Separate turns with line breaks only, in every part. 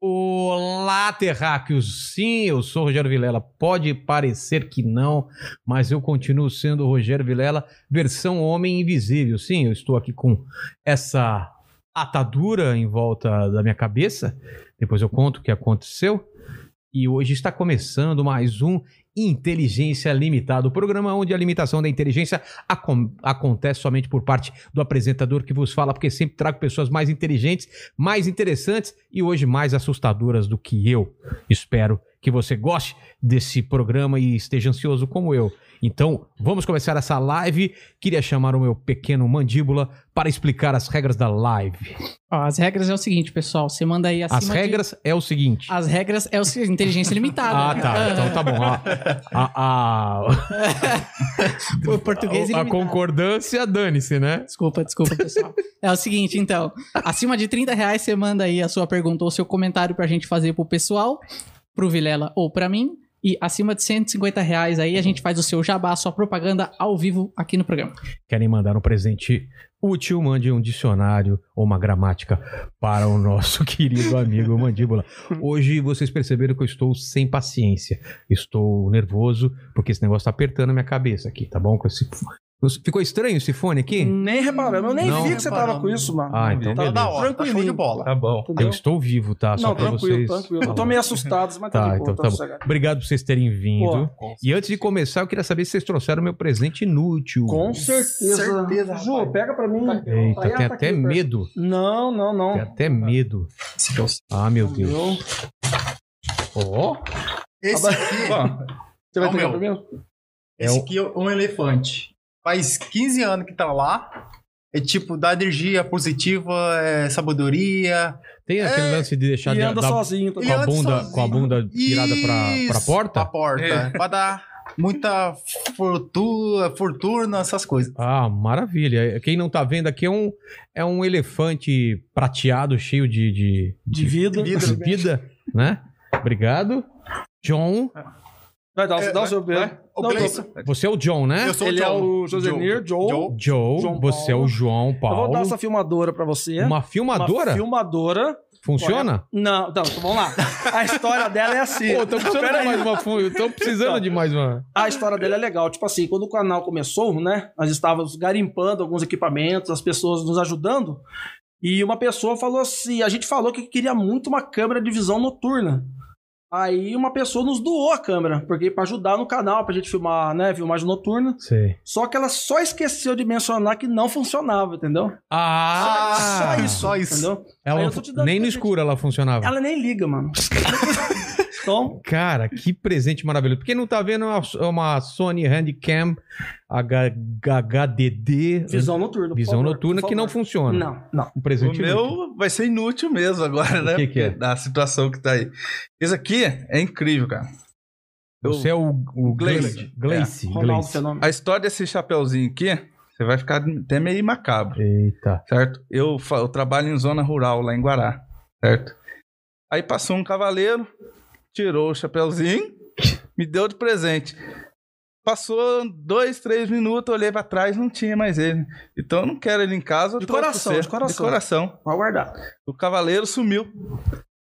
Olá, terráqueos! Sim, eu sou o Rogério Vilela. Pode parecer que não, mas eu continuo sendo o Rogério Vilela, versão Homem Invisível. Sim, eu estou aqui com essa atadura em volta da minha cabeça. Depois eu conto o que aconteceu. E hoje está começando mais um Inteligência Limitada, o programa onde a limitação da inteligência acon- acontece somente por parte do apresentador que vos fala, porque sempre trago pessoas mais inteligentes, mais interessantes e hoje mais assustadoras do que eu. Espero que você goste desse programa e esteja ansioso como eu. Então, vamos começar essa live. Queria chamar o meu pequeno mandíbula para explicar as regras da live.
Ó, as regras é o seguinte, pessoal. Você manda aí acima
As
de-
regras é o seguinte.
As regras é o seguinte, inteligência limitada.
Ah, tá. Então tá bom. ó. A, a-
O português
Então, a, a
ilimitado.
concordância, dane-se, né?
Desculpa, desculpa, pessoal. É o seguinte, então. Acima de 30 reais, você manda aí a sua pergunta ou seu comentário pra gente fazer pro pessoal, pro Vilela ou pra mim. E acima de 150 reais aí, a gente faz o seu jabá, a sua propaganda ao vivo aqui no programa.
Querem mandar um presente útil? Mande um dicionário ou uma gramática para o nosso querido amigo Mandíbula. Hoje vocês perceberam que eu estou sem paciência. Estou nervoso porque esse negócio tá apertando a minha cabeça aqui, tá bom? Com esse... Ficou estranho esse fone aqui?
Nem reparamos, eu nem
Não
vi que você tava
reparamos.
com isso, mano.
Ah, então
Tá da
beleza.
hora, tá show de
Tranquilinho.
bola.
Tá bom.
Eu
Entendeu?
estou vivo, tá? Só
não,
pra
tranquilo,
vocês.
tranquilo. Eu
Tá
tô
bom.
meio assustado, mas tá,
Tá,
de boa,
então tá bom.
sossegado.
Obrigado por vocês terem vindo.
Pô,
E antes de começar, eu queria saber se vocês trouxeram meu presente inútil.
com certeza.
certeza, rapaz.
Ju, pega pra mim.
Eita,
Aí, ah,
tem
tá
até
aqui, pera.
medo.
Não, não,
Tem
não.
até medo. Ah, meu Deus.
Meu.
Ó, Tá
Esse aqui,
Ó, Você vai
Ó,
pegar
meu.
pra mim?
esse aqui é um elefante. Faz 15 anos que tá lá. É tipo, dá energia positiva, é sabedoria.
tem aquele
É,
lance de deixar
E
de,
anda
da-
sozinho. Tá?
com, a
anda
bunda,
sozinho.
com a bunda virada pra, pra
Isso, Pra
porta?
porta.
É.
Pra dar muita fortuna, fortuna, essas coisas.
Ah, maravilha. Quem não tá vendo aqui é um, é um elefante prateado, cheio de, de,
De vida.
de vida, né? Obrigado. John.
Vai, dá, o-
É,
dá o
vai,
seu
vai.
beijo.
O
Não,
Gleison.
tô-
Você é o John, né?
Eu sou
Ele é
John.
o Josenir, Joe.
Joe.
Joe,
João
você é o
Paulo.
João
Eu vou
Paulo.
dar essa filmadora pra você.
Uma
Uma
filmadora?
filmadora.
Funciona?
Não, não, então vamos lá. A história dela é assim.
Pô, tô precisando de mais uma. fu- Tô
Então.
precisando de mais uma.
A história dela é legal. Tipo assim, quando o canal começou, né? Nós estávamos garimpando alguns equipamentos, as pessoas nos ajudando. E uma pessoa falou assim: a gente falou que queria muito uma câmera de visão noturna. Aí uma pessoa nos doou a câmera, porque para ajudar no canal, pra gente filmar, né? Filmagem noturna.
Sei.
Só que ela só esqueceu de mencionar que não funcionava, entendeu?
Ah!
só isso, só isso.
Entendeu?
Ela
Aí
não
eu tô te
fu-
dando
nem no
presente.
escuro ela funcionava.
Ela nem liga, mano. então,
Cara, que presente maravilhoso. Porque não tá vendo é uma- é uma Sony Handicam H- HDD
visão noturna. por
visão
favor,
noturna
por
que não
favor.
funciona.
Não, não.
Um
O
presente inútil.
meu vai ser inútil mesmo agora, né?
que que é?
Porque Da situação que tá aí. Esse aqui é incrível, cara. Eu-
Você é o, o
Glace.
Glace. Glace.
Ronaldo
Glace.
Fenômeno.
A história desse chapeuzinho aqui, você vai ficar até meio macabro,
Eita.
certo? Eu, fa- eu trabalho em zona rural lá em Guará, certo? Aí passou um cavaleiro, tirou o chapeuzinho, me deu de presente. Passou dois, três minutos, eu olhei pra trás, não tinha mais ele. Então eu não quero ele em casa. eu
De
trouxe pra
coração,
você.
de coração.
De coração.
Pode guardar.
O cavaleiro sumiu.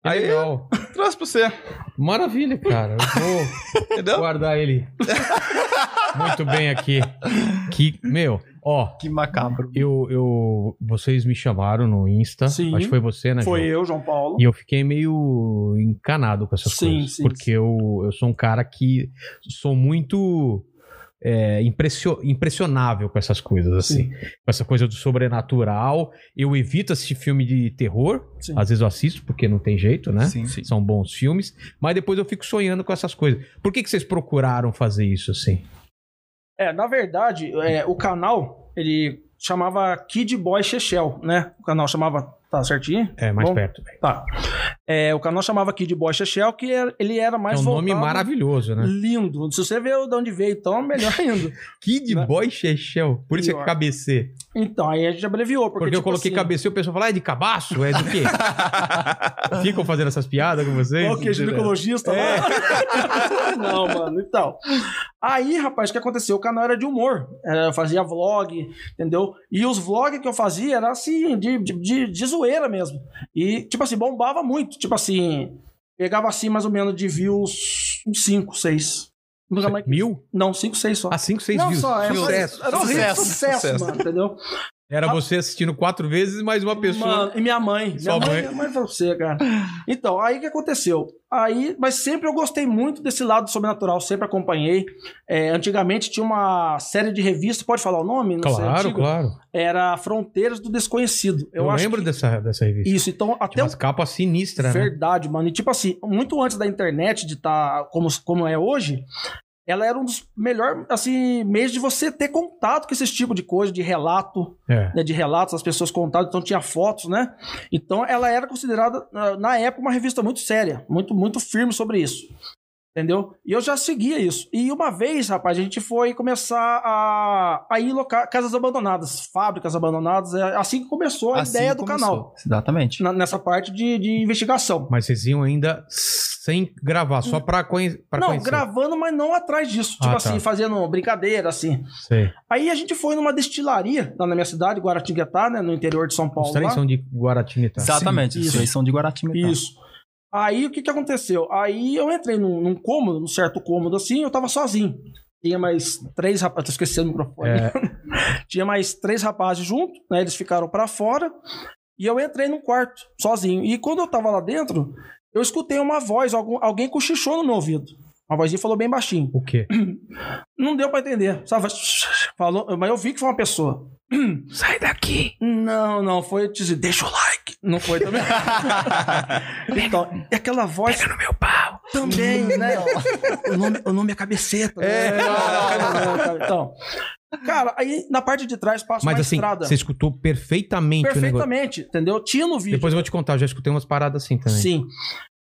Que
é
Aí-
legal.
Trouxe pra você,
Maravilha, cara. Eu vou
entendeu?
guardar ele. Muito bem aqui. Que, meu, ó,
Que macabro.
eu, eu, vocês me chamaram no Insta.
Sim.
Acho que foi você, né,
Foi
João?
eu, João Paulo.
E eu fiquei meio encanado com essas
Sim,
coisas.
sim,
porque
sim.
Eu, eu sou um cara que sou muito é, impressio- impressionável com essas coisas, assim. Com essa coisa do sobrenatural. Eu evito assistir filme de terror.
Sim.
Às vezes eu assisto, porque não tem jeito, né?
Sim, sim.
São bons filmes. Mas depois eu fico sonhando com essas coisas. Por que, que vocês procuraram fazer isso, assim?
É, na verdade, é, o canal, ele chamava Kid Boy Chechel, né? O canal chamava. Tá certinho?
É, mais
Bom,
perto. velho.
Tá. É, o canal chamava Kid Boy Shechel, que era- ele era
É
mais
um nome
voltado-
maravilhoso, né?
Lindo. Se você vê de onde veio, então, melhor ainda.
Kid
Né?
Boy Chechel. Por isso é
Pior.
KBC.
Então, aí a gente abreviou.
Porque,
Porque,
eu
tipo
coloquei
assim,
KBC e o pessoal fala, ah, é de cabaço? É do quê? Ficam fazendo essas piadas com vocês?
Qual que é ginecologista lá? Não, mano, então. Aí, rapaz, o que aconteceu? O canal era de humor. Era- Eu fazia vlog, entendeu? E os vlogs que eu fazia era assim, de, de, de, de zoeira mesmo. E, tipo assim, bombava muito. Tipo assim, pegava assim mais ou menos de views 5, 6.
Mil?
Não, 5, 6 só.
Ah, cinco, seis
Não,
views.
só, era,
Sucesso,
era um horrível,
sucesso,
sucesso,
sucesso.
mano, entendeu?
Era você assistindo quatro vezes, mais uma pessoa.
Mano, e minha mãe. Minha
Sua
mãe,
mãe.
minha mãe falou pra você, cara. Então, aí o que aconteceu? Aí, mas sempre eu gostei muito desse lado sobrenatural, sempre acompanhei. É, antigamente tinha uma série de revistas, pode falar o nome? Não
claro,
antiga.
claro.
Era Fronteiras do Desconhecido. é Eu,
Eu,
acho
lembro
que-
dessa, dessa revista.
Isso, então até
Tinha
o
umas capas sinistras, né?
Verdade, mano. E tipo assim, muito antes da internet de estar como, como é hoje, ela era um dos melhores assim, meios de você ter contato com esse tipo de coisa, de relato,
É.
né, de relatos, as pessoas contavam, então tinha fotos, né? Então ela era considerada, na- na época, uma revista muito séria, muito, muito firme sobre isso. Entendeu? E eu já seguia isso. E uma vez, rapaz, a gente foi começar a, a ir em loca- casas abandonadas, fábricas abandonadas. É assim que começou a
Assim
ideia do
começou.
canal,
Exatamente.
na- nessa parte de- de investigação.
Mas vocês iam ainda sem gravar, só pra, conhe pra
não,
conhecer.
gravando, mas não atrás disso.
Ah,
tipo
tá.
assim, fazendo brincadeira, assim.
Sei.
Aí a gente foi numa destilaria lá na minha cidade, Guaratinguetá, né? No interior de São Paulo.
Os três
lá.
são de Guaratinguetá.
Exatamente.
isso.
Isso. Eles são de Guaratinguetá.
Isso. Aí o que que aconteceu? Aí eu entrei num, num cômodo, num certo cômodo assim, eu tava sozinho. Tinha mais três rapazes, tô esquecendo o microfone.
É.
Tinha mais três rapazes junto, né? Eles ficaram pra fora. E eu entrei num quarto, sozinho. E quando eu tava lá dentro, eu escutei uma voz, algum- alguém cochichou no meu ouvido. Uma vozinha falou bem baixinho.
O quê?
Não deu pra entender. Só faz- falou, mas eu vi que foi uma pessoa.
Sai daqui!
Não, não, foi te dizer, deixa o like. Não foi também. então, e aquela voz. Pega no meu pau. Também, né? o, nome, o nome é cabeceta. né? Não, não, não, Então, cara, aí na parte de trás passa
Mas
é uma
assim,
estrada.
você escutou perfeitamente, o negócio.
Perfeitamente, entendeu? Tinha no vídeo.
Depois eu vou te contar, eu já escutei umas paradas assim também.
Sim.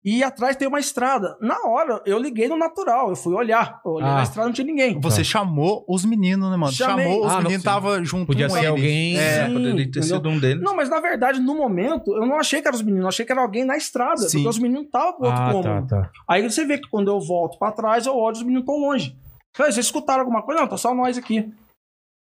E atrás tem uma estrada. Na hora, eu liguei no natural, eu fui olhar. Eu olhei
Ah.
na estrada, não tinha ninguém.
Você chamou os meninos, né, mano?
Chamei.
Chamou os
Ah, não,
meninos,
sim.
tava junto
Podia
com
ser
eles.
alguém.
É.
Sim,
Poderia ter
entendeu?
sido um deles.
Não, mas na verdade, no momento, eu não achei que eram os meninos, eu achei que era alguém na estrada,
Sim.
porque os meninos estavam pro outro
Ah, tá,
cômodo.
tá.
Aí você vê que quando eu volto pra trás, eu olho os meninos tão longe. Falei, vocês escutaram alguma coisa? Não, tá só nós aqui.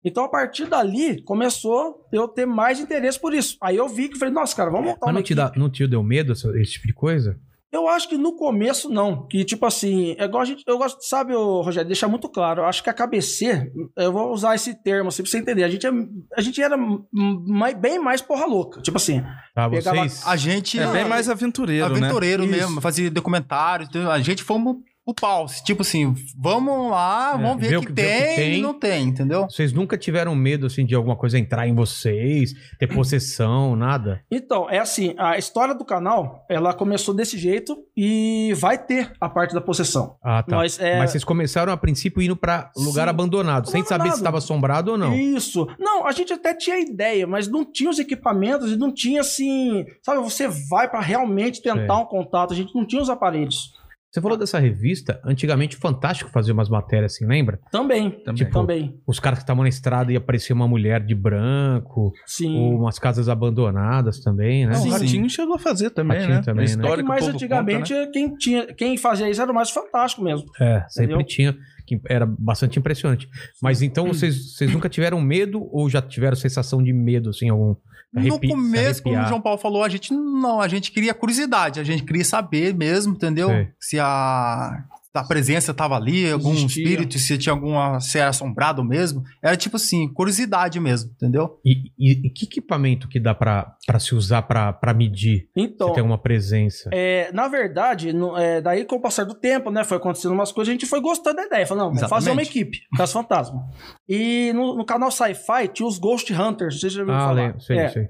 Então, a partir dali, começou eu ter mais interesse por isso. Aí eu vi que falei, nossa, cara, vamos montar
Mas
uma
não te,
equipe.
dá, não te deu medo essa- esse tipo de coisa?
Eu acho que no começo, não. Que, tipo assim, é igual a gente, eu gosto, sabe, ô, Rogério, deixar muito claro. Eu acho que a KBC, eu vou usar esse termo assim pra você entender. A gente, é, a gente era hum, mais- bem mais porra louca. Tipo assim,
Tá,
Pegava-
vocês.
A gente.
É bem mais aventureiro, né?
aventureiro
Isso.
mesmo, fazia documentário. tudo. A gente fomos pro pau. Tipo assim, vamos lá,
É,
vamos ver
ver
o
o
que,
que- ver o que
tem,
tem.
e não tem, entendeu?
Vocês nunca tiveram medo, assim, de alguma coisa entrar em vocês, ter possessão, nada?
Então, é assim, a história do canal, ela começou desse jeito e vai ter a parte da possessão.
Ah, tá.
Nós, é,
Mas vocês começaram a princípio indo pra lugar
Sim.
abandonado, sem saber se
Abandonado.
estava assombrado ou não.
Isso. Não, a gente até tinha ideia, mas não tinha os equipamentos e não tinha assim, sabe, você vai pra realmente tentar um contato, a gente não tinha os aparelhos.
Você falou dessa revista, antigamente o Fantástico fazia umas matérias assim, lembra?
Também,
Também.
Tipo,
também.
Os caras que estavam na estrada e aparecia uma mulher de branco,
Sim. É
ou umas casas abandonadas também, né?
Não,
Sim.
o Ratinho chegou a fazer também,
Ratinho
né?
também, né?
É que
histórico,
mais
o povo
antigamente quem tinha, quem fazia isso era mais fantástico mesmo.
É, sempre
Entendeu?
tinha, que era bastante impressionante. Mas então vocês, vocês nunca tiveram medo ou já tiveram sensação de medo, assim, algum
No
arrepi-
começo, como o
arrepiar?
João Paulo falou, a gente não, a gente queria curiosidade, a gente queria saber mesmo, entendeu?
Sei.
Se a, a presença tava ali, algum
Existia.
espírito, se tinha alguma se era assombrado mesmo. Era tipo assim, curiosidade mesmo, entendeu?
E, e- e que equipamento que dá pra pra se usar pra pra medir
Então,
se tem uma presença?
É, na verdade, no- é, daí com o passar do tempo, né, foi acontecendo umas coisas, a gente foi gostando da ideia. Falou, não, vamos fazer uma
Exatamente.
equipe das fantasmas. E no, no canal Sci-Fi tinha os Ghost Hunters, vocês já ouviram
ah,
falar?
lembro, sei,
É.
sei.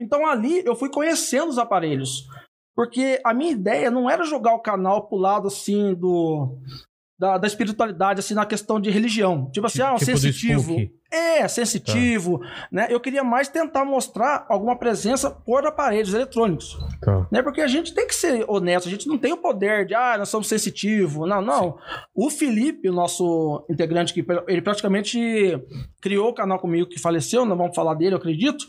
Então ali eu fui conhecendo os aparelhos. Porque a minha ideia não era jogar o canal pro lado assim do. da- da, da espiritualidade, assim, na questão de religião. Tipo assim, ah, um
Tipo do
sensitivo.
Spook. Tá.
É, sensitivo, né? Eu queria mais tentar mostrar alguma presença por aparelhos eletrônicos,
Tá.
né? Porque a gente tem que ser honesto, a gente não tem o poder de, ah, nós somos sensitivos. Não, não. O Felipe, o nosso integrante, que pra- ele praticamente criou o canal comigo, que faleceu, não vamos falar dele, eu acredito.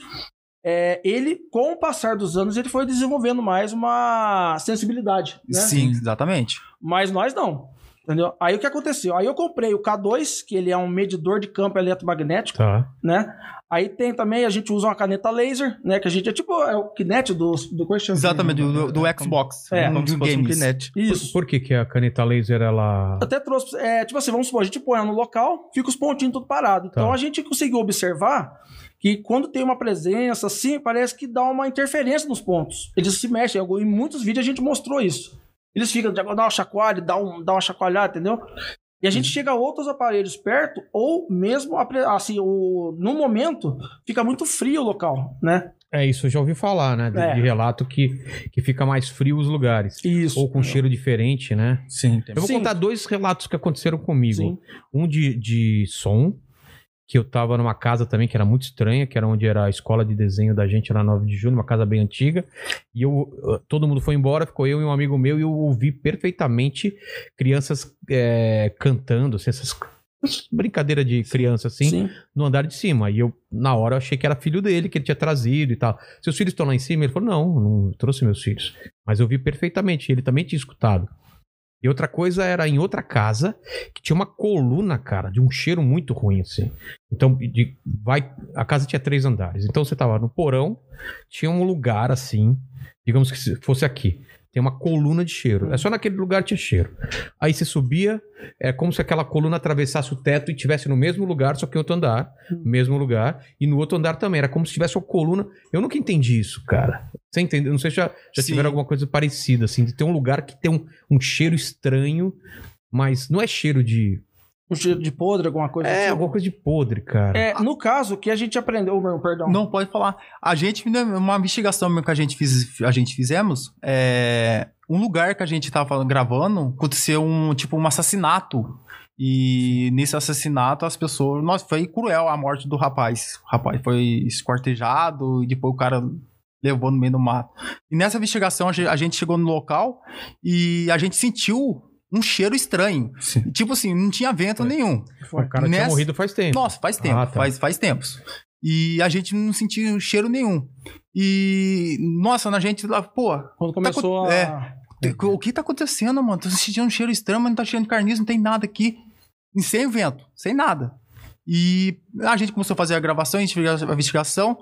É, ele, com o passar dos anos, ele foi desenvolvendo mais uma sensibilidade,
É,
né?
Sim, exatamente.
Mas nós não. Entendeu? Aí o que aconteceu? Aí eu comprei o K2, que ele é um medidor de campo eletromagnético,
Tá.
né? Aí tem também, a gente usa uma caneta laser, né? Que a gente é tipo é o Kinect do, do Christian.
Exatamente, do, do Xbox.
É,
do
Como se fosse um
games.
Kinect.
Isso.
Por que, que a caneta laser ela.
Até trouxe. pra você- É, tipo assim, vamos supor, a gente põe ela no local, fica os pontinhos tudo parado. Então
Tá.
a gente conseguiu observar que quando tem uma presença, assim, parece que dá uma interferência nos pontos. Eles se mexem. Em muitos vídeos a gente mostrou isso. Eles ficam diagonal, chacoalha, dá, um, dá uma chacoalhada, entendeu? E a
Uhum.
gente chega a outros aparelhos perto, ou mesmo, a pre- assim, o, no momento, fica muito frio o local, né?
É isso, eu já ouvi falar, né? De,
É.
de relato que, que fica mais frio os lugares.
Isso.
Ou com cheiro diferente, né?
Sim, tem.
Eu vou
Sim.
contar dois relatos que aconteceram comigo.
Sim.
Um de, de som, que eu tava numa casa também que era muito estranha, que era onde era a escola de desenho da gente lá na 9 de julho, uma casa bem antiga. E eu, eh, todo mundo foi embora, ficou eu e um amigo meu, e eu ouvi perfeitamente crianças eh, cantando, assim, essas brincadeira de criança assim
Sim.
no andar de cima. E eu, na hora, eu achei que era filho dele, que ele tinha trazido e tal. Seus filhos estão lá em cima? Ele falou, não, não trouxe meus filhos. Mas eu vi perfeitamente, ele também tinha escutado. E outra coisa era em outra casa, que tinha uma coluna, cara, de um cheiro muito ruim, assim. Então, de- vai, a casa tinha três andares. Então, você tava no porão, tinha um lugar, assim, digamos que se fosse aqui. Tem uma coluna de cheiro. É só naquele lugar tinha cheiro. Aí você subia, é como se aquela coluna atravessasse o teto e tivesse no mesmo lugar, só que em outro andar, mesmo lugar, e no outro andar também. Era como se tivesse uma coluna. Eu nunca entendi isso, cara. Você entendeu? Não sei se já, já
Sim.
tiveram alguma coisa parecida, assim, de ter um lugar que tem um, um cheiro estranho, mas não é cheiro de.
Um cheiro de podre, alguma coisa
É
assim.
alguma coisa de podre, cara.
É, no caso, o que a gente aprendeu, meu, perdão.
Não pode falar. A gente, né, uma investigação mesmo que a gente, fiz, a gente fizemos, é, um lugar que a gente tava gravando, aconteceu um, tipo, um assassinato. E nesse assassinato as pessoas, nossa, foi cruel a morte do rapaz. O rapaz foi esquartejado e depois o cara levou no meio do mato. E nessa investigação a ge- a gente chegou no local e a gente sentiu um cheiro estranho.
Sim.
Tipo assim, não tinha vento
É.
nenhum.
o cara tinha
nessa-
morrido faz tempo.
Nossa, faz tempo,
Ah, tá.
faz, faz tempos. E a gente não sentiu cheiro nenhum. E, nossa, na gente lá, pô,
Quando começou
com-
a.
é. te- o que tá acontecendo, mano? Tô sentindo um cheiro estranho, mas não tá cheirando de carniça, não tem nada aqui. E sem vento, sem nada. E a gente começou a fazer a gravação, a gente fez a investigação.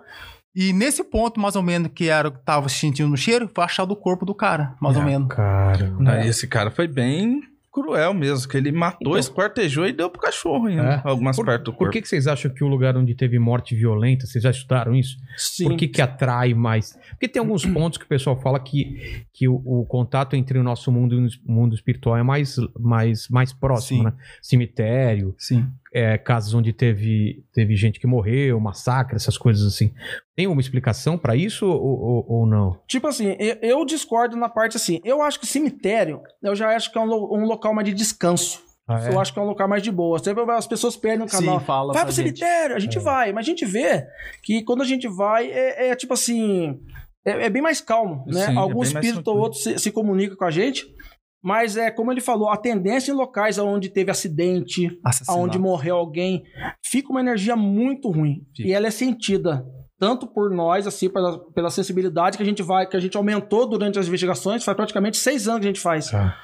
E nesse ponto, mais ou menos, que era o que tava sentindo no cheiro, foi achado o corpo do cara, mais ou
Ah,
menos.
Cara.
Né?
Aí esse cara foi bem cruel mesmo, que ele matou,
Então.
esquartejou e deu pro cachorro ainda.
É.
Algumas
Por,
partes do
por
corpo.
que, que vocês acham que o lugar onde teve morte violenta, vocês já estudaram isso?
Sim.
Por que, que atrai mais? Porque tem alguns pontos que o pessoal fala que, que o, o contato entre o nosso mundo e o mundo espiritual é mais, mais, mais próximo,
Sim.
né? Cemitério,
Sim.
é, casos onde teve, teve gente que morreu, massacre, essas coisas assim. Tem uma explicação pra isso ou, ou, ou não?
Tipo assim, eu, eu discordo na parte assim. Eu acho que cemitério, eu já acho que é um, lo- um local mais de descanso.
Ah,
Eu acho que é um local mais de boa. Sempre as pessoas perdem o canal.
um fala.
vai
pra
pro
gente.
cemitério, a gente
É.
vai. Mas a gente vê que quando a gente vai, é, é tipo assim. É, é bem mais calmo, né?
Sim, é
Algum
bem mais
espírito ou
tranquilo.
outro se, se comunica com a gente. Mas é como ele falou, a tendência em locais onde teve acidente,
Assassinato.
aonde morreu alguém, fica uma energia muito ruim.
Fica.
E ela é sentida tanto por nós, assim, pela, pela sensibilidade que a gente vai, que a gente aumentou durante as investigações, faz praticamente seis anos que a gente faz.
Tá.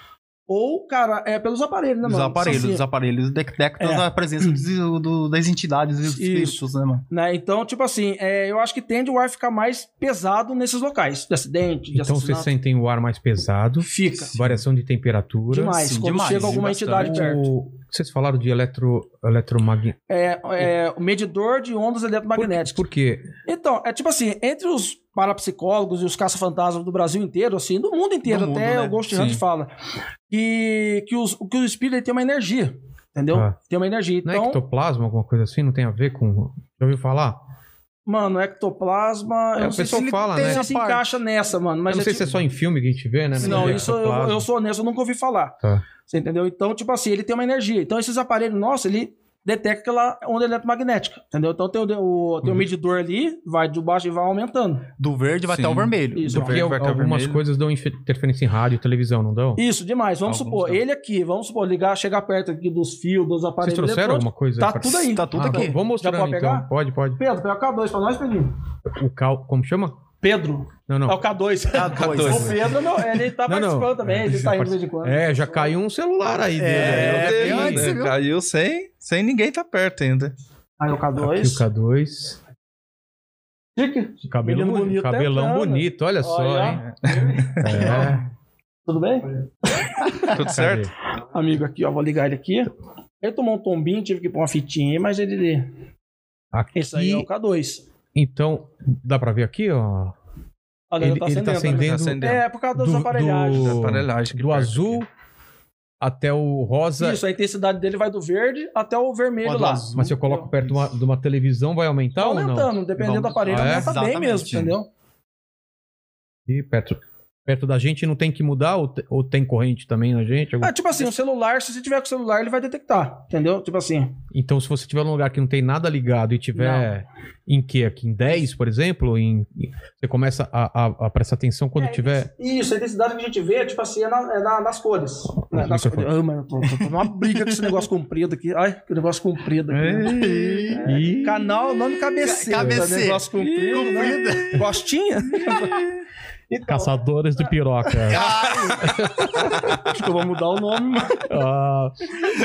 Ou, cara, é pelos aparelhos, né,
Os
mano?
aparelhos,
Assim,
os aparelhos detectam
É.
a presença dos- do- das entidades e dos
Isso.
espíritos, né, mano?
né? Então, tipo assim, é, eu acho que tende o ar ficar mais pesado nesses locais, de acidente, de
Então vocês
assassinato.
sentem o ar mais pesado,
Fica.
variação de temperatura.
Demais,
Sim,
quando
demais,
chega alguma
bastante.
entidade perto.
O- Vocês falaram de eletro, eletromagnético.
É, é, o medidor de ondas eletromagnéticas.
Por quê?
Então, é tipo assim, entre os parapsicólogos e os caça-fantasmas do Brasil inteiro, assim, do mundo inteiro,
Do mundo,
até
né?
o Ghost
Sim.
Hunt fala, que, que, os, que o espírito ele tem uma energia, entendeu?
Ah.
Tem uma energia.
Não
Então,
é ectoplasma, alguma coisa assim? Não tem a ver com. Já ouviu falar?
Mano, ectoplasma.
É,
eu não
o
sei
pessoal
se ele
fala,
tem-
né?
se encaixa nessa, mano.
Eu
Mas
não
é
sei
tipo-
se é só em filme que a gente vê, né?
Não,
Mas é
isso eu,
ectoplasma.
eu sou honesto, eu nunca ouvi falar.
Tá.
Você entendeu? Então, tipo assim, ele tem uma energia. Então, esses aparelhos nossos, ele detecta aquela onda eletromagnética, entendeu? Então, tem o, o- tem o
Uhum.
medidor ali, vai de baixo e vai aumentando.
Do verde vai
Sim.
até o vermelho.
Isso,
Porque
vai até o
algumas
vermelho.
coisas dão infe- interferência em rádio e televisão, não dão?
Isso, demais.
Ah,
Vamos
Alguns
supor,
não.
ele aqui, vamos supor, ligar, chegar perto aqui dos fios, dos
Vocês
aparelhos
trouxeram
eletrônicos.
alguma coisa?
Tá
pra-
tudo aí.
Tá tudo
Ah,
aqui.
Vou mostrar
Já pode
então.
pegar?
Pode, pode.
Pedro, pega o K2 pra nós, Pedrinho.
O cal... Como chama?
Pedro,
Não,
é
não.
o K2.
K2.
o Pedro, meu, ele tá
Não, não.
participando também, ele tá indo de vez em quando.
É, já caiu um celular aí dele.
É,
aí eu
bem
tenho,
antes,
né?
viu?
Caiu sem, sem ninguém tá perto ainda.
Aí o
Aqui o
K2.
K2.
Chique.
O Cabelo
Menino
bonito,
bonito
cabelão
tentando.
bonito, olha, só, hein?
Olha,
É,
Tudo bem?
Tudo certo?
cadê?
amigo aqui, ó. Vou ligar ele aqui. Ele tomou um tombinho, tive que pôr uma fitinha aí, mas ele.
Aqui,
Esse aí é o K2.
Então, dá pra ver aqui, ó.
Olha,
Ele, ele tá
né?
acendendo
acendendo.
É, por causa
do,
dos aparelhagens.
Da
do,
aparelhagem aqui
do
perto
azul
aqui.
até o rosa.
Isso, a intensidade dele vai do verde até o vermelho
Pode
lá.
azul.
Mas se eu coloco perto de uma, de uma televisão, vai aumentar
Tá
ou não?
aumentando, dependendo do aparelho,
Ah, é?
aumenta bem
Exatamente.
mesmo, entendeu?
Ih, perto, perto da gente não tem que mudar ou, te- ou tem corrente também na gente? Algum-
É, tipo assim, o celular, se você tiver com o celular, ele vai detectar, entendeu? Tipo assim.
Então, se você tiver num lugar que não tem nada ligado e tiver em que? Aqui em 10, por exemplo, em, em- você começa a, a- a prestar atenção quando tiver.
É, Isso, a intensidade que a gente vê é, tipo assim, é, na- é na- nas cores. Né? Nas
microfone.
cores. Ah, mas eu tô, tô, tô numa briga com esse negócio comprido aqui. Ai, que negócio comprido aqui. né?
Ih,
Canal, nome cabeceira.
Cabeceira.
Negócio comprido, né? Gostinha? Então,
Caçadores de piroca.
Ah,
Acho que eu vou mudar o nome. mas-
Ah,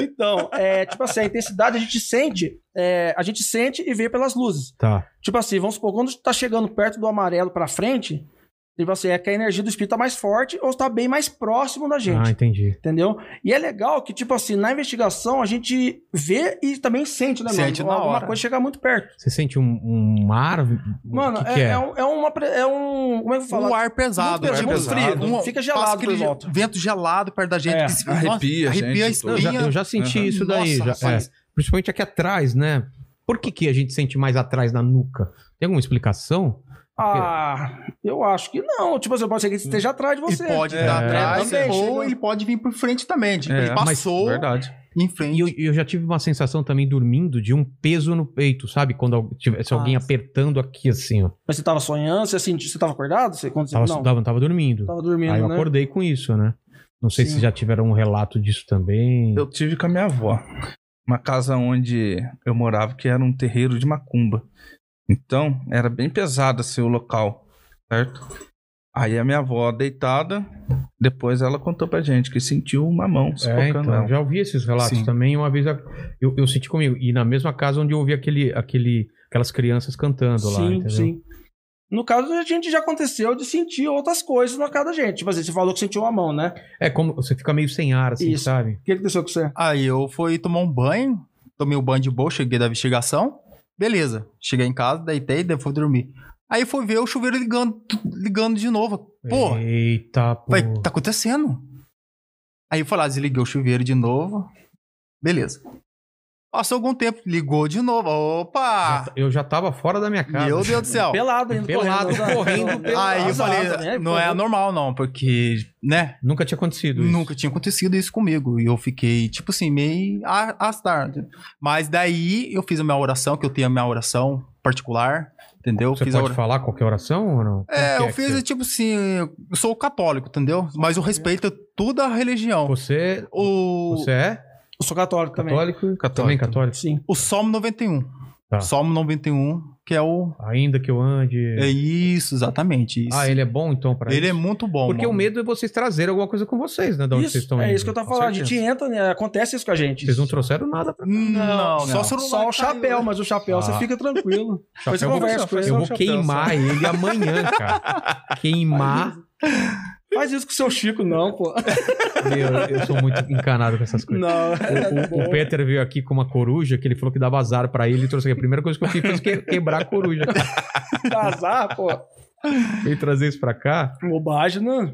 Então, é, tipo assim, a intensidade a gente sente, é, a gente sente e vê pelas luzes.
tá.
Tipo assim, vamos supor, quando tá chegando perto do amarelo pra frente, tipo assim, é que a energia do espírito tá mais forte ou tá bem mais próximo da gente.
Ah, entendi.
Entendeu? E é legal que, tipo assim, na investigação a gente vê e também sente, né,
Sente
mano?
na
Alguma
hora.
coisa chegar muito perto.
Você sente um, um mar?
Mano,
o que
é,
que é?
é um, é uma. pre- É um. Como é que eu vou falar?
Um ar pesado.
Muito
um ar
pesado,
pesado.
frio,
Um-
fica gelado
passa
por volta.
Vento gelado perto da gente.
É,
que se-
arrepia a
nossa,
gente
Arrepia a
toda.
Eu já, eu
espinha.
já senti
Aham.
isso daí,
Nossa,
já, é.
mas-
principalmente aqui atrás, né? Por que, que a gente sente mais atrás na nuca? Tem alguma explicação?
Ah, eu acho que não. Tipo assim, pode ser que ele esteja atrás de
Ele
você.
pode né?
É,
dar atrás
também,
ou
chega-
ele pode vir por frente também. Tipo,
É,
ele
mas-
passou
Verdade.
em
E
frente.
eu, eu já tive uma sensação também dormindo de um peso no peito, sabe? Quando al- tivesse alguém
Ah,
apertando aqui assim, ó.
Mas você tava sonhando, você sentiu, você tava acordado? Você, quando você,
Tava,
não,
tava, tava dormindo.
tava dormindo,
Aí eu
né?
acordei com isso, né? Não sei se
Sim.
já tiveram um relato disso também.
Eu tive com a minha avó. Uma casa onde eu morava, que era um terreiro de macumba. Então, era bem pesado assim o local, certo? Aí a minha avó deitada, depois ela contou pra gente que sentiu uma mão
É,
sufocando
então,
ela.
eu já ouvi esses relatos
Sim.
também. Uma vez a- eu, eu senti comigo. E na mesma casa onde eu ouvi aquele, aquele, aquelas crianças cantando lá.
sim,
entendeu?
sim. No caso, a gente já aconteceu de sentir outras coisas na cara da gente. Tipo assim, você falou que sentiu uma mão, né?
É como você fica meio sem ar, assim,
Isso.
sabe?
O que que aconteceu com você?
Aí eu fui tomar um banho, tomei o banho de boa, cheguei da investigação. Beleza, cheguei em casa, deitei, daí fui dormir. Aí fui ver o chuveiro ligando, ligando de novo. Pô,
Eita, pô.
vai, tá acontecendo. Aí eu fui lá, desliguei o chuveiro de novo. Beleza. Passou algum tempo, ligou de novo. Opa!
Eu já tava fora da minha casa.
tá. Meu Deus do céu.
Pelado, indo
Pelado, correndo,
né?
Aí eu falei,
né?
não é
normal.
anormal não, porque, né,
Nunca tinha acontecido isso.
Nunca tinha acontecido isso comigo. E eu fiquei, tipo assim, meio a- astardo. Mas daí eu fiz a minha oração, que eu tenho a minha oração particular, entendeu?
Você
fiz a
pode
oração.
falar qualquer oração ou não?
É,
Como
eu
que
fiz,
que
tipo assim, eu sou católico, entendeu? Mas eu respeito toda a religião.
Você,
O,
você é
Eu sou católico também.
católico?
Católico.
Também católico.
Sim.
o Salmo 91.
Tá.
Salmo 91, que é o...
Ainda que eu ande.
É isso, exatamente isso.
Ah, ele é bom então pra
Ele é
isso?
muito bom,
Porque o
mano.
medo é vocês trazerem alguma coisa com vocês, né? Da onde
Isso,
vocês estão
é
indo.
isso que eu tava
Com
falando. A
certeza.
gente entra, né? acontece isso com a gente.
Vocês não trouxeram nada pra
Não,
Não,
só o celular né?
Só o
que caiu.
chapéu, mas o chapéu você
Ah.
fica tranquilo. Depois você
Eu vou-
conversa com ele.
Eu
Só
vou
um chapéu,
queimar ele amanhã, cara. Queimar.
Faz isso com o seu Chico, não, pô.
Meu, eu sou muito encanado com essas coisas.
Não. é
O, o Peter veio aqui com uma coruja que ele falou que dava azar pra ele e trouxe aqui. A primeira coisa que eu fiz foi que- quebrar a coruja.
Casar, pô.
Veio trazer isso pra cá.
Bobagem, né?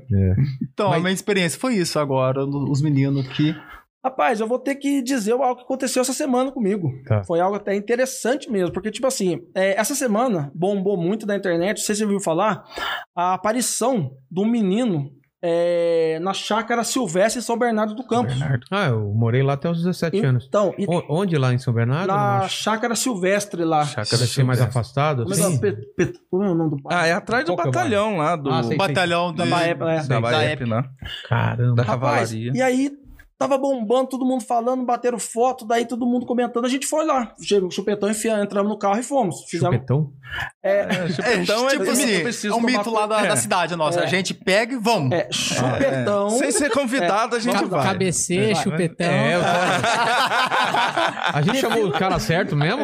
Então, a
Mas-
minha experiência foi isso agora, no- os meninos que
Rapaz, eu vou ter que dizer algo que aconteceu essa semana comigo.
Tá.
Foi algo até interessante mesmo, porque, tipo assim, é, essa semana bombou muito na internet, não sei se você ouviu falar, a aparição de um menino é, na chácara Silvestre em São Bernardo do Campo.
Ah, eu morei lá até os 17 anos.
Então, e
O- onde lá em São Bernardo?
na
Numa
chácara Silvestre lá.
chácara assim mais afastado?
Como é, que
assim?
é, Pe- Pe- como é o nome do
Ah, é atrás do
Qual que é o
batalhão lá do.
Ah, sei.
Batalhão
Da
de-
Baep, né?
Sei.
da
Da
Baep,
Ep.
né?
Caramba.
Da cavalaria.
e aí tava bombando, todo mundo falando, bateram foto, daí todo mundo comentando. A gente foi lá, chegou o chupetão, enfiamos, entramos no carro e fomos. Fizemos,
Chupetão?
é,
É,
Então,
tipo
eu
assim,
preciso
é um
tomar
mito lá da,
cuidado.
da cidade nossa.
É.
A gente pega e vamos.
é, chupetão.
tá
Sem ser convidado, a gente
Ca-
vai.
Cabeceio, chupetão.
É, eu tava- A gente chamou o cara certo mesmo?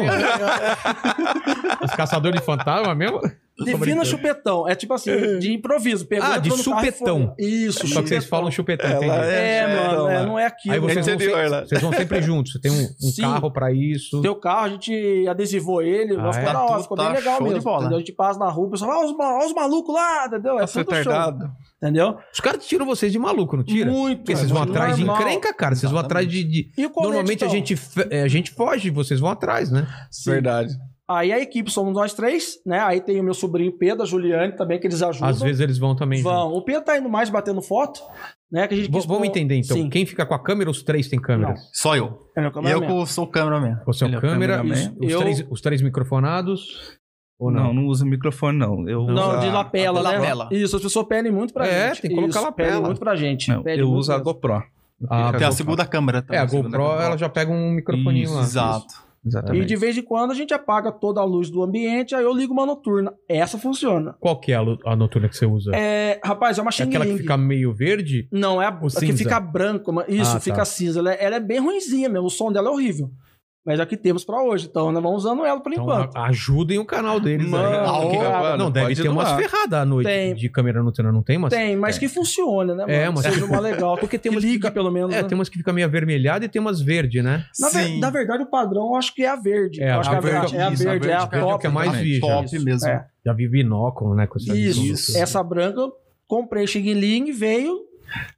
Os caçadores de fantasma mesmo?
Defina chupetão. É tipo assim, de improviso. Pegou,
Ah, de
entrou no carro e
supetão.
foi. Isso,
Só que vocês falam chupetão, entendi.
É,
É,
mano,
então,
é,
lá.
não é aquilo.
Aí vocês vão,
Entendeu,
sempre,
Orla?
vocês vão sempre juntos. Você tem um, um
é- Sim.
carro pra isso.
Teu carro, a gente adesivou ele,
Ah,
nossa,
é?
ficou da hora,
Tá
ficou bem
tudo- tá
legal
show de
mesmo.
bola.
entendeu? A gente passa na rua, o pessoal, olha os, ma- ó os malucos lá, entendeu? É
Tá
Nossa,
tudo show.
retardado.
Entendeu?
Os caras tiram vocês de maluco, não tira?
Muito. é
Porque vocês vão
muito
atrás de
normal.
encrenca, cara. Vocês vão atrás de. de-
E o colete,
Normalmente a
então?
gente, fe- é, a gente foge, vocês vão atrás, né?
Sim.
Verdade.
Aí a equipe somos nós três, né? Aí tem o meu sobrinho Pedro, a Juliane também, que eles ajudam.
Às vezes eles vão também.
Vão. O Pedro tá indo mais batendo foto, né? Que a gente
junto. Vão-
quis
Vamos
pôr-
entender então.
Sim.
Quem fica com a câmera, os três têm câmeras.
Só eu.
É meu
eu
cameraman.
que sou o câmera
Você é o
Ele é o
câmera,
cameraman.
os, os
Eu-
três, os três microfonados. Ou não?
Não, não usa microfone, não. Eu
Não,
uso
de
a-
lapela,
a
né?
lapela.
Isso, as pessoas pedem muito pra
É,
gente.
tem que colocar
Isso,
lapela.
Pedem muito pra gente.
Não,
Pedem
eu
muito
uso a
mesmo.
GoPro.
Ah,
Tem a
tá.
segunda câmera
é, a
também, segunda
GoPro
câmera.
ela já pega um microfoninho
Isso,
lá.
Exato.
E
Exatamente.
de vez em quando a gente apaga toda a luz do ambiente, aí eu ligo uma noturna. Essa funciona.
Qual que é a, lu- a noturna que você usa? É,
É, rapaz, é uma xing
aquela que fica meio verde?
Não, é a,
O
a que
cinza.
fica branca. mas- Isso,
Ah, tá.
fica cinza. Ela é, ela é bem ruinzinha mesmo. O som dela é horrível. Mas é o que temos pra hoje. Então, nós vamos usando ela por
Então
enquanto.
a- ajudem o canal deles.
Mano,
aí.
que-
Agora,
Não, deve
pode
ter umas
doar.
ferradas à noite
Tem.
de câmera noturna, não tem? Mas...
Tem, mas que funcione, né?
É,
mano?
mas-
Seja uma legal. Porque tem
umas que
liga,
fica-
pelo menos.
É,
né?
tem umas que fica meio avermelhada e tem umas verde, né?
na, ver-
Sim.
na verdade, o padrão eu acho que é a verde.
É,
Eu acho
a
que é a
verde,
verde, é a
isso, a
verde, é a
verde,
top.
é o que é mais
né?
vi, já.
Top
Isso,
mesmo.
é.
Já vi binóculo, né? Com essa
Isso. Essa branca, eu comprei Xing Ling, veio,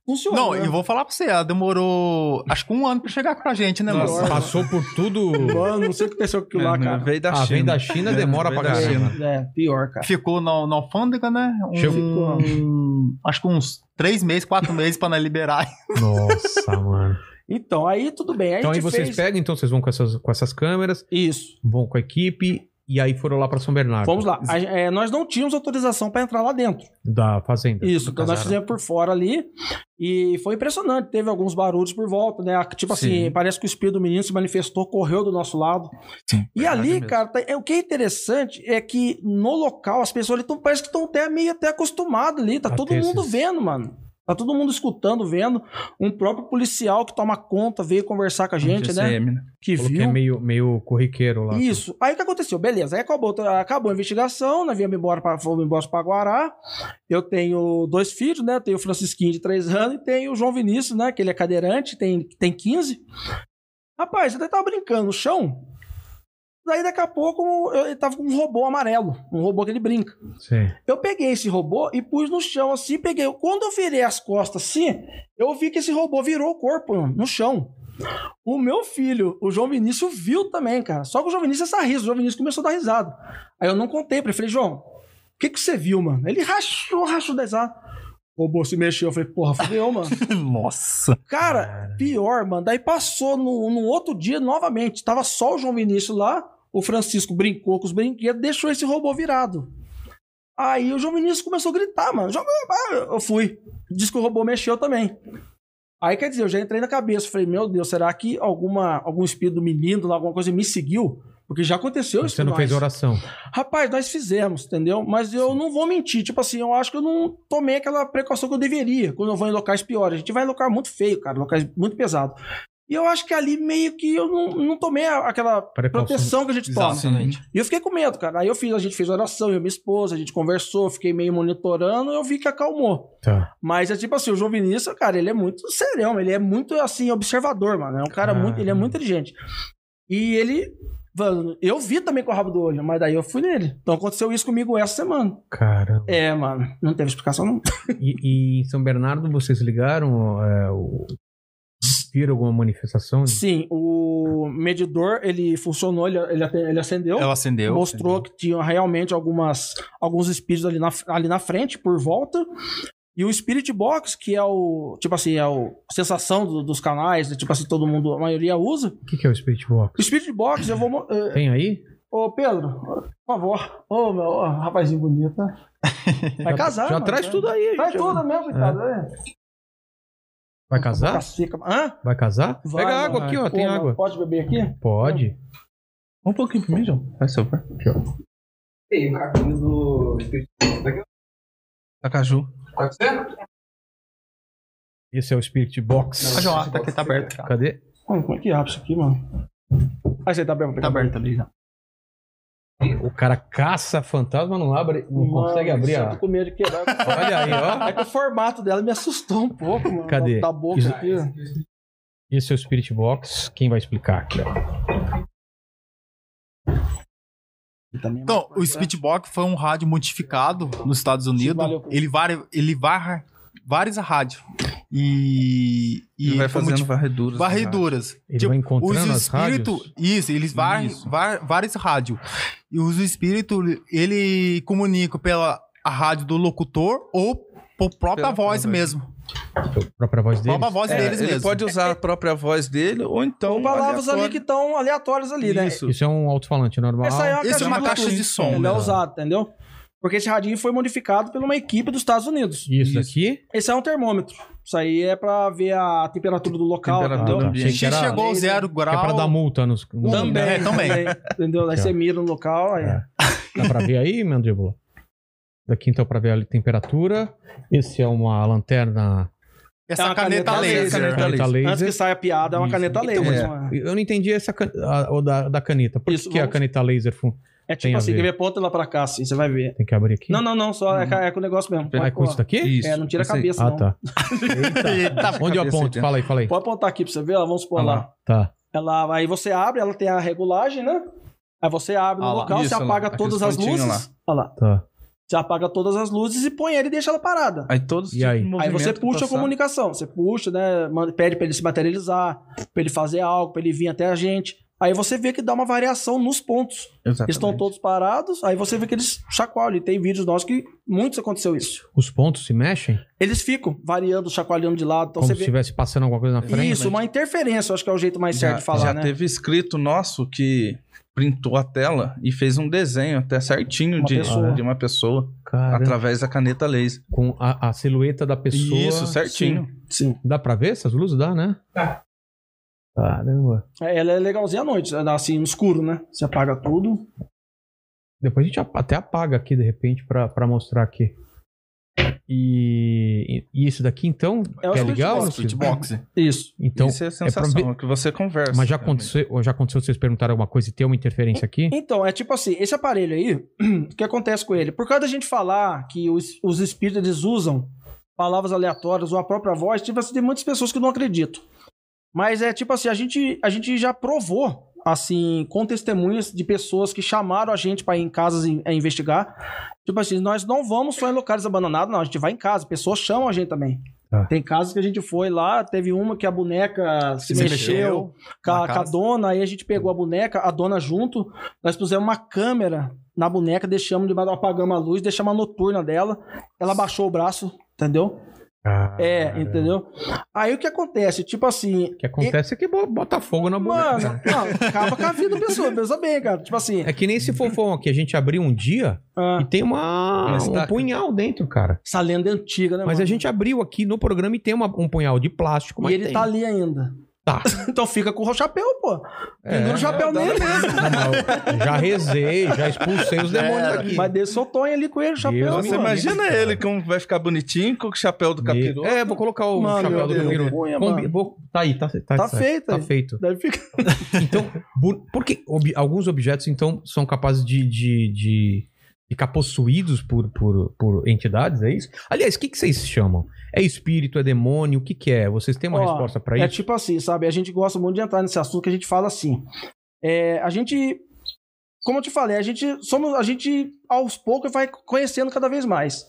funcionou.
Não,
né?
e vou falar pra você, ela demorou acho que um ano pra chegar com a gente, né,
Nossa.
mano?
Passou por tudo.
Mano, não sei o que aconteceu com aquilo lá,
É,
cara.
Veio da
Ah, vem
China.
da China, demora
Veio
pra
da
caramba.
China.
É, pior, cara.
Ficou na, na alfândega, né? Um,
Chegou.
Acho que uns três meses, quatro meses pra não liberar.
Nossa, mano.
Então, aí tudo bem. Aí
Então
a
aí
gente
vocês
fez...
pegam, então vocês vão com essas, com essas câmeras,
Isso.
vão com a equipe e aí foram lá pra São Bernardo.
Vamos lá. A- é, nós não tínhamos autorização para entrar lá dentro.
Da fazenda.
Isso,
Do
então nós
casarão.
fizemos por fora ali. E foi impressionante. Teve alguns barulhos por volta, né? Tipo assim,
Sim.
parece que o espírito do menino se manifestou, correu do nosso lado. E
verdade
ali,
mesmo.
cara, tá- é, o que é interessante é que no local as pessoas ali tão, parece que estão até meio até acostumado ali. Tá
A
todo
ter
mundo
esses-
vendo, mano. Tá todo mundo escutando, vendo. Um próprio policial que toma conta veio conversar com a gente, né?
GCM, né?
Que
Falou que é
viu.
meio, meio corriqueiro lá.
Isso. Aí o que aconteceu? Beleza, aí acabou, acabou a investigação, nós viemos embora para fomos embora para Guará. Eu tenho dois filhos, né? Eu tenho o Francisquinho de 3 anos e tenho o João Vinícius, né? Que ele é cadeirante, tem, tem 15. Rapaz, eu até tava brincando no chão. Daí daqui a pouco eu, ele tava com um robô amarelo, um robô que ele brinca.
Sim.
Eu peguei esse robô e pus no chão assim, peguei. Quando eu virei as costas assim, eu vi que esse robô virou o corpo mano, no chão. O meu filho, o João Vinícius, viu também, cara. Só que o João Vinícius essa risa, o João Vinícius começou a dar risada. Aí eu não contei pra ele, falei, João, o que que você viu, mano? Ele rachou, rachou da risada. O robô se mexeu, eu falei, porra, fudeu, mano.
Nossa.
Cara, pior, mano. Daí passou no, no outro dia novamente. Tava só o João Vinícius lá. O Francisco brincou com os brinquedos, deixou esse robô virado. Aí o João Vinícius começou a gritar, mano. João- ah, Eu fui. Diz que o robô mexeu também. Aí quer dizer, eu já entrei na cabeça. Falei, meu Deus, será que alguma, algum espírito do menino, lá, alguma coisa me seguiu? Porque já aconteceu isso.
Então, Você não
com nós.
fez oração.
Rapaz, nós fizemos, entendeu? Mas eu não vou mentir. Tipo assim, eu acho que eu não tomei aquela precaução que eu deveria quando eu vou em locais piores. A gente vai em local muito feio, cara, locais muito pesado. E eu acho que ali meio que eu não, não tomei a- aquela
Precaução.
proteção que a gente toma. E eu fiquei com medo, cara. Aí eu fiz, a gente fez oração, eu e minha esposa, a gente conversou, fiquei meio monitorando, eu vi que acalmou.
Tá.
Mas é tipo assim, o João Vinícius, cara, ele é muito serão, ele é muito assim, observador, mano. É um cara muito, ele é muito inteligente. E ele, mano, eu vi também com o rabo do olho, mas daí eu fui nele. Então aconteceu isso comigo essa semana.
Caramba.
É, mano, não teve explicação não.
E, e em São Bernardo vocês ligaram é, o existir alguma manifestação?
Sim, o medidor, ele funcionou, ele, ele, ate- ele acendeu.
Ela acendeu.
mostrou que tinha realmente algumas, alguns espíritos ali na, ali na frente, por volta. E o Spirit Box, que é o, tipo assim, é o a sensação do- dos canais, né? tipo assim, todo mundo, a maioria usa.
O que, que é o Spirit Box?
O Spirit Box, eu vou. mo- eh,
Tem aí?
Ô, Pedro, por favor. Ô, meu ó, rapazinho bonito, né? Vai
Já-
casar.
já
mano. tá?
traz tudo aí,
Traz
gente.
tudo mesmo, coitado. É.
Vai casar?
Cacica. Hã?
Vai casar? Tá?
Vai,
Pega
mano.
água aqui, ó.
Pô,
Tem
mano,
água.
Pode beber aqui?
Pode.
Um pouquinho pra mim, João. Faz favor.
E o caminho do Espírito Santo. Daqui
Acaju.
Pode ser?
Esse é o Spirit
Ah,
Box.
João, ah, tá aqui, tá aberto. Tá
Cadê?
Mano, como é que abre isso aqui, mano? Aí você tá bem, tá
aberto ali já.
O cara caça fantasma, não abre, não consegue abrir
Eu tô
a.
com medo de quebrar.
Olha aí, ó.
É que o formato dela me assustou um pouco, mano.
Cadê?
Da, da boca
Isso-
aqui.
Esse é o Spirit Box. Quem vai explicar aqui, ó?
Então, o Speedbox foi um rádio modificado nos Estados Unidos.
valeu.
Ele varre, ele varra várias rádios. E, e
E vai
ele foi
fazendo
modifi-
varreduras.
varreduras.
Ele
Tipo,
vai encontrando
Tipo, os
as rádios?
espíritos, isso, eles varrem
Isso.
var- várias rádios. E os espíritos, ele comunica pela a rádio do locutor ou por própria
Pela
voz
própria.
mesmo.
Tipo, A própria voz dele.
Própria voz
É,
deles
ele
mesmo.
pode usar a própria voz dele ou então.
São palavras ali
aleatório.
que estão aleatórias ali, né?
Isso.
Isso é um alto-falante normal.
Essa aí é uma
Esse é uma
Bluetooth,
caixa de som,
Ele é
né?
usado, entendeu? Porque esse radinho foi modificado por uma equipe dos Estados Unidos.
Isso,
Isso.
aqui.
Esse é um termômetro. Isso aí é pra ver a temperatura do local,
Temperatura
entendeu?
do
Tá,
ambiente.
achei que
Se
era-
chegou ao
Laser.
zero
que é
grau.
pra dar multa nos. nos-
Também. É,
Entendeu? Aí
Tá.
você mira no local, aí...
É. Dá pra ver aí, mandíbula? Daqui então pra ver a temperatura. Esse é uma lanterna
Essa
É uma
caneta,
caneta
laser.
laser.
caneta laser.
Antes que saia a piada, é uma
Isso.
caneta laser.
Então,
mano. é.
Eu não entendi essa can... a, o da, da caneta. Por
Isso,
que a
vamos-
caneta laser fun- Tem
tipo
a
assim,
ver.
quer ver? Aponta lá pra cá, assim, você vai ver.
tem que abrir aqui?
Não, não, não, só é, ca- é com o negócio mesmo.
Ah, é
Pode
com isso
pôr.
daqui?
Isso.
É, não tira a
isso aí.
cabeça,
Ah,
não.
tá.
Eita,
Onde eu
cabeça
aponto?
né?
dentro.
Fala aí, fala aí.
Pode apontar aqui pra você ver, ó, vamos pôr
Ah lá.
lá.
Tá.
Ela, aí você abre, ela tem a regulagem, né? Aí você abre
Ah
no
lá.
local,
Isso,
você
lá.
apaga
Aqueles
todas as
pontinhos
luzes. Olha lá.
Tá.
Você apaga todas as luzes e põe ele e deixa ela parada.
Aí todos os
E aí?
tipos de
Aí você
movimento
puxa a
passado.
comunicação, você puxa, né? manda- Pede pra ele se materializar, pra ele fazer algo, pra ele vir até a gente. Aí você vê que dá uma variação nos pontos.
Exatamente.
Eles estão todos parados, aí você vê que eles chacoalham. E tem vídeos nossos que muitos aconteceu isso.
Os pontos se mexem?
Eles ficam variando, chacoalhando de lado. Então
como
você
se
vê.
estivesse passando alguma coisa na frente?
Isso, uma interferência, eu acho que é o jeito mais certo de falar,
né? já
né?
teve escrito nosso que printou a tela e fez um desenho até certinho
Uma
de,
pessoa.
de uma pessoa
Caramba.
através da caneta laser.
Com a, a silhueta da pessoa.
Isso, certinho.
Sim.
Dá pra ver essas luzes? Dá, né?
Dá.
Caramba.
É, Ela é legalzinha à noite, ela dá assim, no escuro, né? Você apaga tudo.
Depois a gente ap- até apaga aqui, de repente, pra, pra mostrar aqui. E, e isso daqui, então,
É o
que é
Spirit
legal?
Box,
Silvio?
Box.
Isso.
Então,
Isso é a sensação,
pra
é que você conversa.
mas já
realmente.
aconteceu, ou já aconteceu vocês perguntaram alguma coisa e ter uma interferência aqui?
Então, é tipo assim, esse aparelho aí, o que acontece com ele? Por causa da gente falar que os, os espíritos eles usam palavras aleatórias ou a própria voz, tipo assim, tem muitas pessoas que não acreditam. Mas é tipo assim, a gente, a gente já provou, assim, com testemunhas de pessoas que chamaram a gente para ir em casas in- a investigar. Tipo assim, nós não vamos só em locais abandonados, não, a gente vai em casa, pessoas chamam a gente também.
Tá.
Tem casas que a gente foi lá, teve uma que a boneca se,
Se
mexeu
mexeu.
com
Na
a, com a
casa.
dona, aí a gente pegou a boneca, a dona junto, nós pusemos uma câmera na boneca, deixamos debaixo, apagamos a luz, deixamos a noturna dela, ela baixou o braço, entendeu? É, entendeu? Aí o que acontece? Tipo assim,
O que acontece é que bo- bota fogo na boca.
mano, não, acaba com a vida da pessoa, pensa bem, cara. Tipo assim,
né? É que nem esse fofão aqui, a gente abriu um dia
ah,
e tem uma,
Uma
um
estaca.
punhal dentro, cara.
essa lenda é antiga, né,
Mas
mano?
a gente abriu aqui no programa e tem uma- um punhal de plástico, mas
E ele
tem.
tá ali ainda.
Tá.
Então fica com o chapéu, pô.
É,
Pendura o chapéu
dá-
nele né? mesmo.
Não, mas eu já rezei, já expulsei os demônios
Era,
daqui.
Mas deixou o Tonho ali com ele, o chapéu.
Deus Mano,
Você
mano.
imagina
cara.
ele como vai ficar bonitinho com o chapéu do
E-
capiroto.
É, vou colocar o
Mano,
chapéu do
meu Deus,
capiroto.
vergonha,
Combi-
mano.
vou- Tá aí, tá, tá,
Tá
tá-
feito
Tá
aí.
feito.
Deve ficar.
Então, bu- porque ob- alguns objetos, então, são capazes de, de, de ficar possuídos por, por, por entidades, é isso? Aliás, o que, que vocês chamam? É espírito, é demônio, o que, que é? Vocês têm uma
Ó,
resposta pra
É
isso?
tipo assim, sabe? A gente gosta muito de entrar nesse assunto que a gente fala assim. É, a gente, como eu te falei, a gente somos, a gente aos poucos vai conhecendo cada vez mais.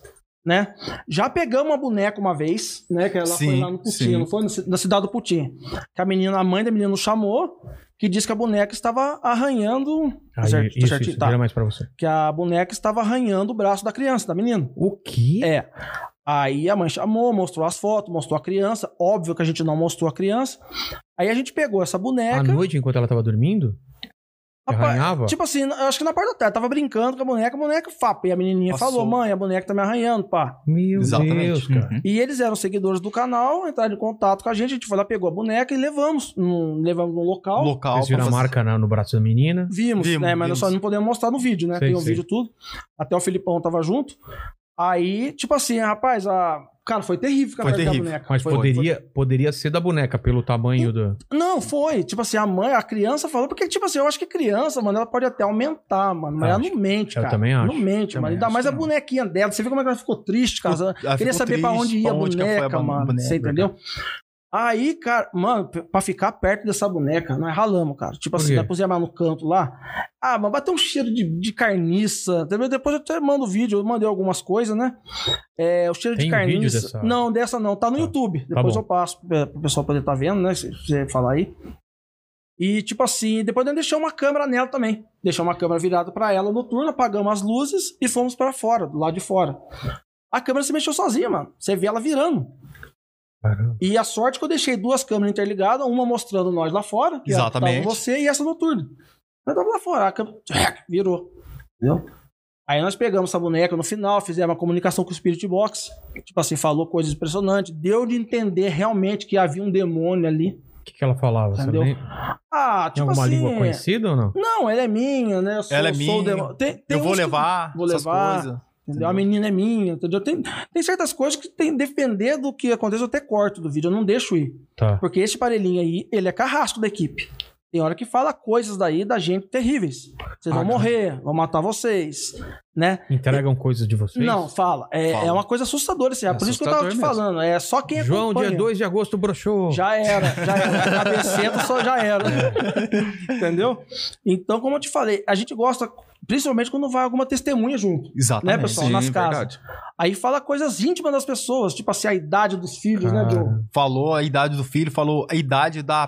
né? Já pegamos uma boneca uma vez, né? Que ela foi
Sim,
lá no
sim.
Putin, não foi? No ci- Na cidade do Putin. Que a menina, a mãe da menina nos chamou, que disse que a boneca estava arranhando. Tá
Aí,
certo? Tá
isso,
certinho?
isso,
Tá.
vira mais pra você.
Que a boneca estava arranhando o braço da criança, da menina.
O quê?
É. Aí a mãe chamou, mostrou as fotos, mostrou a criança. Óbvio que a gente não mostrou a criança. Aí a gente pegou essa
à
boneca.
noite, enquanto ela tava dormindo? Que
Rapaz,
Arranhava?
Tipo assim, eu acho que na parte da tarde, tava brincando com a boneca, a boneca fapa. E a menininha
Passou.
falou, mãe, a boneca tá me arranhando, pá.
Meu
Exatamente. Uhum.
Deus,
Uhum.
cara.
E eles eram seguidores do canal, entraram em contato com a gente, a gente foi lá, pegou a boneca e levamos. Num, levamos num local.
Local.
Vocês viram a
pra fazer-
marca na- no braço da menina?
Vimos,
Vimos,
né? Mas
vimos.
nós só não podemos mostrar no vídeo, né?
Sei,
Tem o
sei.
vídeo tudo. Até o Filipão tava junto. Aí, tipo assim, rapaz, a... Cara, foi terrível ficar
Foi
perto da
terrível.
boneca.
Mas
Foi-
poderia, poderia ser da boneca, pelo tamanho do.
Não, foi. Tipo assim, a mãe, a criança falou, porque, tipo assim, eu acho que criança, mano, ela pode até aumentar, mano. Mas
Eu
ela
acho.
não mente,
Eu
cara.
também acho.
Não mente,
Também
mano. Ainda
acho
mais a
que não.
bonequinha dela. Você viu como é que ela ficou triste, cara? Ela
ela
Queria
ficou
saber pra
triste,
onde ia a
pra onde que é foi a
boneca,
bo-
mano.
boneca,
você entendeu? Aí, cara, mano, p- pra ficar perto dessa boneca, nós ralamos, cara. Tipo
Por
assim,
quê?
nós pusemos ela no canto lá. Ah, mas bateu um cheiro de, de carniça. Entendeu? Depois eu até mando o vídeo, eu mandei algumas coisas, né? É, o cheiro
Tem
de
um
vídeo
carniça.
dessa?
Não, dessa não. Tá no
Tá.
YouTube. Depois
bom.
eu passo é, pro pessoal poder estar vendo, né? Se você falar aí. E, tipo assim, depois nós deixamos uma câmera nela também. Deixamos uma câmera virada pra ela noturna, apagamos as luzes e fomos pra fora, do lado de fora. A câmera se mexeu sozinha, mano. Você vê ela virando.
Caramba.
E a sorte é que eu deixei duas câmeras interligadas, uma mostrando nós lá fora, que
Exatamente.
tava você e essa noturna. Nós tava lá fora, a câmera tchac, virou. Entendeu? Aí nós pegamos essa boneca no final, fizemos uma comunicação com o Spirit Box. Tipo assim, falou coisas impressionantes. Deu de entender realmente que havia um demônio ali.
O que, que ela falava? Você
Entendeu?
lembra?
Ah,
Tem
tipo
alguma
assim.
língua conhecida ou não?
Não, ela é minha, né? Eu sou-
Ela é
sou
minha.
o demônio. Tem- tem
Eu vou
uns que-
levar.
Vou
essas
levar.
coisas.
Entendeu? A menina é minha, entendeu? Tem, tem certas coisas que tem depender do que aconteça, eu até corto do vídeo, eu não deixo ir.
Tá.
Porque esse parelhinho aí, ele é carrasco da equipe. Tem hora que fala coisas daí da gente terríveis. Vocês
Ah,
vão
cara.
morrer, vão matar vocês, né?
Entregam coisas de vocês?
Não, fala. É,
Fala.
é uma coisa assustadora, assim. É
É
por isso que eu tava te
assustador mesmo.
falando. É só quem
João,
acompanha.
dia 2 de agosto, broxou.
Já era, já era. Cabeceta só já era. Entendeu? Então, como eu te falei, a gente gosta, principalmente quando vai alguma testemunha junto.
Exatamente.
Né, pessoal? nas casas.
verdade.
Aí fala coisas íntimas das pessoas, tipo assim, a idade dos filhos, né, Joe?
Cara,
Falou a idade do filho, falou a idade da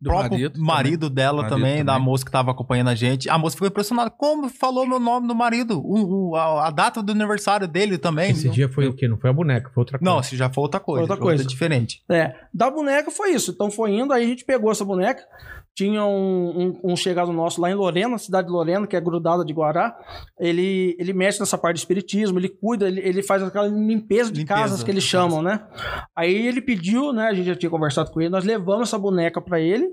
Do
próprio
marido
marido,
também.
dela
Marido
também, da
também.
moça que tava acompanhando a gente. A moça ficou impressionada. Como falou meu nome do marido? O- o- a, a data do aniversário dele também.
esse
viu?
dia foi o quê? Não foi a boneca, foi outra coisa.
Não, se já foi outra coisa.
Foi outra coisa.
diferente.
É, da boneca foi isso. Então foi indo, aí a gente pegou essa boneca. Tinha um, um- um chegado nosso lá em Lorena, cidade de Lorena, que é grudada de Guará. Ele, ele mexe nessa parte de espiritismo, ele cuida, ele, ele faz aquela limpeza de
Limpeza
casas que eles
de
chamam, né? Aí ele pediu, né? A gente já tinha conversado com ele, nós levamos essa boneca pra ele.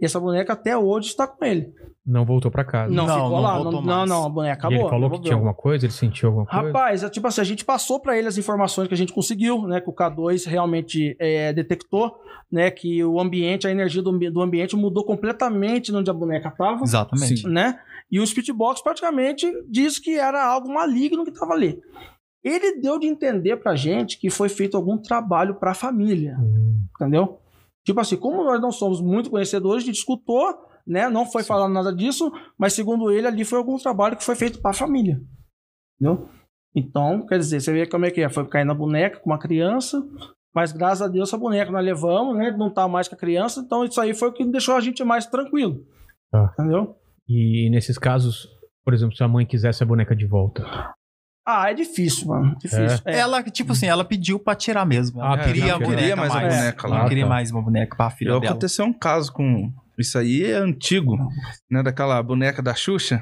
E essa boneca até hoje está com ele.
Não voltou pra casa.
Não,
Não,
ficou
não
lá. Não,
voltou
não,
mais.
não, a boneca
E
acabou.
ele falou que
devolveu.
tinha alguma coisa, ele sentiu alguma coisa.
Rapaz, é tipo assim, a gente passou pra ele as informações que a gente conseguiu, né? Que o K2 realmente é, detectou, né? Que o ambiente, a energia do, ambi- do ambiente mudou completamente onde a boneca tava,
Exatamente.
Sim.
né? E o Speedbox praticamente disse que era algo maligno que tava ali. Ele deu de entender pra gente que foi feito algum trabalho pra família,
Hum,
entendeu? Tipo assim, como nós não somos muito conhecedores, a gente escutou, né? Não foi falando nada disso, mas segundo ele, ali foi algum trabalho que foi feito para a família. Entendeu? Então, quer dizer, você vê como é que é. Foi cair na boneca com uma criança, mas graças a Deus a boneca nós levamos, né? Não tá mais com a criança, então isso aí foi o que deixou a gente mais tranquilo.
Tá.
Entendeu?
e nesses casos, por exemplo, se a mãe quisesse a boneca de volta.
Ah, é difícil, mano. Difícil. É.
Ela, tipo assim, ela pediu pra tirar mesmo. Ela
Ah,
não
pediu, não
queria, a
queria
boneca
mais a boneca
Ela
lá,
não queria
tá.
mais uma boneca pra filha
Eu
dela.
aconteceu um caso com. Isso aí é antigo, né? Daquela boneca da Xuxa.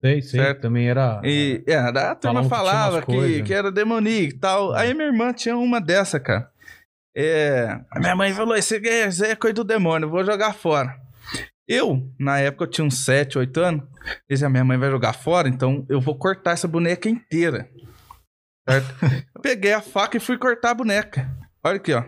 Sei, sei.
Certo.
Também era.
E é, a
Falavam que
turma
tinha
falava
umas
que,
coisas,
que,
né?
era demoníaco e tal. Aí minha irmã tinha uma dessa, cara. É, a minha mãe falou: Isso aqui é, isso aí é coisa do demônio, eu vou jogar fora. Eu, na época, eu tinha uns 7, 8 anos. Disse: A minha mãe vai jogar fora, então eu vou cortar essa boneca inteira. Certo? Peguei a faca e fui cortar a boneca. Olha aqui, ó.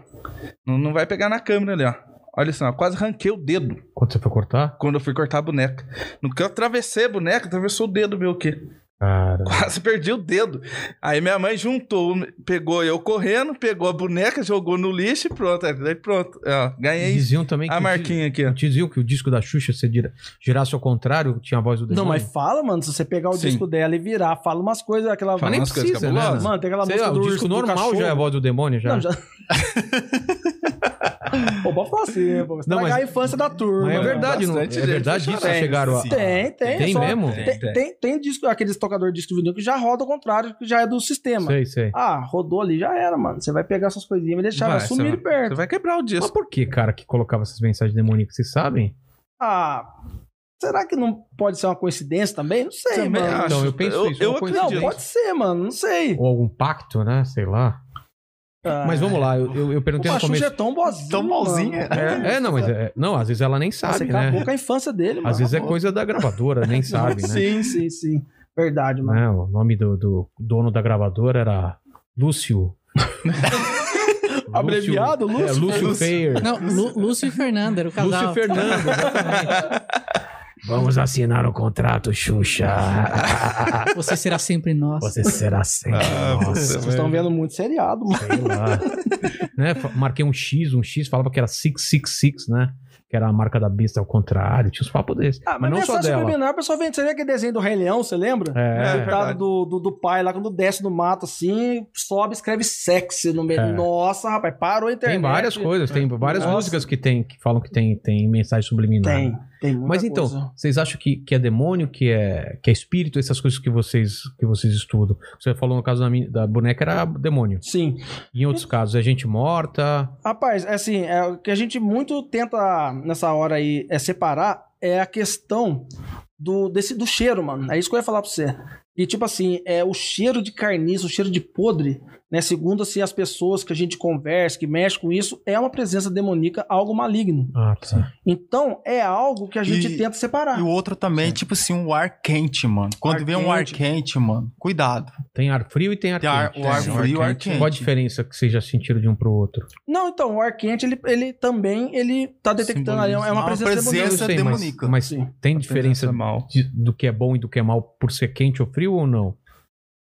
Não, não vai pegar na câmera ali, ó. Olha assim, ó. Quase ranquei o dedo
é, Quando você foi cortar?
quando eu fui cortar a boneca. No que eu atravessei a boneca, atravessou o dedo meu aqui.
Cara.
Quase perdi o dedo. Aí minha mãe juntou, pegou eu correndo, pegou a boneca, jogou no lixo e pronto. Aí daí pronto, ó, ganhei
Diziam também que.
a
o
marquinha aqui, ó.
di- Diziam que o disco da Xuxa, se gira- girasse ao contrário, tinha a voz do
Não,
demônio.
mas fala, mano, se você pegar o
Sim.
disco dela e virar, fala umas coisas, aquela.
Fala
nem
umas coisas
precisa, né,
cabulosas.
Mano, tem aquela
Sei
música
lá, o
do
disco
urso, do
normal já é a
cachorro.
voz do demônio, já.
Não, já. Pô, pode falar assim, pô.
Não,
Não,
mas-
a infância da turma.
Mas é
mano.
verdade, não, é
Bastante gente
verdade
foi
disso
chorar.
chegaram a.
Tem, tem. é
Tem
só-
mesmo?
Tem,
Tem.
tem, tem disco, aqueles tocadores de disco vinil que já roda ao contrário, que já é do sistema.
Sei, sei.
Ah, rodou ali, já era, mano. Você vai pegar essas coisinhas e deixar
Vai,
vai sumir
você
de perto.
Você vai quebrar o
Mas
disco.
por que, cara, que colocava essas mensagens demoníacas? Vocês sabem?
Ah, será que não pode ser uma coincidência também? Não sei,
Também
mano.
acho.
Então, eu penso isso,
Eu,
uma
acredito.
Não, pode ser, mano. Não sei.
Ou algum pacto, né? Sei lá.
Ah,
Mas vamos lá, eu, eu, eu
o
perguntei no
Machuxa
começo.
é tão boazinho.
Tão né? bonzinho,
mano.
É, não, mas é- não, às vezes ela nem
Você
sabe,
acabou
né?
com a infância dele, mano.
Às vezes é coisa da gravadora, nem sabe, né?
Sim, sim, sim. Verdade, mano.
Né, O nome do, do dono da gravadora era Lúcio. Lúcio-
Abreviado, Lúcio?
É, Lúcio Feyer.
Não, Lu- Lúcio e Fernando era o casal.
Lúcio Fernando, exatamente. Vamos assinar o contrato, Xuxa.
Você será sempre nosso.
Você será sempre.
Ah,
nossa.
você
Vocês estão vendo muito seriado, mano.
Sei lá. né? fa- Marquei um X, um X, falava que era 666, né? Que era a marca da besta ao contrário. Tinha uns papos desses.
Ah,
mas não só
mensagem
dela.
subliminar, o pessoal vende. Você vê aquele desenho do Rei Leão, você lembra?
É,
É.
Coitado
verdade.
do, do, do pai lá, quando desce no mato assim, sobe, escreve sexy no meio.
É.
Nossa, rapaz, parou a internet.
tem várias coisas, tem várias
Nossa.
músicas que tem que falam que tem, tem mensagem subliminar.
Tem, tem muita
Mas então,
coisa.
vocês acham que, que é demônio, que é, que é espírito, essas coisas que vocês, que vocês estudam? Você falou no caso da, min- da boneca era demônio.
Sim.
Em
Hum.
outros casos, é gente morta.
Rapaz, é assim, é, o que a gente muito tenta nessa hora aí é separar é a questão do, desse, do cheiro, mano. É isso que eu ia falar pra você. E tipo assim, é o cheiro de carniça, o cheiro de podre, né? Segundo assim, as pessoas que a gente conversa, que mexe com isso, é uma presença demoníaca, algo maligno.
Ah, tá.
Então, é algo que a gente
E-
tenta separar.
E o outro também, tipo assim, um ar quente, mano. Quando
Ar
vem um ar
quente.
quente, mano, cuidado.
Tem ar frio e tem ar
Tem ar-
quente.
o ar
Tem,
frio e o ar quente.
Qual a diferença que vocês já sentiram de um pro outro?
Não, então, o ar quente, ele, ele também, ele tá detectando ali, é
Simboliza
uma
uma
presença,
Eu
demoníaca.
presença. Essa
sei, mas-
demoníaca.
mas
Sim.
Tem diferença
mal.
de- do que é bom e do que é mal por ser quente ou frio ou não?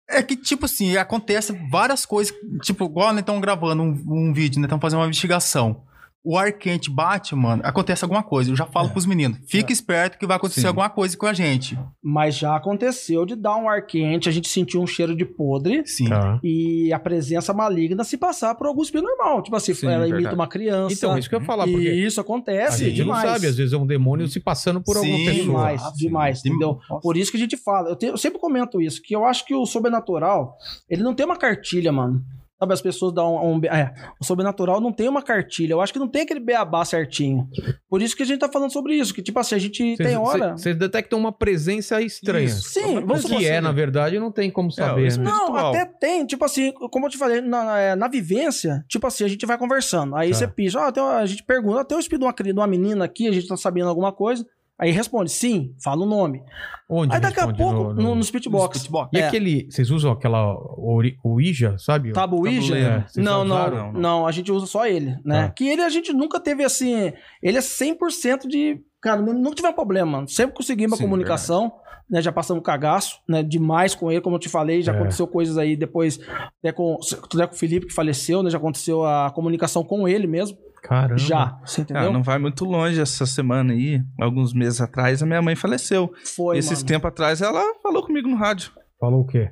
É que, tipo assim, acontece várias coisas. Tipo, igual nós estamos gravando um, um vídeo, né? Estamos fazendo uma investigação. O ar quente bate, mano, acontece alguma coisa. Eu já falo pros meninos. Fica esperto que vai acontecer
Sim.
alguma coisa com a gente.
Mas já aconteceu de dar um ar quente, a gente sentiu um cheiro de podre
Sim.
Tá.
e a presença maligna se passar por algum espírito normal. Tipo assim,
Sim,
ela imita
verdade.
uma criança.
Então, isso que eu ia falar,
e
porque
isso
a
acontece
gente
demais.
não sabe, às vezes é um demônio se passando por alguma
Sim,
pessoa.
demais,
Ah, sim.
demais,
Dem-
entendeu?
Nossa.
Por isso que a gente fala, eu, te- eu sempre comento isso, que eu acho que o sobrenatural, ele não tem uma cartilha, mano. Sabe, as pessoas dão um. um be- é, o sobrenatural não tem uma cartilha. Eu acho que não tem aquele beabá certinho. Por isso que a gente tá falando sobre isso, que tipo assim, a gente
Vocês-
tem hora.
cê- Vocês detectam uma presença estranha.
Isso.
Sim,
O que é,
assim?
na verdade, não tem como saber.
isso
né?
É, Não,
Espiritual.
até tem, tipo assim, como eu te falei, na, é, na- na vivência, tipo assim, a gente vai conversando. Aí
Tá.
você pisa, ó, tem uma- a gente pergunta, ó, tem o espírito de uma, cri- de uma menina aqui, a gente tá sabendo alguma coisa. Aí responde, sim, fala o nome.
Onde
Aí daqui a
responde?
pouco, no, no, speechbox.
Speechbox.
né? E
É. Tá-
aquele. Vocês usam aquela ori- Ouija, sabe?
Tabuija?
Tabuleiro. Vocês
Não,
já
não,
usaram?
não, a gente usa só ele, né?
Tá.
Que ele a gente nunca teve assim, ele é 100% de, cara, nu- nunca tivemos problema, mano. sempre conseguimos a
Sim,
comunicação, né? Já passamos cagaço, né, demais com ele, como eu te falei, já
É.
aconteceu coisas aí depois, até com, até com o Felipe que faleceu, né, já aconteceu a comunicação com ele mesmo,
Caramba.
já, você entendeu?
Ah, não vai muito longe essa semana aí. Alguns meses atrás, a minha mãe faleceu.
Foi,
Esses
mano.
tempos atrás, ela falou comigo no rádio.
Falou o quê?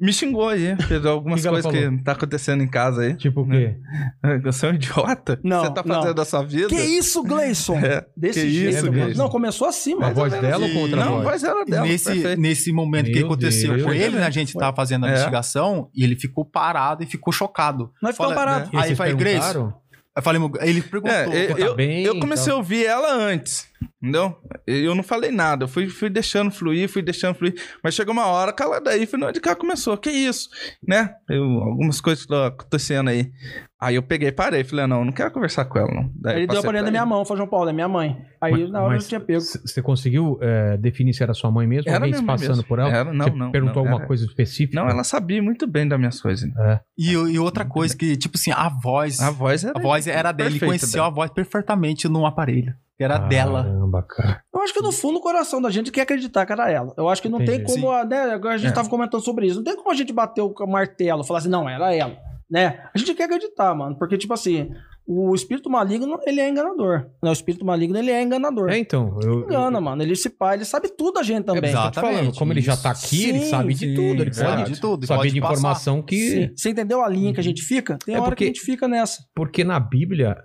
Me xingou aí, fez algumas
Que que ela
coisas que tá acontecendo em casa aí.
Tipo
Né?
o quê?
Você é um idiota?
Não,
Você tá
não.
fazendo a sua vida?
Que isso, Gleison?
É.
Desse
que
jeito,
isso,
mano.
Gleison?
Não, começou assim,
Com a
mano.
voz
ou
dela
menos
ou com
isso.
outra
é Não,
voz?
mas era
E
dela.
nesse,
perfeito.
nesse momento que
Meu
aconteceu
Deus.
com ele, né, a gente tava fazendo a
É.
investigação e ele ficou parado e ficou chocado.
Nós ficamos
Fala- né?
né?
parados.
E
Aí
vocês
vai, Grace.
perguntaram?
Eu falei, "Meu- ele perguntou.
É,
Tá
eu,
bem,
eu comecei a ouvir ela antes, entendeu? Eu não falei nada, eu fui, fui deixando fluir, fui deixando fluir. Mas chegou uma hora que ela daí foi na hora de que ela começou. Que isso? Né? Eu, algumas coisas que tão acontecendo aí. Aí eu peguei, parei, falei, "Ah, não, não quero conversar com ela, não. Daí
Ele deu a
passei
parede
É, pra
na minha mão, foi João Paulo, é minha mãe. Aí
Mas-
na hora
mas
eu tinha pego.
Você conseguiu é, definir se era sua mãe mesmo?
Era
alguém
minha
se
mãe
passando
mesmo.
por ela?
Era, não,
Você
não,
Perguntou
não,
alguma
era.
coisa específica?
Não, ela sabia muito bem das minhas coisas. né?
E, e outra coisa que, tipo assim, a voz.
A
A,
voz era.
voz era dele. Ele
perfeita
conheceu
dela.
Ah.
a voz perfeitamente num aparelho. que Era dela.
Caramba, cara.
Eu acho que no fundo o coração da gente quer acreditar que era ela. Eu acho que não
Entendi.
tem como. a- Né, agora a gente
É.
estava comentando sobre isso. Não tem como a gente bater o martelo e falar assim, não, era ela. Né? A gente quer acreditar, mano. Porque, tipo assim, o espírito maligno, ele é enganador. Né? O espírito maligno, ele é enganador.
É, então. Eu,
Engana, mano. Ele se pá, ele sabe tudo da gente também.
eu tô te falando, como ele já tá aqui, ele
Sim,
sabe de
sim,
tudo. Ele
sabe
pode
de tudo, ele
saber
pode
de
passar.
informação que.
Sim. Você entendeu a linha que a gente fica? Tem
É
hora
porque-
que a gente fica nessa.
Porque na Bíblia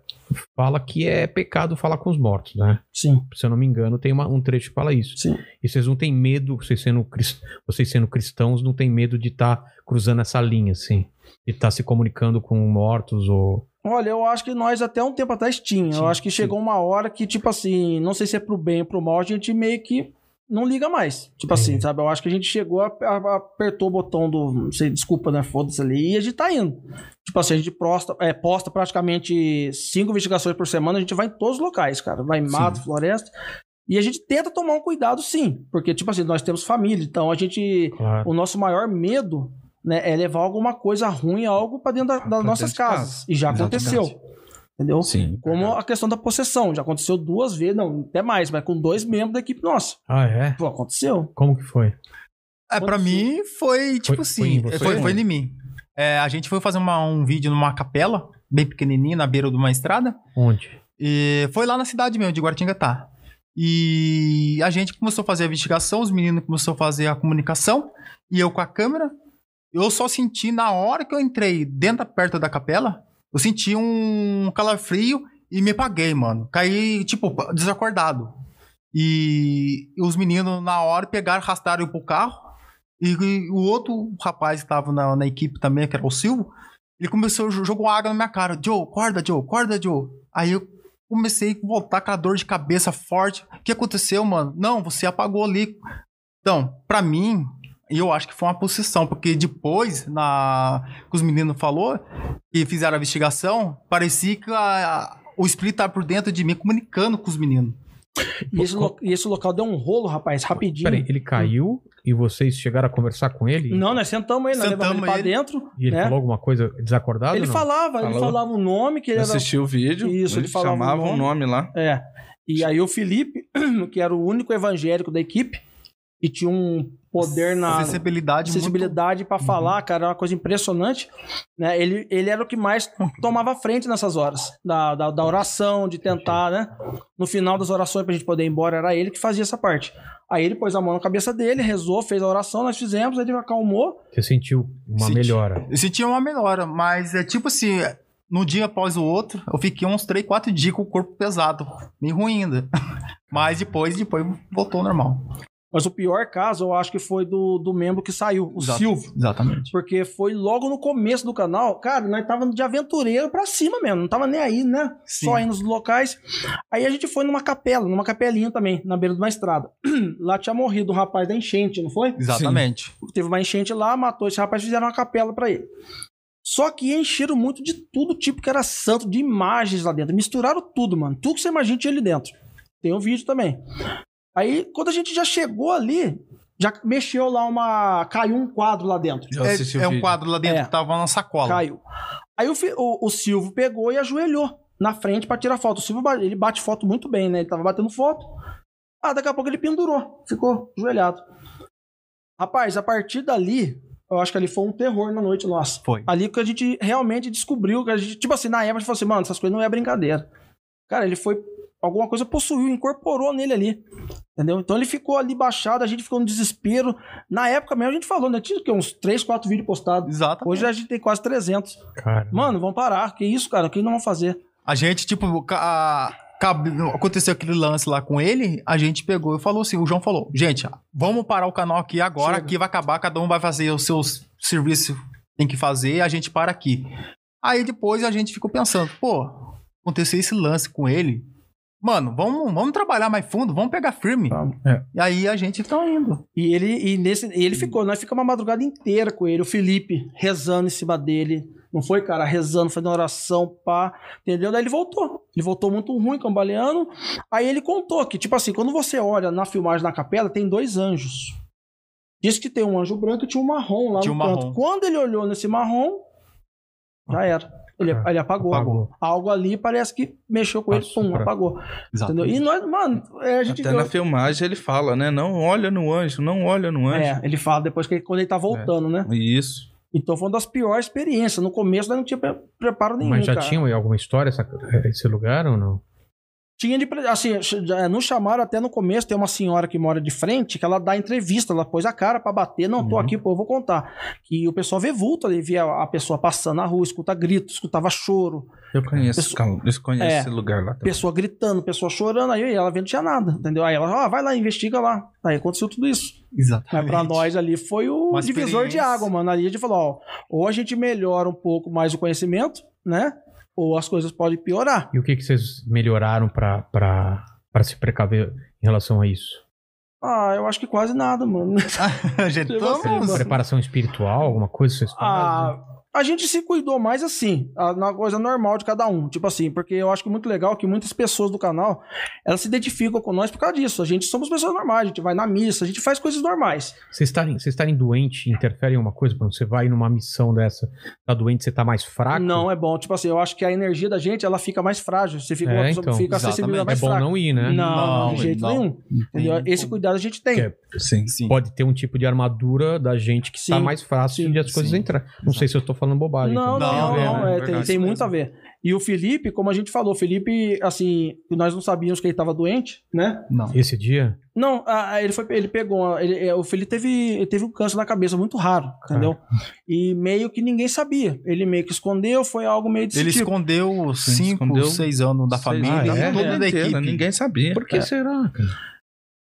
fala que é pecado falar com os mortos, né?
Sim.
se eu não me engano, tem uma- um trecho que fala isso.
Sim.
E vocês não têm medo, vocês sendo, cris- vocês sendo cristãos, não têm medo de estar cruzando essa linha, assim. De estar se comunicando com mortos ou.
Olha, eu acho que nós até um tempo atrás tinha. Eu
Tinha,
acho que chegou uma hora que, tipo assim, não sei se é pro bem ou pro mal, a gente meio que não liga mais. Tipo assim, sabe? Eu acho que a gente chegou, a- a- apertou o botão do, não sei, desculpa, né? Foda-se ali, e a gente tá indo. Tipo assim, a gente posta, é, posta praticamente cinco investigações por semana, a gente vai em todos os locais, cara. Vai em mato, floresta. E a gente tenta tomar um cuidado, sim. Porque, tipo assim, nós temos família, então a gente
Claro.
o nosso maior medo né, é levar alguma coisa ruim, algo pra dentro da- das
pra
nossas
dentro de
casas. E já
Exatamente.
aconteceu. Entendeu?
Sim.
Como a questão da possessão. Já aconteceu duas vezes, não, até mais, mas com dois membros da equipe nossa.
Ah, é?
Pô, aconteceu.
Como que foi?
É, pra mim foi tipo
Foi- foi em
assim.
você?
Foi, foi, em mim. É, a gente foi fazer uma- um vídeo numa capela, bem pequenininha, na beira de uma estrada.
Onde?
E foi lá na cidade mesmo, de Guartingatá. E a gente começou a fazer a investigação, os meninos começaram a fazer a comunicação, e eu com a câmera. Eu só senti na hora que eu entrei dentro da- perto da capela, eu senti um calafrio e me apaguei, mano. Caí, tipo, desacordado. E os meninos, na hora, pegaram, arrastaram eu pro carro. E, e o outro rapaz que tava na, na equipe também, que era o Silvio, ele começou, jo- jogou água na minha cara. Joe, acorda, Joe, acorda, Joe. Aí eu comecei a voltar com a dor de cabeça forte. O que aconteceu, mano? Não, você apagou ali. Então, pra mim, eu acho que foi uma possessão, porque depois, na que os meninos falou e fizeram a investigação, parecia que a- o espírito tava por dentro de mim comunicando com os meninos.
E esse, lo- e esse local deu um rolo, rapaz, rapidinho.
Peraí, ele caiu e vocês chegaram a conversar com ele?
um- Não, nós sentamos ele, nós levamos ele
Sentamos
pra
ele.
dentro.
E ele
né?
falou alguma coisa desacordada?
ele
ou não?
falava, ele
Falou.
falava o nome que ele
Eu
era.
assisti o vídeo,
Isso, ele
ele
falava o
chamava o nome lá.
É. E aí o Felipe, que era o único evangélico da equipe, e tinha um poder na,
Sensibilidade,
sensibilidade pra falar, cara, é uma coisa impressionante. Né? Ele, ele era o que mais tomava frente nessas horas, da, da, da oração, de tentar, né? No final das orações, pra gente poder ir embora, era ele que fazia essa parte. Aí ele pôs a mão na cabeça dele, rezou, fez a oração, nós fizemos, ele acalmou.
Você sentiu uma
Senti.
melhora.
Eu senti uma melhora, mas é tipo assim, num dia após o outro, eu fiquei uns 3, 4 dias com o corpo pesado, meio ruim ainda. Mas depois, depois voltou ao normal.
Mas o pior caso, eu acho que foi do, do membro que saiu, o
Exato.
Silvio.
Exatamente.
Porque foi logo no começo do canal, cara, nós tava de aventureiro pra cima mesmo, não tava nem aí, né?
Sim.
Só indo nos locais. Aí a gente foi numa capela, numa capelinha também, na beira de uma estrada. Lá tinha morrido um rapaz da enchente, não foi?
Exatamente.
Teve uma enchente lá, matou esse rapaz, fizeram uma capela pra ele. Só que encheram muito de tudo tipo que era santo, de imagens lá dentro. Misturaram tudo, mano. Tudo que você imagina tinha ali dentro. Tem um vídeo também. Aí, quando a gente já chegou ali, já mexeu lá uma. Caiu um quadro lá dentro.
Eu assisti
É,
o
é um
vídeo.
quadro lá dentro
É.
que tava na sacola.
Caiu. Aí o, fi- o- o Silvio pegou e ajoelhou na frente pra tirar foto. O Silvio ba- ele bate foto muito bem, né? Ele tava batendo foto. Ah, daqui a pouco ele pendurou. Ficou ajoelhado. Rapaz, a partir dali, eu acho que ali foi um terror na noite nossa.
Foi.
Ali que a gente realmente descobriu que a gente, tipo assim, na época a gente falou assim, mano, essas coisas não é brincadeira. Cara, ele foi. Alguma coisa possuiu, incorporou nele ali. Entendeu? Então ele ficou ali baixado, a gente ficou no desespero. Na época mesmo a gente falou, né? Tinha o quê? uns 3, 4 vídeos postados.
Exatamente.
Hoje é- a gente tem quase 300.
Cara.
Mano, vamos parar. Que isso, cara? O que não vamos fazer?
A gente, tipo, ca- a- cabe- aconteceu aquele lance lá com ele, a gente pegou e falou assim, o João falou, gente, vamos parar o canal aqui agora,
Chega.
aqui vai acabar, cada um vai fazer o seu serviço que tem que fazer, a gente para aqui. Aí depois a gente ficou pensando, pô, aconteceu esse lance com ele, mano, vamos, vamos trabalhar mais fundo, vamos pegar firme.
Tá.
Vamos.
É.
E aí a gente tá indo.
E ele, e nesse, e ele ficou, nós ficamos a madrugada inteira com ele, o Felipe, rezando em cima dele. Não foi, cara? Rezando, fazendo oração, pá. Entendeu? Daí ele voltou. Ele voltou muito ruim, cambaleando. Aí ele contou que, tipo assim, quando você olha na filmagem na capela, tem dois anjos. Diz que tem um anjo branco e tinha um marrom lá
Tinha
no
um
canto.
marrom.
Quando ele olhou nesse marrom, já era. Ele, ele É. apagou,
Apagou.
agora. Algo ali parece que mexeu com ele,
Passou
pum,
pra-
apagou.
Exato.
Entendeu? E nós, mano, é, a gente
Até
viu-
na filmagem ele fala, né? Não olha no anjo, não olha no anjo.
É, ele fala depois que ele- quando ele tá voltando, né?
Isso.
Então foi uma das piores experiências. No começo nós não tinha pre- preparo nenhum.
Mas já
cara.
tinha um alguma história essa, esse lugar ou não?
Tinha de. pre- Assim, ch- já- nos chamaram até no começo. Tem uma senhora que mora de frente que ela dá entrevista, ela pôs a cara pra bater. Não, tô
Uhum.
aqui, pô, eu vou contar. Que o pessoal vê vulto ali, via a pessoa passando na rua, escuta grito, escutava choro,
Tá.
Eu conheço,
Pessoa-
calma, eu conheço
É.
esse lugar lá também.
pessoa gritando, pessoa chorando. Aí ela vê não tinha nada, entendeu? Aí ela, ó, vai lá, investiga lá. Aí aconteceu tudo isso. Mas
Exatamente.
pra nós ali foi o
Uma
divisor de
experiência.
água, mano. Ali a gente falou, ó, ou a gente melhora um pouco mais o conhecimento, né? Ou as coisas podem piorar.
E o que, que vocês melhoraram pra, pra, pra se precaver em relação a isso?
Ah, eu acho que quase nada, mano.
gente,
Você-
vamos-
Preparação espiritual, alguma coisa que vocês fazem?
Ah, a gente se cuidou mais assim, a- na coisa normal de cada um. Tipo assim, porque eu acho que é muito legal que muitas pessoas do canal, elas se identificam com nós por causa disso. A gente somos pessoas normais, a gente vai na missa, a gente faz coisas normais.
Vocês estarem, vocês estarem doente interfere em alguma coisa? Quando você vai numa missão dessa, tá doente, você tá mais fraco?
Não é bom. Tipo assim, eu acho que a energia da gente, ela fica mais frágil. Você fica,
É,
uma pessoa,
então,
fica a sensibilidade
É
mais
bom
fraca.
não ir, né?
Não,
Não,
de jeito
não.
nenhum. Entendeu? Esse cuidado a gente tem.
Que é
Sim.
Sim.
Pode ter um tipo de armadura da gente que tá
Sim,
mais fácil
sim,
de as coisas
sim.
entrar. Não sei se eu tô falando bobagem.
Não, não,
então.
não,
Não, é,
é,
né?
tem,
Verdade,
tem
isso
muito a ver. E o Felipe, como a gente falou, o Felipe, assim, nós não sabíamos que ele estava doente, né?
Não.
Esse dia?
Não, a- a- ele, foi, ele pegou. uma- ele- é, o Felipe teve, ele teve um câncer na cabeça muito raro,
É.
entendeu? E meio que ninguém sabia. Ele meio que escondeu, foi algo meio desse
Ele
tipo.
escondeu
Sim,
5,
escondeu
6 anos da
Sei
família,
lá,
e
é,
toda da
inteira,
equipe.
Ninguém sabia. É.
Por que será, cara?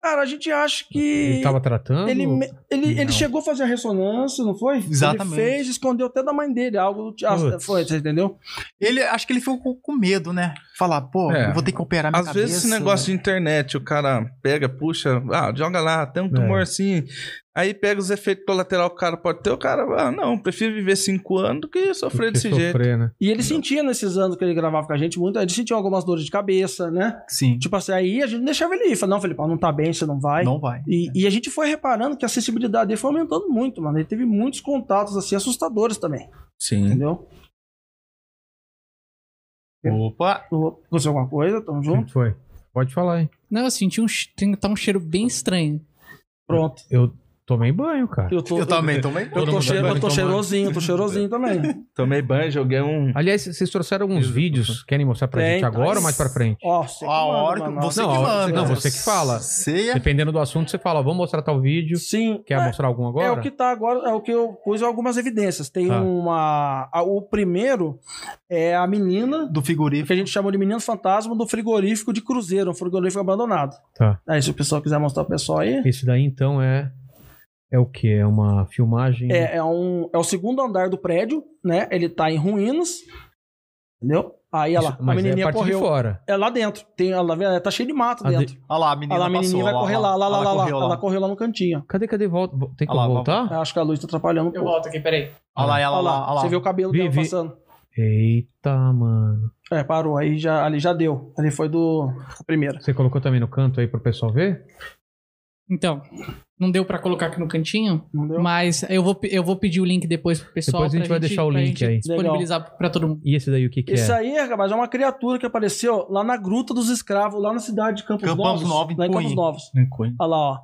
Cara, a gente acha que.
Ele
Ele,
tava tratando?
ele, ele,
Não.
chegou a fazer a ressonância, não foi?
Exatamente.
Ele fez, escondeu até da mãe dele, algo do ti- ah,
Putz.
Foi, você entendeu?
Ele, acho que ele ficou com- com medo, né? Falar, pô,
É.
eu vou ter que operar minha
Às vezes esse
cabeça.
negócio de internet, o cara pega, puxa, ah, joga lá, tem um tumor
É.
assim. Aí pega os efeitos colaterais que o cara pode ter, o cara, ah, não, prefiro viver cinco anos do que
Porque
sofrer desse jeito.
sofrer, né?
E ele sentia nesses anos que ele gravava com a gente muito, ele sentia algumas dores de cabeça, né?
Sim,
Tipo assim, aí a gente deixava ele ir. Falava, não, Felipe, ó, não tá bem, você não vai.
não vai.
E, e a gente foi reparando que a sensibilidade dele foi aumentando muito, mano. Ele teve muitos contatos, assim, assustadores também,
Sim.
entendeu?
Opa!
Aconteceu alguma coisa, tamo
O
junto.
que Foi. Pode falar, hein?
Não, eu senti um, che- tem- tá um cheiro bem estranho.
Pronto.
Eu tomei banho, cara.
Eu tô,
Eu também tomei
Eu tô, cheiro, eu tô cheirosinho, tô cheirosinho também.
Tomei banho, joguei um.
Aliás, vocês trouxeram alguns
Isso,
vídeos. Querem mostrar pra
Tem,
gente agora
mas-
ou mais pra frente?
Ó, você que
A
manda,
hora que
mano.
você
Não,
que
a hora-
manda.
não, você que fala.
Você é-
Dependendo do assunto, você fala, vamos mostrar tal vídeo.
Sim.
Quer
é,
mostrar algum agora?
É o que tá agora, é o que eu pus algumas evidências. Tem
Tá.
uma. a- o primeiro é a menina,
do
que
figurífico.
a gente chamou de menino fantasma do frigorífico de Cruzeiro, um frigorífico abandonado.
Tá.
Aí, se o pessoal quiser mostrar o pessoal aí.
Esse daí, então, é... É o quê? É uma filmagem...
É, é, um, é o segundo andar do prédio, né? Ele tá em ruínas. Entendeu? Aí olha lá,
Isso-
a
mas é a
menininha
parte de
correu.
fora.
É lá dentro. Tem, ela, ela tá cheio de mato
A de-
dentro.
Olha lá, a
Olha
menina
lá, a menininha
passou,
vai
ó,
correr lá, lá, lá, lá,
Ela
lá.
correu
Ela
lá.
correu lá no cantinho.
Cadê, cadê? Volta. vo- Tem
Ah
como
lá,
voltar?
Eu acho que a luz tá atrapalhando um
Eu
pouco.
volto aqui, peraí.
Olha lá, ela
Olha
lá,
lá,
olha lá.
você vê o cabelo
Vi,
dela
vi.
passando.
Eita, mano.
É, parou. Aí já, ali já deu. Ali foi do primeiro.
Você colocou também no canto aí pro pessoal ver?
Então, não deu pra colocar aqui no cantinho,
Não deu?
mas eu vou, pe- eu vou pedir o link depois pro pessoal.
Depois a gente
pra
vai deixar o
pra
link
gente
aí.
Disponibilizar pra todo mundo.
E esse daí, o que que
Isso
é?
aí, rapaz, é uma criatura que apareceu lá na Gruta dos Escravos, lá na cidade de Campos,
Campos
Novos.
Novos, em
lá em Campos
Punhi.
Novos. Olha lá, ó.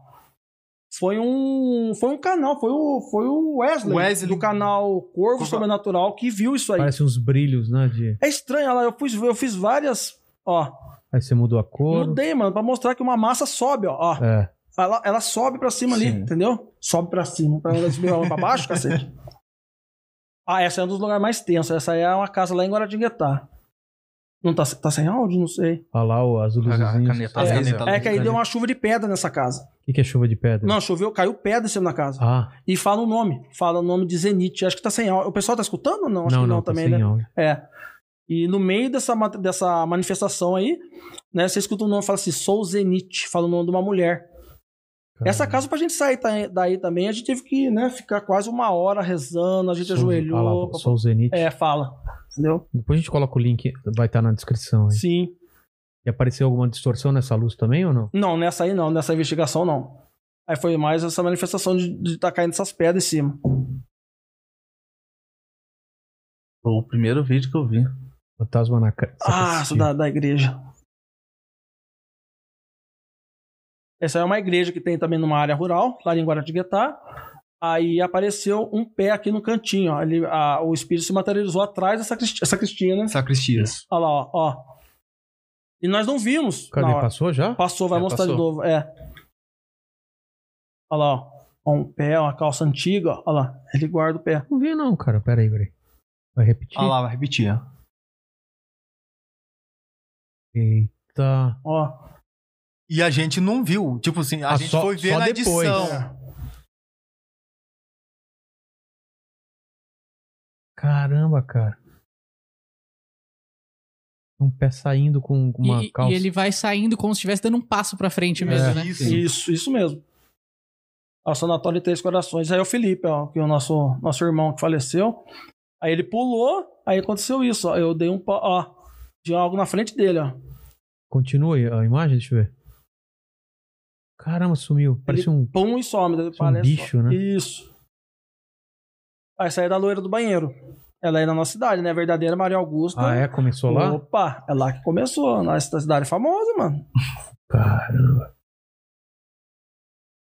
Foi um, foi um canal, foi o, foi o Wesley,
Wesley.
do canal Corvo
Corvo.
Sobrenatural que viu isso aí.
Parece uns brilhos, né? De...
É estranho, olha lá, eu fiz, eu fiz várias, ó.
Aí você mudou a cor.
Mudei, mano, pra mostrar que uma massa sobe, ó. ó.
É.
Ela, ela sobe pra cima ali,
Sim.
entendeu? Sobe pra cima, pra ela subir pra baixo, cacete. Ah, essa é um dos lugares mais tensos. Essa aí é uma casa lá em Guaratinguetá. Não tá, tá sem áudio? Não sei.
Olha lá ó, as luzinhas.
caneta laser.
caneta
É que aí deu uma chuva de pedra nessa casa.
O que que é chuva de pedra?
Não, choveu, caiu pedra em cima da casa.
Ah,
E fala o nome. Fala o nome de Zenit. Acho que tá sem áudio. O pessoal tá escutando ou não? Acho
não,
que
não,
não,
tá
também,
sem
né?
áudio.
É. E no meio dessa, ma- dessa manifestação aí, né? Você escuta o nome e fala assim, sou Zenit. Fala o nome de uma mulher. Essa
Caramba.
casa, pra gente sair ta- daí também, a gente teve que né, ficar quase uma hora rezando, a gente
Sou-
ajoelhou.
Olha lá,
papai-
sou o Zenith.
É, fala. Entendeu?
Depois a gente coloca o link, vai estar na descrição aí.
Sim.
E apareceu alguma distorção nessa luz também ou não?
Não, nessa aí não, nessa investigação não. Aí foi mais essa tá manifestação de estar caindo essas pedras em cima.
Foi o primeiro vídeo que eu vi.
Fantasma na ca-
Ah, isso
sacristia.
da, da igreja. Essa é uma igreja que tem também numa área rural, lá em Guaratinguetá. Aí apareceu um pé aqui no cantinho. ó. Ele, a- o espírito se materializou atrás dessa sacristia, sacristia, né?
Sacristias.
Olha lá, ó, ó. E nós não vimos.
Cadê?
na hora.
Passou já?
Passou, vai
É,
mostrar de
passou.
novo. É. Olha lá, ó. Ó, Um pé, uma calça antiga, ó. Olha lá. Ele guarda o pé.
Não vi não, cara. Pera aí, peraí. Vai repetir?
Ah lá, vai repetir. ó.
Eita.
Ó.
E a gente não viu. Tipo assim, a
Ah,
gente
só-
foi ver
só
na
depois.
edição.
Caramba, cara. Um pé saindo com com uma
E,
calça. É.
e ele vai saindo como se estivesse dando um passo pra frente mesmo, né?
Isso.
Isso, isso mesmo. Ó, O Sanatório de Três Corações. Aí é o Felipe, ó, que é o nosso, nosso irmão que faleceu. Aí ele pulou, aí aconteceu isso, ó. Eu dei um pau, ó. Tinha algo na frente dele, ó.
Continua aí a imagem, deixa eu ver. Caramba, sumiu. Parece um.
Pum e some. daí
um
parece-
bicho, né?
Isso. Aí saiu da loira do banheiro. Ela é na nossa cidade, né? Verdadeira Maria Augusta.
Ah, é? Começou lá?
Opa, é lá que começou. Nossa cidade é famosa, mano.
Caramba.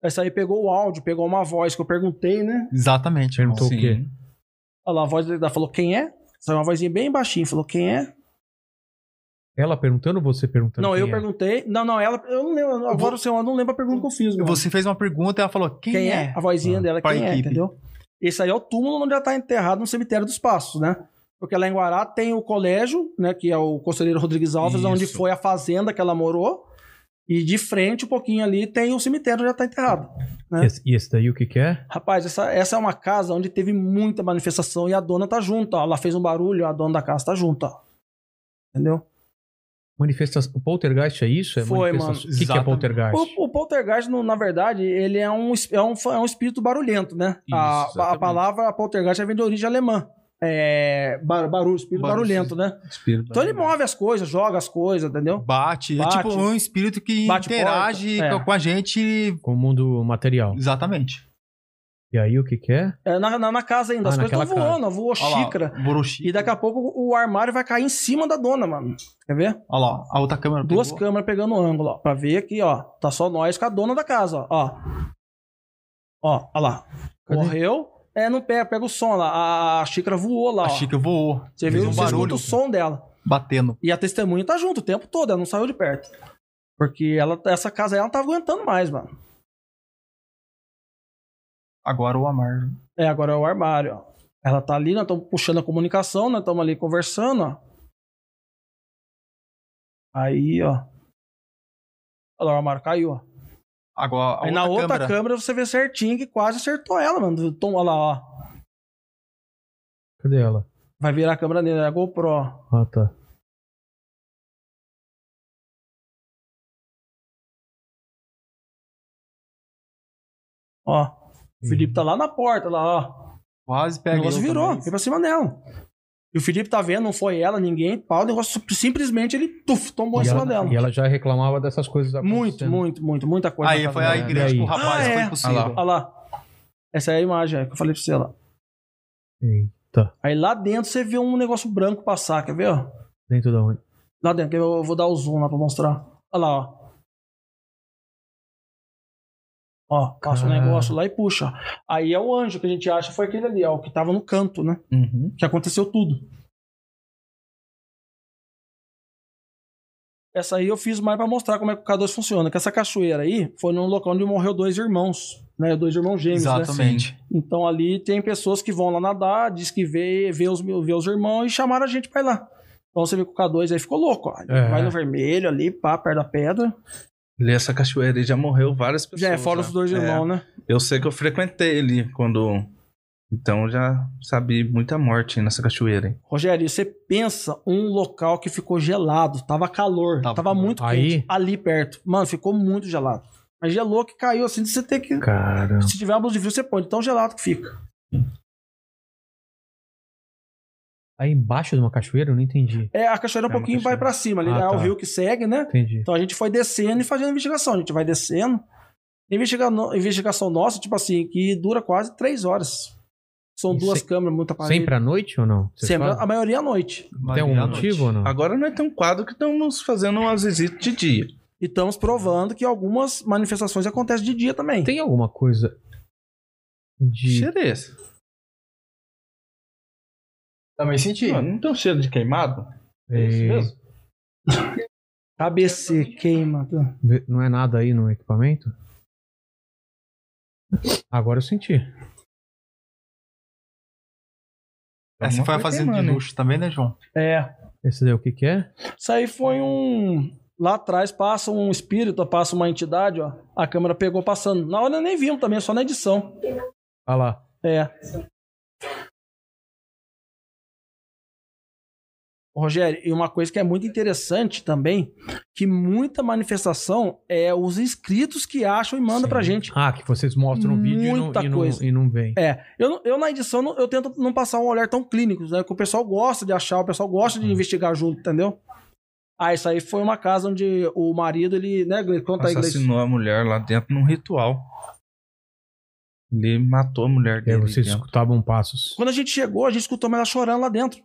Essa aí pegou o áudio, pegou uma voz que eu perguntei, né?
Exatamente. irmão.
Perguntou o quê?
Olha lá, a voz dela falou, quem é? Saiu uma vozinha bem baixinha, falou, quem é?
Ela perguntando ou você perguntando?
não,
quem
eu
é?
perguntei. Não, não, ela. Eu não lembro. Agora o senhor eu não lembro a pergunta que eu fiz, mano.
Você fez uma pergunta e ela falou: quem,
Quem
é?
é? A vozinha
Ah,
dela,
pra
quem é,
equipe.
entendeu? Esse aí é o túmulo onde ela tá enterrada no cemitério dos Passos, né? Porque lá em Guará tem o colégio, né? Que é o conselheiro Rodrigues Alves,
Isso.
onde foi a fazenda que ela morou. E de frente, um pouquinho ali, tem o cemitério onde ela tá enterrada. né?
Esse- E esse daí o que, que é?
Rapaz, essa, essa é uma casa onde teve muita manifestação e a dona tá junto, ó. Ela fez um barulho, a dona da casa tá junto, ó. Entendeu?
Manifestação. Poltergeist é isso? É
Foi,
manifestação- O
mano.
que, que é
Exatamente.
poltergeist?
O, o poltergeist, no- na verdade, ele é um, es- é um, fa- é um espírito barulhento, né? a,
Isso,
a
exatamente.
palavra poltergeist vem de origem alemã. É, bar- barulho, espírito
Barulho,
barulhento, né?
Espírito.
Então ele move as coisas, joga as coisas, entendeu?
Bate.
Bate.
É tipo um espírito que
Bate
interage
porta.
com- com a gente.
Com o mundo material.
Exatamente.
E aí o que, que é?
É, na, na- na casa ainda,
Ah,
as coisas estão
naquela casa.
voando, ó, voou
Olha lá,
xícara.
Boroshi.
E daqui a pouco o armário vai cair em cima da dona, mano. Quer ver?
Olha lá, a outra câmera.
Duas
pegou.
câmeras pegando o ângulo, ó. Pra ver aqui, ó. Tá só nós com a dona da casa, ó. Ó, ó, ó lá.
Cadê?
Correu. É, não pega, pega o som lá. A xícara voou lá, ó.
A xícara voou.
Você
fez
viu?
um
você escuta
barulho
o som dela.
batendo.
E a testemunha tá junto o tempo todo, ela não saiu de perto. Porque ela, essa casa aí, ela não tava aguentando mais, mano.
Agora o Amar.
É, agora é o armário, ó. Ela tá ali, nós estamos puxando a comunicação, nós estamos ali conversando, ó. Aí, ó. Olha lá, o armário caiu, ó.
Agora a
Aí na outra câmera.
câmera.
você vê certinho que quase acertou ela, mano. Tom, olha lá, ó.
Cadê ela?
Vai virar a câmera dele, é a GoPro. ó.
Ah, tá.
Ó.
Hum.
O Felipe tá lá na porta, lá, ó.
Quase
O
pega.
negócio
eu
virou,
também.
foi pra cima dela. E o Felipe tá vendo, não foi ela, ninguém, pau, o negócio simplesmente ele tuf,
E
tombou em cima
ela,
dela.
e ela já reclamava dessas coisas
Muito,
acontecendo.
muito, muito, muita coisa. na
Aí
casa
foi a
dela.
igreja
E
com o
aí?
rapaz,
Ah,
foi
é.
impossível.
Olha
Olha lá. Essa é a imagem é, que eu falei pra você lá.
Eita.
Aí lá dentro você vê um negócio branco passar, quer ver? ó?
Dentro da onde?
Lá dentro, quer ver? eu vou dar o zoom lá pra mostrar. Olha lá, ó. Ó, passa o
Cara.
negócio lá e puxa. Aí é o anjo que a gente acha foi aquele ali, ó, o que tava no canto, né?
Uhum.
que aconteceu tudo. Essa aí eu fiz mais pra mostrar como é que o K2 funciona. Que essa cachoeira aí foi num local onde morreu dois irmãos, né? Dois irmãos gêmeos, né?
Exatamente.
Então ali tem pessoas que vão lá nadar, diz que vê, vê, os, vê os irmãos e chamaram a gente pra ir lá. Então você vê que o K2 aí ficou louco, ó. Ele
É.
Vai no vermelho ali, pá, perto da pedra.
Ele, essa cachoeira aí já morreu várias pessoas.
Já é fora os dois
É.
irmãos, né?
Eu sei que eu frequentei ele quando. Então eu já sabia muita morte nessa cachoeira aí.
Rogério, você pensa um local que ficou gelado, tava calor, tava,
Tava
muito
Aí-
quente, ali perto. Mano, ficou muito gelado. Mas gelou que caiu assim, de você ter que.
Caramba.
Se tiver uma blusa de frio, você põe, de tão gelado que fica.
Aí embaixo de uma cachoeira? Eu não entendi.
É, a cachoeira um
É uma
pouquinho vai
cachoeira.
pra cima ali,
Ah,
é o
tá.
rio que segue, né?
Entendi.
Então a gente foi descendo e fazendo investigação. A gente vai descendo. Investiga- Investigação nossa, tipo assim, que dura quase três horas. São
E
duas
se-
câmeras, muito aparelho.
Sempre é, à noite ou não? Você
Sempre.
fala?
A maioria à noite.
Tem algum
Maria à noite.
motivo né? ou não?
Agora nós temos um quadro que estamos fazendo umas visitas de dia.
E estamos provando que algumas manifestações acontecem de dia também.
Tem alguma coisa de.
Cheiro é esse?
Também senti.
Não, não tem um cheiro de queimado? É isso
Eh,
mesmo?
Cabeça queima.
Vê- Não é nada aí no equipamento? Agora eu senti.
Essa
Alguma
foi a
coisa
fazenda de
queimando, hein?
luxo também, né, João?
É.
Esse daí o que que é?
Isso aí foi um. Lá atrás passa um espírito, passa uma entidade, ó. A câmera pegou passando. Na hora nem vimos também, só na edição.
Olha Ah lá.
É. Rogério, e uma coisa que é muito interessante também, que muita manifestação é os inscritos que acham e mandam
Sim.
pra gente.
Ah, que vocês mostram no vídeo e não,
Muita
e, não,
coisa.
e não vem.
É, eu, não- eu na edição não- eu tento não passar um olhar tão clínico, né? Que o pessoal gosta de achar, o pessoal gosta
Uhum.
de investigar junto, entendeu? Ah, isso aí foi uma casa onde o marido, ele, né, Gleice? Conta aí, Gleice.
Assassinou a mulher lá dentro num ritual. Ele matou a
É,
mulher
E aí
dele.
É, vocês
dentro.
escutavam passos.
Quando a gente chegou, a gente escutou ela chorando lá dentro.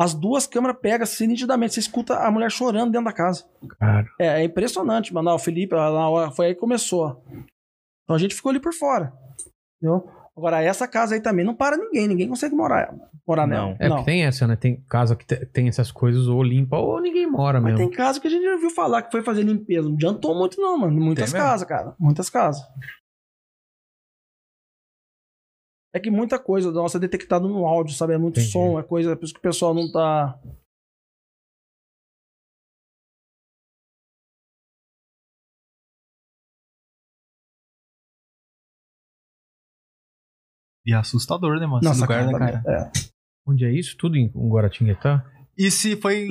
As duas câmeras pegam assim nitidamente, você escuta a mulher chorando dentro da casa.
Cara,
É, é impressionante, mano. Ah, O Felipe, lá na hora, foi aí que começou. ó. Então a gente ficou ali por fora. Entendeu? Agora, essa casa aí também não para ninguém, ninguém consegue morar, morar
Não.
nela.
é porque tem essa, né? Tem casa que te- tem essas coisas ou limpa ou ninguém mora
Mas
mesmo.
tem casa que a gente já ouviu falar que foi fazer limpeza. Não adiantou muito, não, mano. Muitas
Tem mesmo?
casas, cara. Muitas casas. É que muita coisa nossa é detectada no áudio, sabe? É muito
Entendi.
som, é coisa. É por isso que o pessoal não tá.
E é assustador, né, mano?
Nossa,
Esse lugar, né, cara?
cara.
Onde é isso? Tudo em Guaratinguetá?
E se foi
É.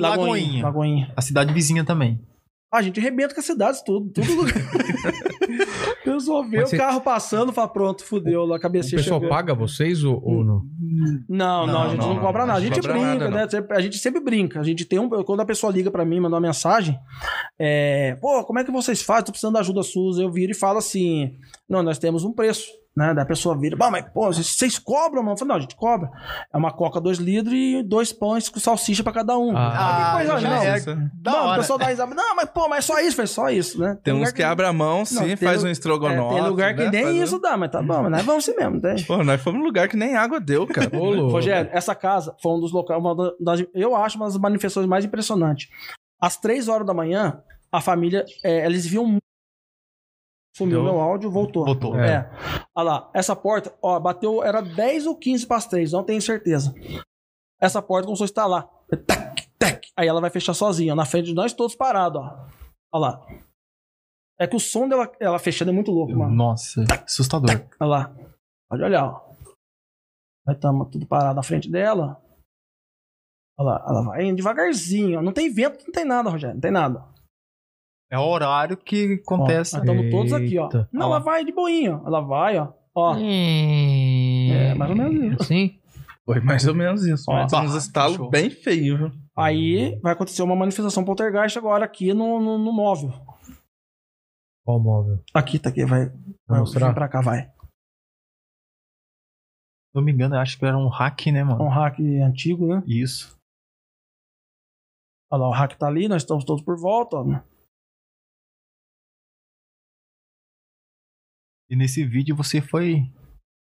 Lagoinha.
Lagoinha,
Lagoinha. Ah,
A cidade vizinha também.
A gente arrebenta com as cidades tudo. Tudo lugar. O pessoal vê
Mas
o
você-
carro passando, fala pronto, fudeu. lá, A
O
cabeça
pessoal
chegou.
paga vocês ou, ou não?
Não, não,
Não,
a gente não,
não,
cobra
não,
nada. A
a gente
gente
não cobra
brinca,
nada,
né? Sempre- A gente sempre brinca. A gente tem um. Quando a pessoa liga pra mim, manda uma mensagem, é, pô, como é que vocês fazem? Tô precisando da ajuda SUS. Eu viro e falo assim: não, nós temos um preço. Né? Da pessoa vira, bom, mas pô, vocês- vocês cobram, mano? Eu falo, não, a gente cobra. É uma coca 2 litros e dois pães com salsicha pra cada um.
Ah,
Ah, que coisa,
já
não.
é da
Mano, o
hora.
pessoal dá risada. Não, mas pô, mas é só isso, foi só isso, né?
Tem uns
lugar
que abrem a mão, sim,
tem
faz
lu-
um
é,
estrogonofe.
Tem lugar que
né? Faz
nem
um-
isso dá, mas tá bom, mas nós vamos assim mesmo, não tem.
Pô, nós fomos num lugar que nem água deu, cara.
Ô, louco.
Rogério, essa casa foi um dos locais, uma da- das, eu acho uma das manifestações mais impressionantes. Às três horas da manhã, a família, é, eles viam mu- Sumiu
Deu.
meu áudio, voltou.
Voltou.
É. Olha lá, essa porta, ó, bateu, era 10 ou 15 para as 3, não tenho certeza. Essa porta começou a estalar. Tac, tac. Aí ela vai fechar sozinha, ó, na frente de nós todos parados, ó. Olha lá. É que o som dela ela fechando é muito louco, mano.
Nossa, assustador.
Olha lá. Pode olhar, ó. Aí estamos tudo parado na frente dela. Olha lá, ela vai indo devagarzinho. ó. Não tem vento, não tem nada, Rogério. Não tem nada.
É o horário que
Ó,
acontece.
nós estamos todos aqui, ó.
Eita.
Não, ela vai de boinha. ó. Ela vai, ó. Ó,
É,
É, mais ou menos
Assim?
Foi mais ou menos isso.
Ó,
Mas uns estalos
show.
bem feios, viu?
aí vai acontecer uma manifestação poltergeist agora aqui no, no, no móvel.
Qual móvel?
Aqui, tá aqui, vai.
Vai
Vai
mostrar?
vir pra cá, vai.
Se não me engano, eu acho que era um hack, né,
É um
mano?
hack antigo, né?
Isso.
Olha lá, o hack tá ali, nós estamos todos por volta, ó.
E nesse vídeo você foi.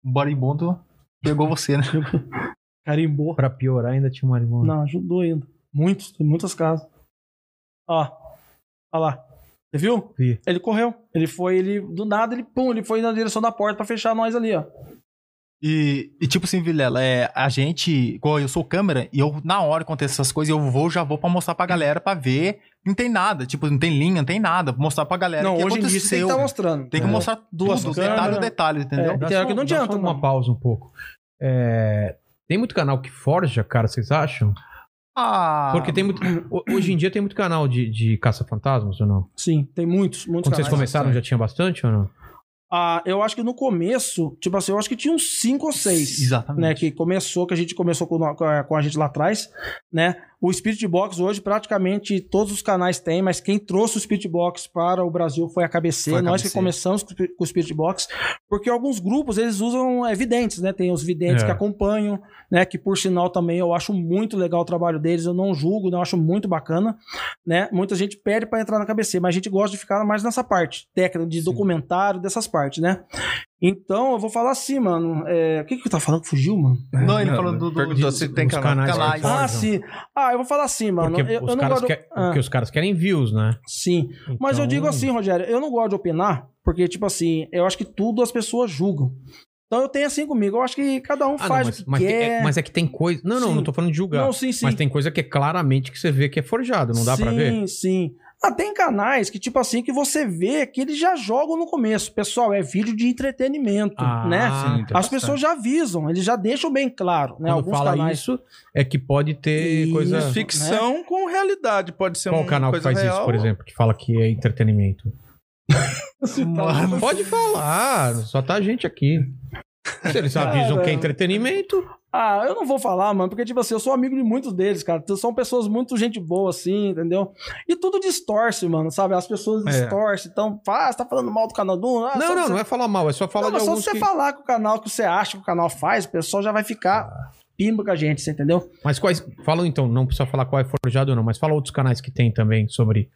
O barimundo pegou você, né?
Carimbou.
Pra piorar ainda tinha um marimbondo.
Não, ajudou ainda. Muitos, tem muitas casas. Ó. Ó lá. Você viu?
Vi.
Ele correu. Ele foi, ele. Do nada, ele pum, ele foi na direção da porta pra fechar nós ali, ó.
E, e tipo assim, Vilela, é, a gente, igual eu sou câmera, e eu, na hora que acontece essas coisas, eu vou, já vou pra mostrar pra galera pra ver. Não tem nada, tipo, não tem linha, não tem nada. Vou mostrar pra galera
não,
o que
hoje em dia
aconteceu.
você tem que tá mostrando.
Tem que
É.
mostrar
Duas
tudo,
câmeras.
detalhe a detalhe, entendeu?
É.
Dá
Tem hora
só-
que não
dá
adianta,
só uma
mano.
pausa um pouco. É, Tem muito canal que forja, cara, vocês acham?
Ah,
Porque tem muito. ho- Hoje em dia tem muito canal de, de caça-fantasmas ou não?
Sim, tem muitos, muitos
Quando vocês
canais.
começaram já tinha bastante ou não?
Ah, eu acho que no começo, tipo assim, eu acho que tinha uns cinco ou seis.
Exatamente.
Né, que começou, que a gente começou com, no- com a- com a gente lá atrás, né? O Spirit Box hoje praticamente todos os canais têm, mas quem trouxe o Spirit Box para o Brasil foi a KBC,
Foi a
nós que
KBC.
começamos com o Spirit Box, porque alguns grupos eles usam é, videntes, né? Tem os videntes
É.
que acompanham, né? Que por sinal também eu acho muito legal o trabalho deles, eu não julgo, né? eu acho muito bacana, né? Muita gente pede para entrar na KBC, mas a gente gosta de ficar mais nessa parte técnica de documentário, dessas partes, né? Então, eu vou falar assim, mano. é, O que que tá falando que fugiu, mano?
Não, ele
Não,
falou do. do-
perguntou
do-
se tem
dos
canal-
canais.
canais.
Ah,
Jorge.
sim. Ah, eu vou falar assim, mano.
Porque,
eu, eu
os
não
caras
gosto. de-
que- é,
Ah,
porque os caras querem views, né?
Sim. Mas eu
Então-
digo assim, Rogério, eu não gosto de opinar, porque, tipo assim, eu acho que tudo as pessoas julgam. Então eu tenho assim comigo. Eu acho que cada um
Ah, não,
faz
mas,
o que
mas,
quer.
é, mas é que tem coisa. Não, não,
Sim.
não tô falando de julgar.
Não, sim, sim.
Mas tem coisa que é claramente que você vê que é forjado, não dá pra ver?
Sim, sim. Ah, tem canais que, tipo assim, que você vê que eles já jogam no começo. Pessoal, é vídeo de entretenimento,
Ah,
né?
sim,
As
interessante.
pessoas já avisam, eles já deixam bem claro, né?
Quando fala isso, é que pode ter
Isso. é
coisa.
Né?
Ficção com realidade, pode ser
Qual
uma
canal que
coisa
faz isso,
real.
por exemplo, que fala que é entretenimento?
tá.
Mano,
Pode falar, só tá a gente aqui. Se eles avisam que é entretenimento,
Ah, eu não vou falar, mano, porque, tipo assim, eu sou amigo de muitos deles, cara. Então, São pessoas muito gente boa, assim, entendeu? E tudo distorce, mano, sabe? As pessoas
É.
distorcem. Então, ah, você tá falando mal do canal do. um, Ah,
não,
só
não,
você...
não é falar mal, é só falar
Não,
de
mas só
alguns
se
que...
você falar que o canal que você acha que o canal faz, o pessoal já vai ficar pimba com a gente, você entendeu?
Mas quais... Fala então, não precisa falar qual é forjado ou não, mas fala outros canais que tem também sobre...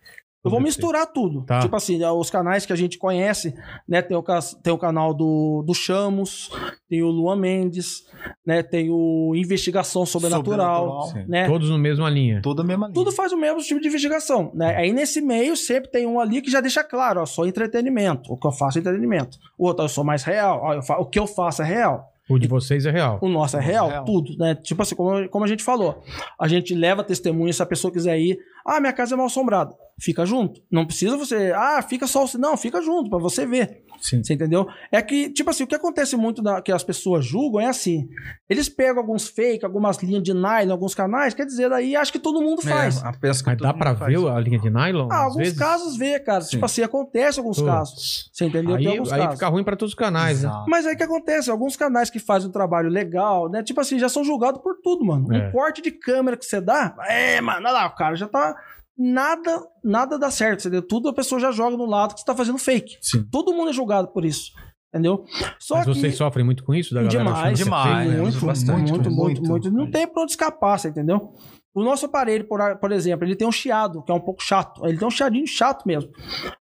Eu vou
sobre
misturar tudo.
Tá.
Tipo assim, os canais que a gente conhece, né? Tem o, cas- tem o canal do, do Chamos, tem o Luan Mendes, né? Tem o Investigação Sobrenatural,
Sobrenatural.
né?
É.
Todos na mesma linha.
Toda a mesma linha.
Tudo faz o mesmo tipo de investigação, né? Aí nesse meio sempre tem um ali que já deixa claro, ó, só entretenimento. O que eu faço é entretenimento. O outro, ó, eu sou mais real, ó, eu fa- o que eu faço é real.
O de vocês é real.
O nosso é real,
Real.
tudo, né? Tipo assim, como, como a gente falou, a gente leva testemunha se a pessoa quiser ir. Ah, minha casa é mal assombrada. Fica junto. Não precisa você. Ah, fica só. o- Não, fica junto pra você ver.
Sim.
Você entendeu? É que, tipo assim, o que acontece muito na- que as pessoas julgam é assim. Eles pegam alguns fake, algumas linhas de nylon, alguns canais, quer dizer, daí acha que todo mundo faz.
É, a pesca
Mas
todo
dá
mundo
pra
faz.
ver a linha de nylon?
Ah,
Então, às
alguns
vezes?
casos vê, cara. Tipo assim, acontece alguns
Pô,
casos. Você entendeu?
Aí,
Tem alguns
aí
casos.
fica ruim pra todos os canais, né?
Exato.
Mas aí que acontece, alguns canais que fazem um trabalho legal, né? Tipo assim, já são julgados por tudo, mano.
É.
Um corte de câmera que você dá, é, mano, olha lá, o cara já tá. Nada, nada dá certo, entendeu? Tudo a pessoa já joga no lado que você tá fazendo fake.
Sim.
Todo mundo é julgado por isso. Entendeu? Só
Mas
que.
vocês sofrem muito com isso da galera?
Demais,
achando que é
demais.
feio?
né?
Muito,
Bastante,
muito, muito, muito.
muito.
Não tem pra onde escapar, você entendeu? O nosso aparelho, por, a- por exemplo, ele tem um chiado, que é um pouco chato. Ele tem um chiadinho chato mesmo.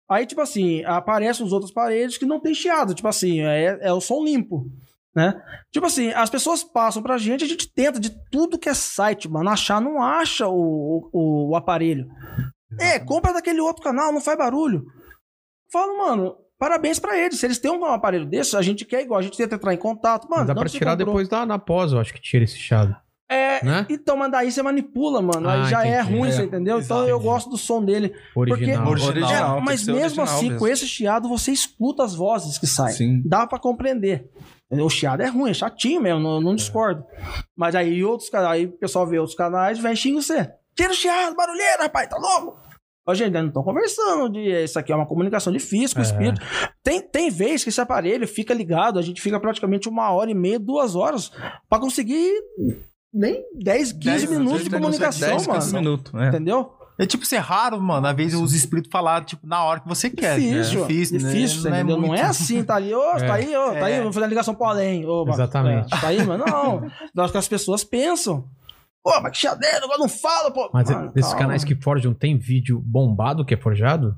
Aí, tipo assim, aparecem os outros aparelhos que não tem chiado. Tipo assim, é, é o som limpo, né? Tipo assim, as pessoas passam pra gente, a gente tenta de tudo que é site, mano. Achar, não acha o, o, o aparelho. É, compra daquele outro canal, não faz barulho. Falo, mano, parabéns pra eles. Se eles têm um aparelho desse, a gente quer igual, a gente tenta entrar em contato. Mano,
Dá
de
pra
onde você
tirar
comprou?
depois da, na pós, eu acho que tira esse chado.
É,
Né?
então, mas daí você manipula, mano. Aí
Ah,
já é
entendi.
ruim, você
É,
entendeu? Então
exato,
eu
entendi.
gosto do som dele.
Original.
Porque-
É,
Original.
tem
mas
que ser
mesmo
original
assim,
mesmo.
com esse chiado, você escuta as vozes que saem.
Sim.
Dá pra compreender. O chiado é ruim, é chatinho mesmo, não, não discordo. Mas aí outros canais, aí o pessoal vê outros canais, vem xinga você. Tira o chiado, barulheira, rapaz, tá louco? Ó, gente, nós não estão conversando de. Isso aqui é uma comunicação difícil com o
É.
espírito. Tem, tem vez que esse aparelho fica ligado, a gente fica praticamente uma hora e meia, duas horas, pra conseguir nem 10, 15
10,
minutos de
10,
comunicação,
10, 15
mano.
minutos, é.
Entendeu?
É tipo ser raro, mano. Às vezes os espíritos falar, tipo, na hora que você quer.
Difícil,
né? Difícil, né?
difícil, você entendeu? Não é
muito-
assim, tá ali, ô, tá aí, ô, tá aí,
É.
vamos fazer a ligação pro além. ô, mas-
Exatamente.
é, tá aí, mas não. Nós que as pessoas pensam. Pô, mas que chadeira, agora não fala, pô.
Mas
Ah,
desses
calma.
canais que forjam, tem vídeo bombado que é forjado?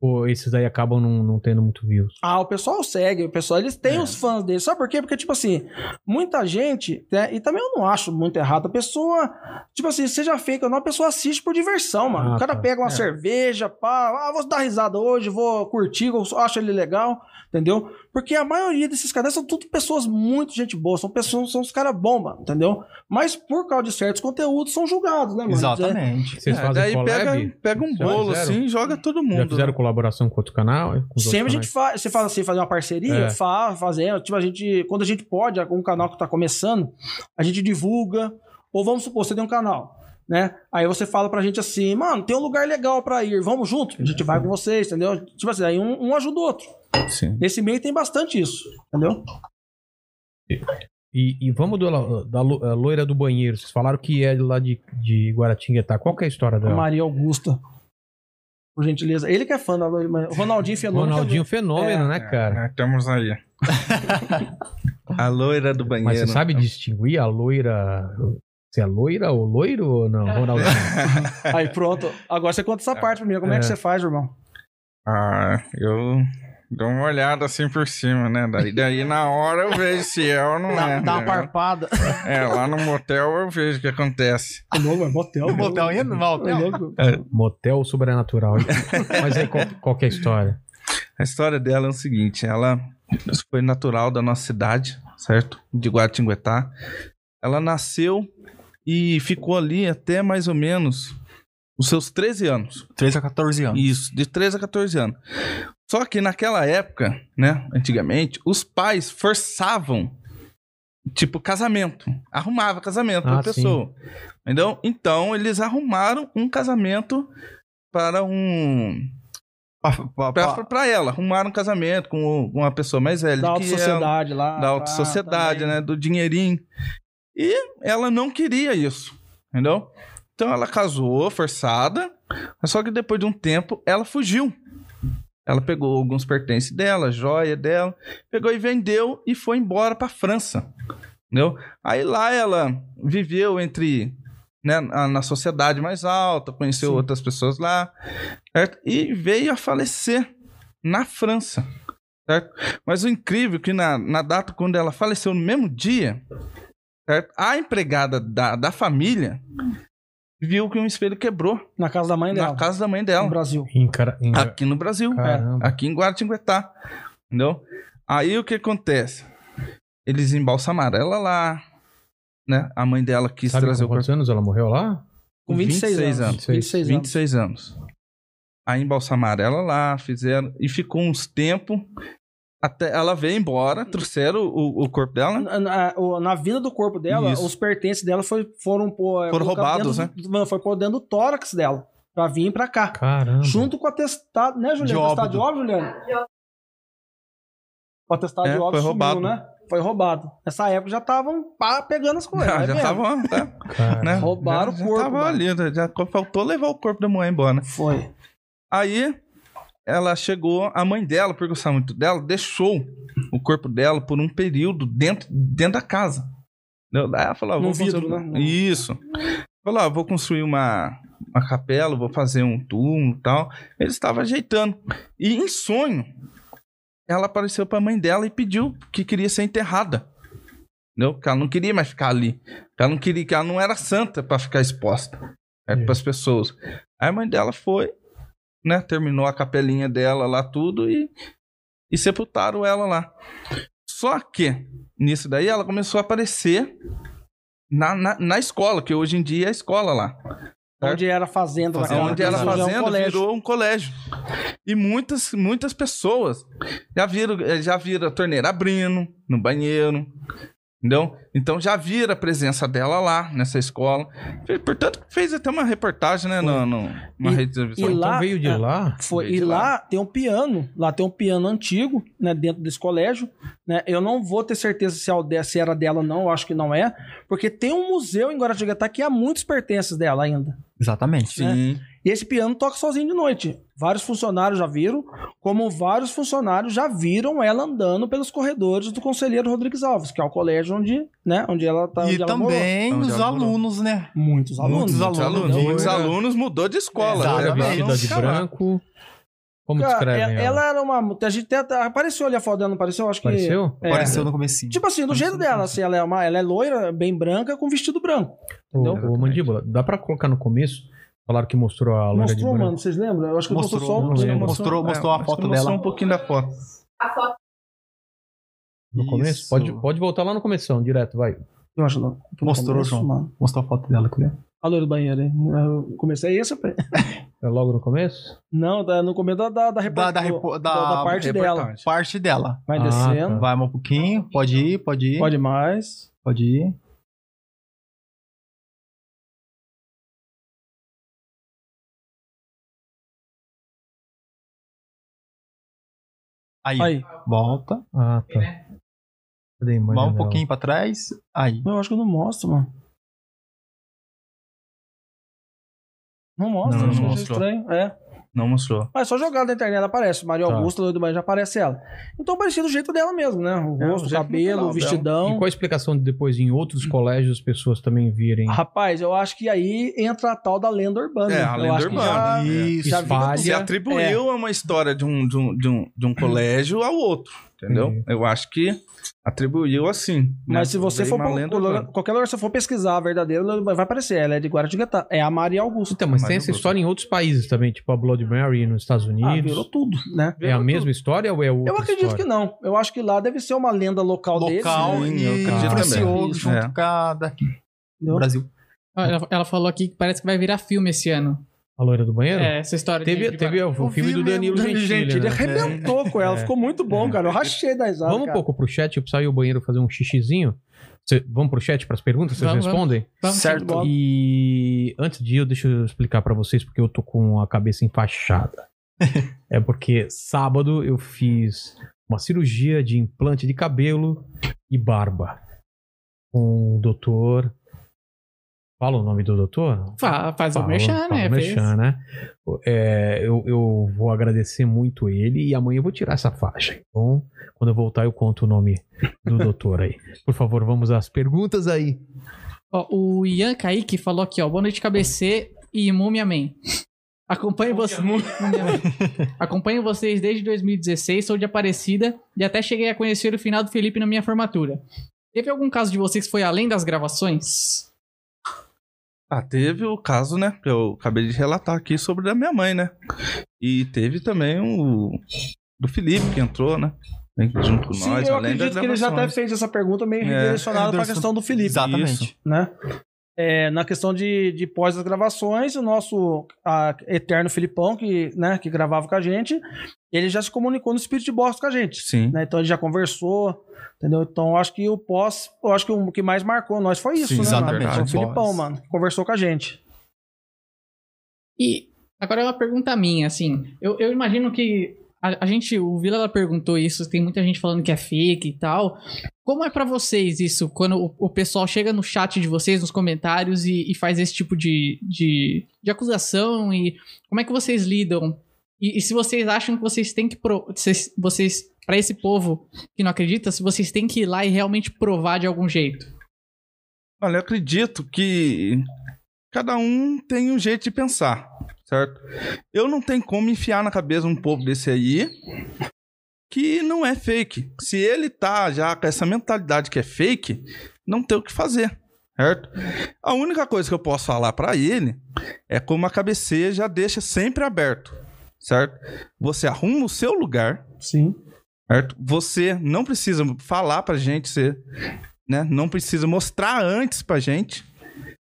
Ou esses daí acabam não, não tendo muito views?
Ah, o pessoal segue, o pessoal, eles
É.
têm os fãs deles. Sabe por quê? Porque, tipo assim, muita gente, né, e também eu não acho muito errado, a pessoa, tipo assim, seja fake ou não, a pessoa assiste por diversão, mano.
Ah,
o cara
tá.
pega uma cerveja, pá, ah, vou dar risada hoje, vou curtir, eu acho ele legal, entendeu? Porque a maioria desses caras são tudo pessoas muito gente boa, são pessoas, são os caras bons, mano, entendeu? Mas por causa de certos conteúdos, são julgados, né, mano?
Exatamente.
Vocês
É,
fazem
daí
collab?
pega, pega um
Já
bolo
fizeram?
assim e joga todo
Já
mundo. né?
fizeram colaboração com outro canal? Com os outros
Sempre a gente
canais?
faz, você fala assim, fazer uma parceria,
É.
fa- fazendo, tipo, a gente, quando a gente pode, algum canal que tá começando, a gente divulga, ou vamos supor, você tem um canal, né? Aí você fala pra gente assim, mano, tem um lugar legal pra ir, vamos junto? A gente vai com vocês, entendeu? Tipo assim, aí um, um ajuda o outro.
Sim.
Nesse meio tem bastante isso, entendeu?
E, e vamos do, da lo- a loira do banheiro. Vocês falaram que é lá de, de Guaratinguetá. Qual que é a história
A
dela?
Maria Augusta. Por gentileza. Ele que é fã da Loira, mas o Ronaldinho Fenômeno.
Ronaldinho Fenômeno, né, cara?
É, temos aí. a loira do banheiro.
Mas você sabe distinguir a loira... Se é loira ou loiro ou não,
É.
Ronaldinho?
Aí pronto. Agora você conta essa parte pra mim. Como é,
É.
que você faz, irmão?
Ah, eu dou uma olhada assim por cima, né? Daí, daí na hora eu vejo se é ou não
Dá,
é.
dá uma
né?
parpada.
É, lá no motel eu vejo o que acontece.
É louco, é motel.
Não botar ainda? Um Não,
É louco.
Motel sobrenatural. Mas aí, qual, qual que é a história?
A história dela é o seguinte, ela isso foi natural da nossa cidade, certo? De Guatinguetá. Ela nasceu e ficou ali até mais ou menos os seus 13 anos.
13 a 14 anos.
Isso, de 13 a 14 anos. Só que naquela época, né, antigamente, os pais forçavam, tipo, casamento. Arrumava casamento
Ah,
pra pessoa. Então, então, eles arrumaram um casamento para um...
Pa- pa-
Pra,
pa-
pra ela, arrumaram um casamento com uma pessoa mais velha.
Da
que
alta sociedade lá. tá,
ela, da alta
pá,
sociedade,
também.
né, do dinheirinho. E ela não queria isso, entendeu? Então ela casou, forçada, mas só que depois de um tempo ela fugiu. Ela pegou alguns pertences dela, joia dela, pegou e vendeu e foi embora pra França. Entendeu? Aí lá ela viveu entre né, na, na sociedade mais alta, conheceu outras pessoas lá, certo? E veio a falecer na França. Certo? Mas o incrível é que na, na data quando ela faleceu no mesmo dia, certo? a empregada da, da família viu que um espelho quebrou
Na casa da mãe dela.
na casa da mãe
No
dela.
Brasil.
Em, cara, em,
Aqui no Brasil.
Caramba.
É, aqui em Guaratinguetá. Entendeu? Aí o que acontece? Eles embalsamaram ela lá. Né? A mãe dela quis
sabe
trazer
com
o corpo.
quantos anos ela morreu lá?
Com 26, anos. 26 anos.
26 anos. Aí embalsamaram ela lá, fizeram. E ficou uns tempos. Até ela veio embora, trouxeram o, o corpo dela. né?
Na, na- o- na vida do corpo dela,
Isso.
os pertences dela foi- foram pô, é,
Foram
colocados
roubados, né?
dentro do- Mano, foi pôr dentro do tórax dela. Pra vir pra cá.
Caramba.
Junto com o atestado, né, Juliano?
De
O atestado de
óbito.
óbito, Juliano? O atestado
É,
de óbito
foi roubado.
né? Foi roubado. Nessa época já estavam pá, pegando as coisas.
Ah,
é
já
mesmo. É.
tava. tá,
Cara,
né?
Roubaram
Já-
o corpo,
Já tava
mano.
ali, né? já faltou levar o corpo da mulher embora. né?
Foi.
Aí ela chegou, a mãe dela, por gostar muito dela, deixou o corpo dela por um período dentro, dentro da casa. Entendeu? Daí ela falou: ah,
Num
vou
vidro,
construir-
né? Num-
Isso. Falou: ah, vou construir uma, uma capela, vou fazer um túmulo e tal. Ele estava ajeitando. E em sonho, ela apareceu para a mãe dela e pediu que queria ser enterrada. Entendeu? Porque ela não queria mais ficar ali. Que ela não queria, que ela não era santa pra ficar exposta
Sim.
para as pessoas. Aí a mãe dela foi, né? Terminou a capelinha dela lá, tudo, e, e sepultaram ela lá. Só que, nisso daí, ela começou a aparecer na, na, na escola, que hoje em dia é a escola lá.
Onde era fazenda.
Fazenda,
naquela
Onde era
época, já um
fazenda
colégio.
virou um colégio. E muitas, muitas pessoas já viram, eh, já viram a torneira abrindo no banheiro. Entendeu? Então já viram a presença dela lá nessa escola. Fe- Portanto, fez até uma reportagem, né? No, no, uma
E-
rede de televisão.
e
Então
lá-
veio de
é.
lá?
Foi.
Veio
E
de
lá.
lá.
tem um piano, lá tem um piano antigo, né, dentro desse colégio, né? Eu não vou ter certeza se, é o de- se era dela ou não, eu acho que não é, porque tem um museu em Guaratinguetá que há muitos pertences dela ainda. né.
Exatamente.
Sim.
E esse piano toca sozinho de noite. Vários funcionários já viram, como vários funcionários já viram ela andando pelos corredores do Conselheiro Rodrigues Alves, que é o colégio onde, né, onde ela tá,
E
onde ela morou.
também
Onde
os
ela morou.
alunos, né?
Muitos alunos. Então,
Muitos
Muitos alunos,
alunos.
muitos
Loira.
alunos mudou de escola.
Exato.
Era
Era
Exatamente.
não
vestida de
ficava.
branco. Como
Cara, é,
descrevem ela?
ela, ela era uma. A gente até, apareceu ali a foto dela, não apareceu? Acho que.
Apareceu?
É.
Apareceu no comecinho.
Tipo assim, do jeito dela, assim, ela é, uma, ela é loira, bem branca, com vestido branco.
O,
Entendeu?
o mandíbula. Dá pra colocar no começo? Falaram que mostrou a loira de
Mostrou,
branco.
mano, vocês lembram? Eu acho que mostrou,
Mostrou,
só
não
o
lembro.
Mostrou-
é,
mostrou a
acho
foto
que
dela.
Mostrou um pouquinho da foto.
No começo?
Isso.
Pode, pode voltar lá no começão, direto, vai.
Eu acho, não.
Mostrou, João.
Mano.
Mostrou a foto dela, Cleo.
A loira do banheiro, hein? Eu comecei esse. pé.
É logo no começo?
Não, da- no começo da, da, da, repor-
da repo-
do-
da-
da parte dela.
Reportagem.
Parte dela.
Vai
Ah,
descendo.
tá.
Vai um pouquinho. Pode ir, pode ir.
Pode mais.
Pode ir. Aí.
Aí.
Volta.
Ah, tá. Cadê a imagem
Vai um
dela?
pouquinho pra trás. Aí.
Não, eu acho que eu não mostro, mano. Não mostra,
Não,
acho
não
que é
mostrou.
estranho. É.
Não mostrou.
Mas só jogar na internet ela aparece. Maria
Tá.
Augusta, Loira do Banho, já aparece ela. Então parecia do jeito dela mesmo, né? O
É, o
rosto, o
jeito
cabelo,
natural
o
E
vestidão.
qual a explicação de depois em outros colégios as pessoas também virem?
Rapaz, eu acho que aí entra a tal da lenda urbana.
É, a
Eu
lenda
acho que
urbana.
já-
Isso.
já
Espalha.
Se
é.
atribuiu uma história de um, de, um, de, um, de um colégio ao outro, entendeu?
Entendi.
Eu acho que atribuiu assim. né?
Mas se você
Veio
for.
uma
pro-
lenda
pro-
urbana.
qualquer lugar que você for pesquisar a verdadeira, vai vai aparecer. Ela é de Guaratinguetá. É a Maria Augusta.
Então, mas
Mas
tem
eu
essa
gosto.
história em outros países também, tipo a Blood Mary nos Estados
Ah, virou
Unidos.
tudo, né?
é a mesma história ou é outra?
Eu acredito que não. Eu acho que lá deve ser uma lenda local, deles.
Local
Sim, eu
e
acredito
também.
influenciou
Isso,
junto
é.
com a daqui. do
Entendeu?
Brasil.
Ela, ela falou aqui que parece que vai virar filme esse ano.
A loira do banheiro?
É, essa história de-
Teve,
de-
teve o,
Eu
filme
vi
do Danilo
mesmo,
Gentili,
gente,
né?
é
ele arrebenta.
Arrebentou com ela,
É.
ficou muito bom, cara. Eu rachei da risada.
Vamos um
cara.
pouco pro chat, eu preciso ir ao banheiro fazer um xixizinho. Cê- vamos pro chat pras perguntas, vocês
Vamos, vamos.
respondem?
Vamos
Certo.
seguir.
E antes de eu, deixa eu explicar pra vocês porque eu tô com a cabeça enfaixada. é porque sábado eu fiz uma cirurgia de implante de cabelo e barba com o doutor. Fala o nome do doutor?
Fa- faz o
Fala,
merchan,
fala
né?
o merchan,
Fez.
né? É, eu, eu vou agradecer muito ele e amanhã eu vou tirar essa faixa. Então, quando eu voltar, eu conto o nome do doutor aí. Por favor, vamos às perguntas aí.
Ó, o Ian Kaique falou aqui, ó. Boa noite, KBC e Múmia Man. Acompanho vocês. Acompanho vocês desde 2016, sou de Aparecida e até cheguei a conhecer o final do Felipe na minha formatura. Teve algum caso de vocês que foi além das gravações?
Ah, teve o caso, né? Que eu acabei de relatar aqui sobre o da minha mãe, né? E teve também o do Felipe que entrou, né? Junto com
Sim,
nós,
eu
além das
acredito que ele já até
gravações.
fez essa pergunta meio
É,
redirecionada para a questão do Felipe,
Exatamente.
Isso.
né? É, na questão de, de pós das gravações, o nosso a, eterno Filipão, que, né, que gravava com a gente, ele já se comunicou no espírito de bosta com a gente.
Sim.
né? Então ele já conversou, entendeu? Então eu acho que o pós, eu acho que o que mais marcou nós foi isso,
Sim,
né?
exatamente,
mano? Foi o
o
Filipão,
pós.
mano, que conversou com a gente.
E agora é uma pergunta minha, assim. Eu, eu imagino que a, a gente, o Vila ela perguntou isso, tem muita gente falando que é fake e tal. Como é pra vocês isso, quando o, o pessoal chega no chat de vocês, nos comentários e, e faz esse tipo de, de, de acusação? E como é que vocês lidam? E, e se vocês acham que vocês têm que. Pro, vocês, vocês para esse povo que não acredita, se vocês têm que ir lá e realmente provar de algum jeito?
Olha, eu acredito que cada um tem um jeito de pensar, certo? Eu não tenho como enfiar na cabeça um povo desse aí que não é fake. Se ele tá já com essa mentalidade que é fake, não tem o que fazer, certo? A única coisa que eu posso falar pra ele é como a cabeceira já deixa sempre aberto, certo? Você arruma o seu lugar,
Sim.
Certo? Você não precisa falar pra gente, você né? não precisa mostrar antes pra gente.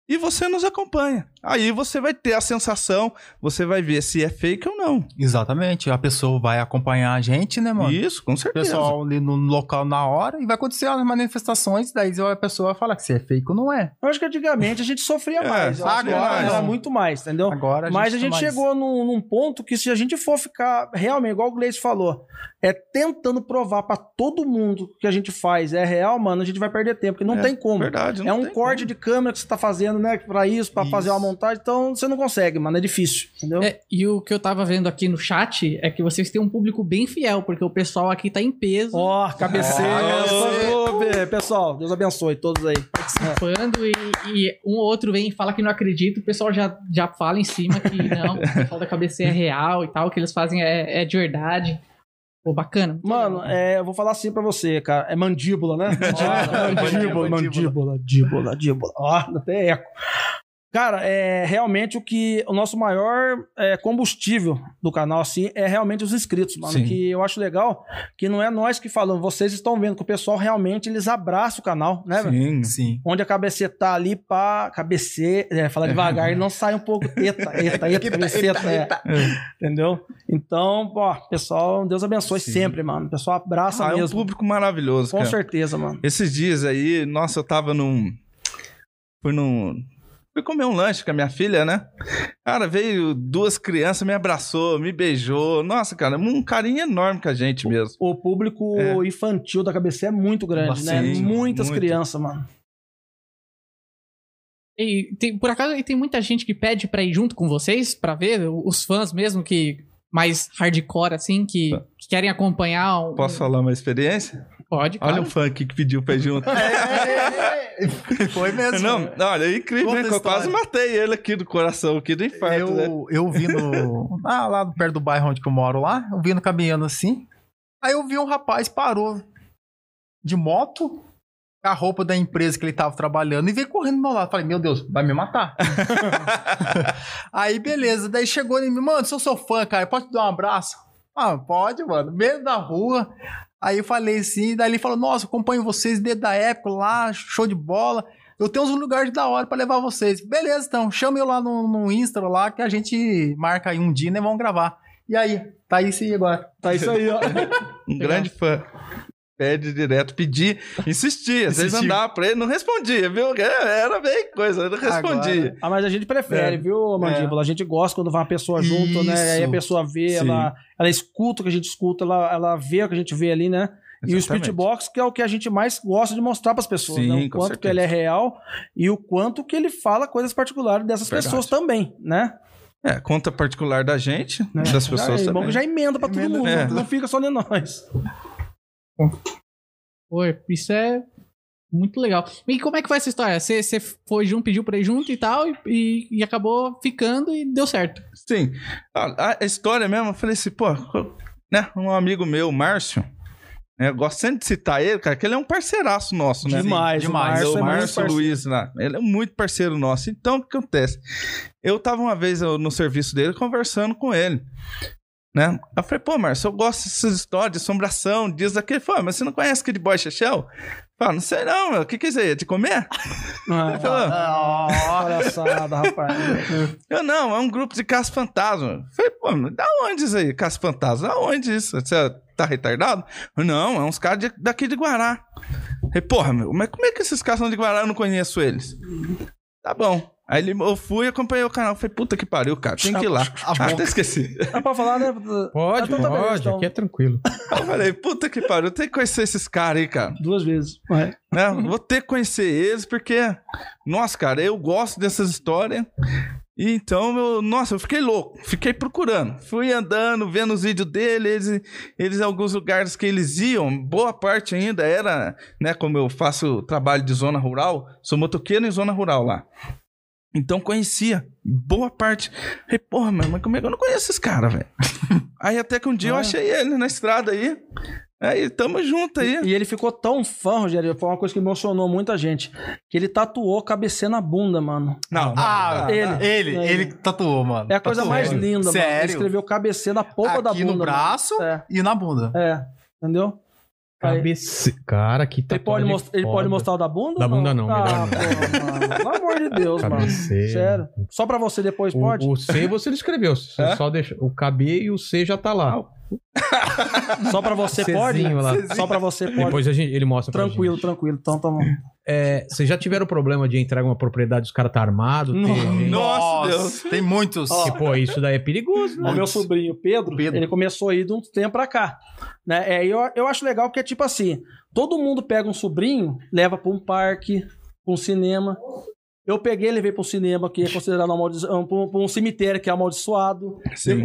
E você nos acompanha. Aí você vai ter a sensação, você vai ver se é fake ou não.
Exatamente. A pessoa vai acompanhar a gente, né, mano?
Isso, com
O
certeza.
pessoal ali no local na hora e vai acontecer as manifestações, daí a pessoa vai falar que se é fake ou não é.
Eu acho que antigamente a gente sofria
É,
mais. eu acho que
agora
era, era
não.
muito mais, entendeu?
Agora a
Mas a
gente
gente
tá mais-
chegou num, num ponto que se a gente for ficar realmente, igual o Gleice falou, é tentando provar pra todo mundo que a gente faz é real, mano, a gente vai perder tempo, porque não
É,
tem como.
Verdade, não
É um
tem
corte de câmera que você tá fazendo, né, Pra isso, pra
Isso.
fazer uma montagem, então você não consegue, mano, é difícil, entendeu?
É, e o que eu tava vendo aqui no chat é que vocês têm um público bem fiel, porque o pessoal aqui tá em peso.
Ó, cabeceira.
Ah,
Ô, Bê, Pessoal, Deus abençoe todos aí.
participando e, e um ou outro vem e fala que não acredita, o pessoal já, já fala em cima que não, o pessoal da cabeça é real e tal, o que eles fazem é, é de verdade. Pô, bacana.
Mano, é, eu vou falar assim pra você, cara. É mandíbula, né? Ó, mandíbula, mandíbula, mandíbula, mandíbula. Ó, dá até eco. Cara, é realmente o que o nosso maior é, combustível do canal, assim, é realmente os inscritos, mano.
Sim.
Que eu acho legal, que não é nós que falamos, vocês estão vendo que o pessoal realmente eles abraçam o canal, né, velho?
como. Sim.
Sim.
Onde a cabecê tá ali pra cabecê, é, falar devagar e não sai um pouco
É,
eta, eta, eta, cabeceta, é. entendeu? Então, pô, pessoal, Deus abençoe
Sim.
sempre, mano. Pessoal, abraça
Ah, é um
mesmo.
público maravilhoso,
Com
cara.
certeza, mano.
Esses dias aí, nossa, eu tava num. Fui num. Fui comer um lanche com a minha filha, né? Cara, veio duas crianças, me abraçou, me beijou. Nossa, cara, um carinho enorme com a gente mesmo.
O público
É.
infantil da cabeceira é muito grande, né?
Bastante,
Muitas
muito.
crianças, mano.
E tem- por acaso, e tem muita gente que pede pra ir junto com vocês, pra ver, os fãs mesmo que mais hardcore, assim, que, que querem acompanhar. Um...
Posso falar uma experiência?
Pode,
Olha
claro.
um funk que pediu pra ir junto. é,
Foi mesmo.
Não, olha, é incrível,
Conta
né?
a
Que eu quase
história.
matei ele aqui do coração, aqui do infarto, né?
eu, eu vi no. Ah, lá perto do bairro onde que eu moro lá, eu vi no caminhando assim. Aí eu vi um rapaz parou de moto, com a roupa da empresa que ele tava trabalhando, e veio correndo do meu lado. Falei, meu Deus, vai me matar. Aí, beleza. Daí chegou em mim, mano, se eu sou fã, cara, pode te dar um abraço? Ah, pode, mano. Meio da rua. Aí eu falei assim, daí ele falou, nossa, eu acompanho vocês desde a época lá, show de bola. Eu tenho uns lugares da hora pra levar vocês. Beleza, então, chama eu lá no, no Insta lá, que a gente marca aí um dia, né? Vamos gravar. E aí? Tá isso aí agora.
Tá isso aí, ó.
Um grande fã. Pede direto, pedir, insistir. Às vezes
Insistiu.
andava pra ele, não respondia, viu? É, Era bem coisa, eu não respondia.
Ah, mas a gente prefere,
É.
viu, Mandíbula? A gente gosta quando vai uma pessoa junto, né?
Isso.
Aí a pessoa vê,
Sim.
ela, ela escuta o que a gente escuta, ela, ela vê o que a gente vê ali, né? E o
Exatamente.
Spirit Box, que é o que a gente mais gosta de mostrar para as pessoas,
Sim,
né? O
com
quanto
certeza.
que ele é real e o quanto que ele fala coisas particulares dessas
Verdade.
pessoas também, né?
É, conta particular da gente,
Né?
das pessoas
já, é bom
também.
que já emenda para todo
Emenda,
mundo,
é.
não fica só de nós.
Pô, isso é muito legal. E como é que foi essa história? Você você foi junto, pediu pra ir junto e tal, e, e- e acabou ficando e deu certo.
Sim. A, a- a história mesmo, eu falei assim, pô, né? Um amigo meu, Márcio, né? Eu gosto sempre de citar ele, cara, que ele é um parceiraço nosso, né?
demais,
demais.
demais.
Márcio
Mas o
é muito
Márcio Luiz lá, ele é muito parceiro nosso. Então, o que acontece? Eu tava uma vez eu, no serviço dele conversando com ele. Né? Eu falei, pô, Márcio, eu gosto dessas histórias de assombração, diz daquele. Falei, "Ah, mas você não conhece aquele boy Chechel? Fala, "Ah, não sei não, meu. O que que é isso aí? É de comer? Ele falou,
Engraçado, Ah, rapaz.
eu não, é um grupo de caça fantasma. Falei, pô, mas da onde isso aí? Caça fantasma? Da onde isso? Você tá retardado? Não, é uns caras de- daqui de Guará. Falei, porra, meu, mas como é que esses caras são de Guará? Eu não conheço eles. Tá bom. Aí ele- eu fui e acompanhei o canal. Falei, puta que pariu, cara, tem que ir lá.
A
Ah,
boca.
até esqueci.
Dá Tá pra falar, né?
Pode,
Então tá beleza,
pode,
então.
aqui é tranquilo.
Aí eu falei, puta que pariu, tem que conhecer esses caras aí, cara.
Duas vezes. É.
né? Vou ter que conhecer eles, porque, nossa, cara, eu gosto dessas histórias. E então, eu, nossa, eu fiquei louco, fiquei procurando. Fui andando, vendo os vídeos dele, eles, eles em alguns lugares que eles iam, boa parte ainda era, né, como eu faço trabalho de zona rural, sou motoqueiro em zona rural lá. Então conhecia boa parte. Falei, porra, mas mas como é que eu não conheço esses caras, velho? aí até que um dia eu
Ah.
achei ele na estrada aí. Aí tamo junto aí.
E ele ficou tão fã, Rogério, foi uma coisa que emocionou muita gente, que ele tatuou cabeceira na bunda, mano.
Não,
Ah,
Ele.
ele, ele,
Ele.
ele tatuou, mano.
É a coisa
Tatuou.
mais linda, mano.
Tá Sério?
Ele escreveu cabeceira na polpa
Aqui
da bunda.
no
mano.
braço
É,
e na bunda.
é. Entendeu? Aí-
Cabece... Cara, que
Ele pode,
tatuagem
mostrar, ele
foda.
pode mostrar o da bunda?
Da
ou
bunda não, melhor
Ah, pô, mano. Pelo amor de Deus, mano.
Cabeceira.
Sério. Só pra você depois, pode?
O, o C você não escreveu, você
É?
só deixa o KB e o C já tá
Ah,
lá.
Só pra você, pode?
Czinho lá.
Só pra você, pode.
Depois a gente, ele mostra pra gente.
Tranquilo, tranquilo. Então, tá bom.
É, vocês já tiveram problema de entrar em uma propriedade os caras tá armado?
Não.
Teve...
Nossa, Deus.
tem muitos. Tipo,
Ó,
E, pô, isso daí é perigoso,
O
né?
meu sobrinho, Pedro,
Pedro.
ele começou a ir de um tempo pra cá. Né? É, eu, eu acho legal porque é tipo assim: todo mundo pega um sobrinho, leva pra um parque, pra um cinema. Eu peguei e levei pra um cinema que é considerado amaldiço- um, pra um- pra um cemitério que é amaldiçoado.
Sim.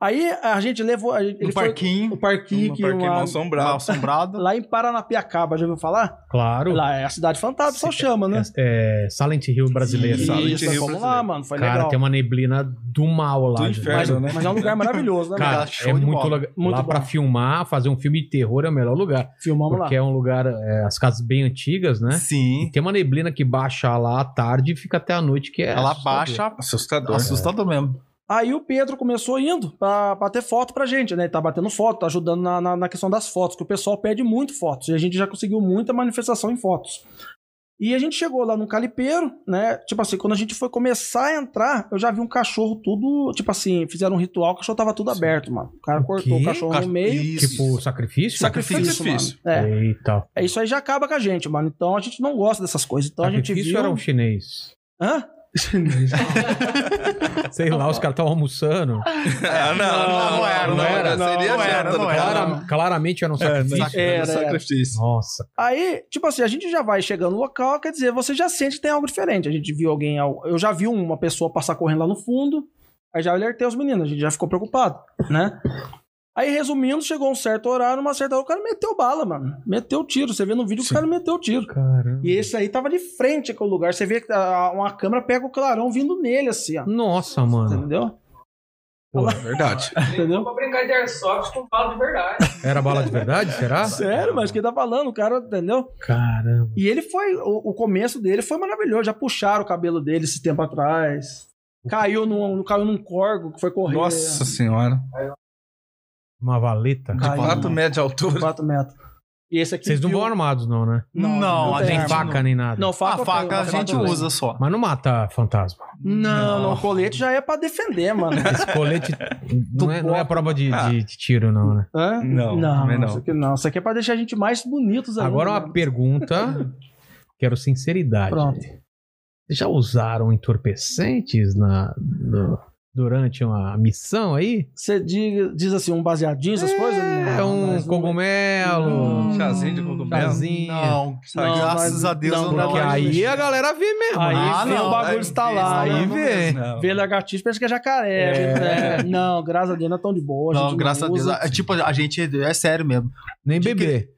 Aí a gente levou. a- Ele
no
foi-
Um parquinho,
o parquinho,
Uma
que
um parquinho
uma-
mal
mal
assombrado.
assombrado.
lá em Paranapiacaba, já ouviu falar?
Claro.
Lá é a cidade fantasma, só chama, né?
É, Silent Hill brasileiro.
Sim. Silent
Isso,
Hill
vamos lá,
brasileiro.
mano. Foi
Cara, é um
legal.
tem uma neblina do mal lá.
Do
gente.
inferno,
mas,
merda, né?
mas é um lugar maravilhoso, né?
Cara,
mano?
Cara, show
é
de
muito
bola.
legal.
Muito
lá pra
bom.
filmar, fazer um filme de terror é o melhor lugar.
Filmamos lá.
porque é um lugar, é, as casas bem antigas, né? E
Sim.
tem uma neblina que baixa lá à tarde e fica até a noite, que é.
Ela
assustador.
baixa
Assustador.
assustador mesmo.
Aí o Pedro começou indo pra bater foto pra gente, né? Ele tá batendo foto, tá ajudando na, na, na questão das fotos, que o pessoal pede muito fotos. E a gente já conseguiu muita manifestação em fotos. E a gente chegou lá no calipeiro, né? Tipo assim, quando a gente foi começar a entrar, eu já vi um cachorro tudo. Tipo assim, fizeram um ritual, o cachorro tava tudo aberto, mano. O cara
O
cortou
quê?
o cachorro no meio.
Isso.
Tipo, sacrifício?
Sacrifício,
Sacrifício.
mano. É.
Eita.
É, Isso aí já acaba com a gente, mano. Então a gente não gosta dessas coisas. Então a gente
sacrifício um
viu.
era um chinês.
Hã?
Sei lá, os caras estavam almoçando.
Ah, não, não, não era, não era.
não
Seria
era,
janta,
não
né?
era.
Clara- claramente
É,
era um sacrifício.
sacrifício.
Era, era.
sacrifício.
Nossa.
Aí, tipo assim, a gente já vai chegando no local, quer dizer, você já sente que tem algo diferente. A gente viu alguém, al- eu já vi uma pessoa passar correndo lá no fundo, aí já alertei os meninos, a gente já ficou preocupado, né? Aí, resumindo, chegou um certo horário, uma certa hora, o cara meteu bala, mano. Meteu tiro. Você vê no vídeo que o cara meteu tiro.
Caramba.
E esse aí tava de frente com o lugar. Você vê que a- uma câmera pega o clarão vindo nele, assim, ó.
Nossa, mano.
Entendeu?
Verdade.
Entendeu?
Pra brincar de airsoft com bala de verdade.
Era bala de verdade, será?
Sério, mas quem tá falando, o cara, entendeu?
Caramba.
E ele foi, o, o começo dele foi maravilhoso. Já puxaram o cabelo dele esse tempo atrás. Caiu num, caiu num corgo que foi correr.
Nossa senhora.
Uma valeta.
Caiu,
Quatro
Hum.
mano.
metros de altura.
4 metros. E esse aqui.
Vocês não
viu-
vão armados, não, né?
Não, não
a
tem
gente
Nem
arma,
não-
faca, nem nada.
Não, faca,
a
eu
Ah, faca
tenho,
a gente
eu tenho.
usa só.
Mas não mata fantasma.
Não, não, o colete já é pra defender, mano.
Esse colete não, é, não é prova de, de- de tiro, não, né?
Hã?
Não,
não,
também não.
Isso aqui não. Isso aqui é pra deixar a gente mais bonitos ainda,
é
Agora uma
mano.
pergunta. Quero sinceridade.
Pronto.
Já usaram entorpecentes na, no- durante uma missão aí?
Você diz, diz assim, um baseadinho, essas coisas?
É
Não,
um
mas não-
Hum.
cogumelo.
Chazinho de cogumelo.
Chazinho.
Não,
Hum, Não,
graças
mas-
a Deus
não,
não.
não,
Porque aí
mas-
a galera vê mesmo. né?
Aí
Ah,
vem
não,
o bagulho instalar.
aí
né?
vê.
Vê lagartixa, pensa que é jacaré. né? Não, graças a Deus, não é tão de boa.
Não,
gente
graças a Deus.
usa.
É, tipo, a gente é sério mesmo.
Nem
De
bebê.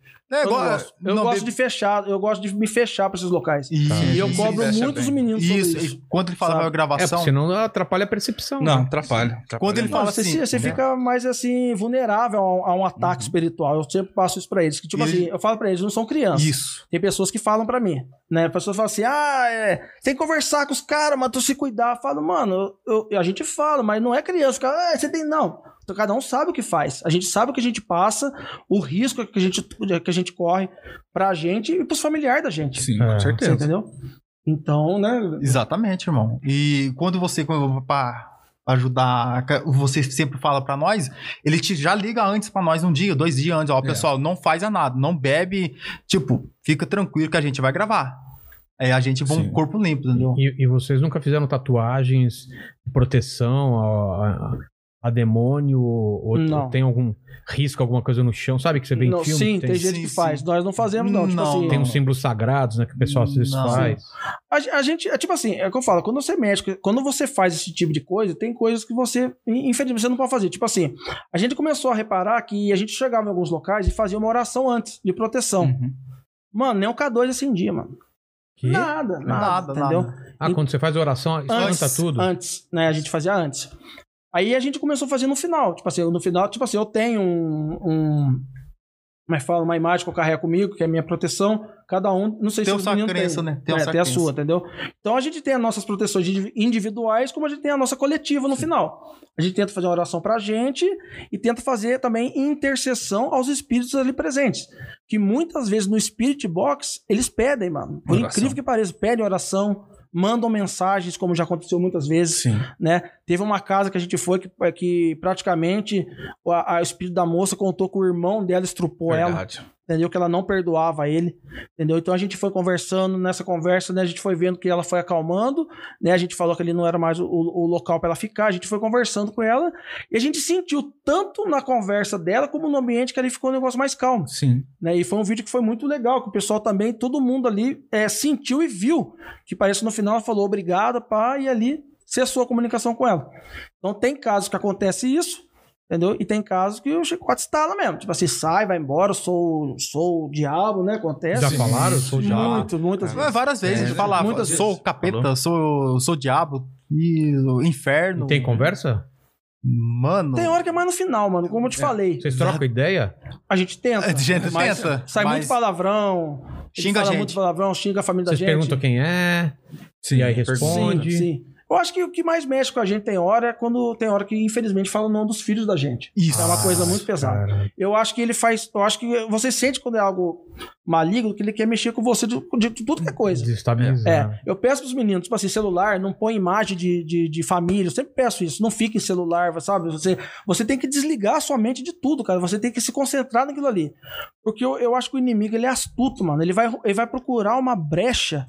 Eu
É, igual-
gosto, eu
não,
gosto
be-
de fechar, eu gosto de me fechar pra esses locais.
Isso, é
E eu
Sim,
cobro
fecha
muito os
bem.
meninos sobre
Isso,
isso.
isso. Quando ele falava a
É,
gravação,
porque senão atrapalha a percepção.
Não,
né?
atrapalha. atrapalha
Quando ele
muito.
fala
Não, você,
assim,
se- você
né? Uhum.
fica mais assim, vulnerável a um, a um ataque espiritual. Eu sempre passo isso pra eles. Que, tipo
E
assim,
ele-
eu falo pra eles, não são crianças.
isso.
Tem pessoas que falam pra mim, né? Pessoas falam assim, ah, é, tem que conversar com os caras, mas tu se cuidar. Eu falo, mano, eu- eu- a gente fala, mas não é criança. Os caras, ah, você tem, não. Então, cada um sabe o que faz. A gente sabe o que a gente passa, o risco que a gente, que a gente corre pra gente e pros familiares da gente.
Sim,
É.
com
Você
certeza.
entendeu? Então, né?
Exatamente, irmão. E quando você quando- pra ajudar, você sempre fala pra nós, ele te já liga antes pra nós um dia, dois dias antes, ó,
É.
pessoal, não faz a nada, não bebe, tipo, fica tranquilo que a gente vai gravar. Aí a gente vai um
Sim.
corpo limpo, entendeu?
E, e vocês nunca fizeram tatuagens, proteção a, a- a demônio? Ou, ou
Não.
tem algum risco, alguma coisa no chão? Sabe que você vê em
Não,
filme?
sim,
que
tem,
tem,
gente que
sim,
faz.
sim.
Nós não fazemos, não. Tipo
Não,
assim,
tem uns símbolos sagrados, né? Que o pessoal às vezes
Não.
faz.
A, a gente, é tipo assim, é o que eu falo, quando você é médico, quando você faz esse tipo de coisa, tem coisas que você, in- infelizmente, você não pode fazer. Tipo assim, a gente começou a reparar que a gente chegava em alguns locais e fazia uma oração antes, de proteção.
Uhum.
Mano, nem o K2 acendia, mano.
Que?
Nada, nada,
Nada,
entendeu?
nada.
Ah, quando você faz oração, espanta tudo?
Antes, né? A gente fazia antes. Aí a gente começou a fazer no final. Tipo assim, no final, tipo assim, eu tenho um. um como é que fala? Uma imagem que eu carrego comigo, que é a minha proteção. Cada um, não sei
Tem a
se
sua
o menino
crença, né?
Tem,
Tem
é,
a sua
tem a
crença.
sua, entendeu? Então a gente tem as nossas proteções indivi- individuais, como a gente tem a nossa coletiva no final. A gente tenta fazer uma oração pra gente e tenta fazer também intercessão aos espíritos ali presentes. Que muitas vezes no Spirit Box eles pedem, mano. Por
Oração.
incrível que pareça, pedem oração, mandam mensagens, como já aconteceu muitas vezes
Sim.
né? Teve uma casa que a gente foi que, que praticamente a, a- o espírito da moça contou que o irmão dela estrupou ela,
Verdade.
entendeu? Que ela não perdoava ele, entendeu? Então a gente foi conversando, nessa conversa, né? A gente foi vendo que ela foi acalmando, né? A gente falou que ali não era mais o, o local para ela ficar, a gente foi conversando com ela e a gente sentiu tanto na conversa dela como no ambiente que ali ficou um negócio mais calmo
Sim.
né? E foi um vídeo que foi muito legal, que o pessoal também, todo mundo ali é, sentiu e viu. Que parece que no final ela falou obrigada, pá, e ali cessou a comunicação com ela. Então tem casos que acontece isso, entendeu? E tem casos que o chicote estala mesmo. Tipo assim, sai, vai embora, eu sou, sou o diabo, né? Acontece.
Já
Sim.
falaram? Sou já.
Muito, assim. muitas
Mas
vezes.
Várias vezes
É,
a gente falava,
muitas
sou
vezes.
capeta, sou, sou diabo, e o inferno.
E tem conversa?
Mano.
Tem hora que é mais no final, mano, como eu te falei.
Vocês trocam ideia?
A gente tenta.
A é gente
mas
tenta,
Sai
mas-
muito palavrão. ele
Xinga a
fala
gente.
muito palavrão, xinga a família
Vocês
da gente.
perguntam quem é? e aí responde?
Sim, sim. Eu acho que o que mais mexe com a gente tem hora é quando tem hora que, infelizmente, fala o nome dos filhos da gente.
Isso.
É uma coisa muito pesada.
Cara,
Eu acho que ele faz. Eu acho que você sente quando é algo maligno que ele quer mexer com você de, de tudo que é coisa.
desestabilizar.
É, eu peço pros meninos, tipo assim, celular, não põe imagem de, de, de família, eu sempre peço isso, não fique em celular, sabe? Você, você tem que desligar a sua mente de tudo, cara, você tem que se concentrar naquilo ali. Porque eu, eu acho que o inimigo, ele é astuto, mano, ele vai, ele vai procurar uma brecha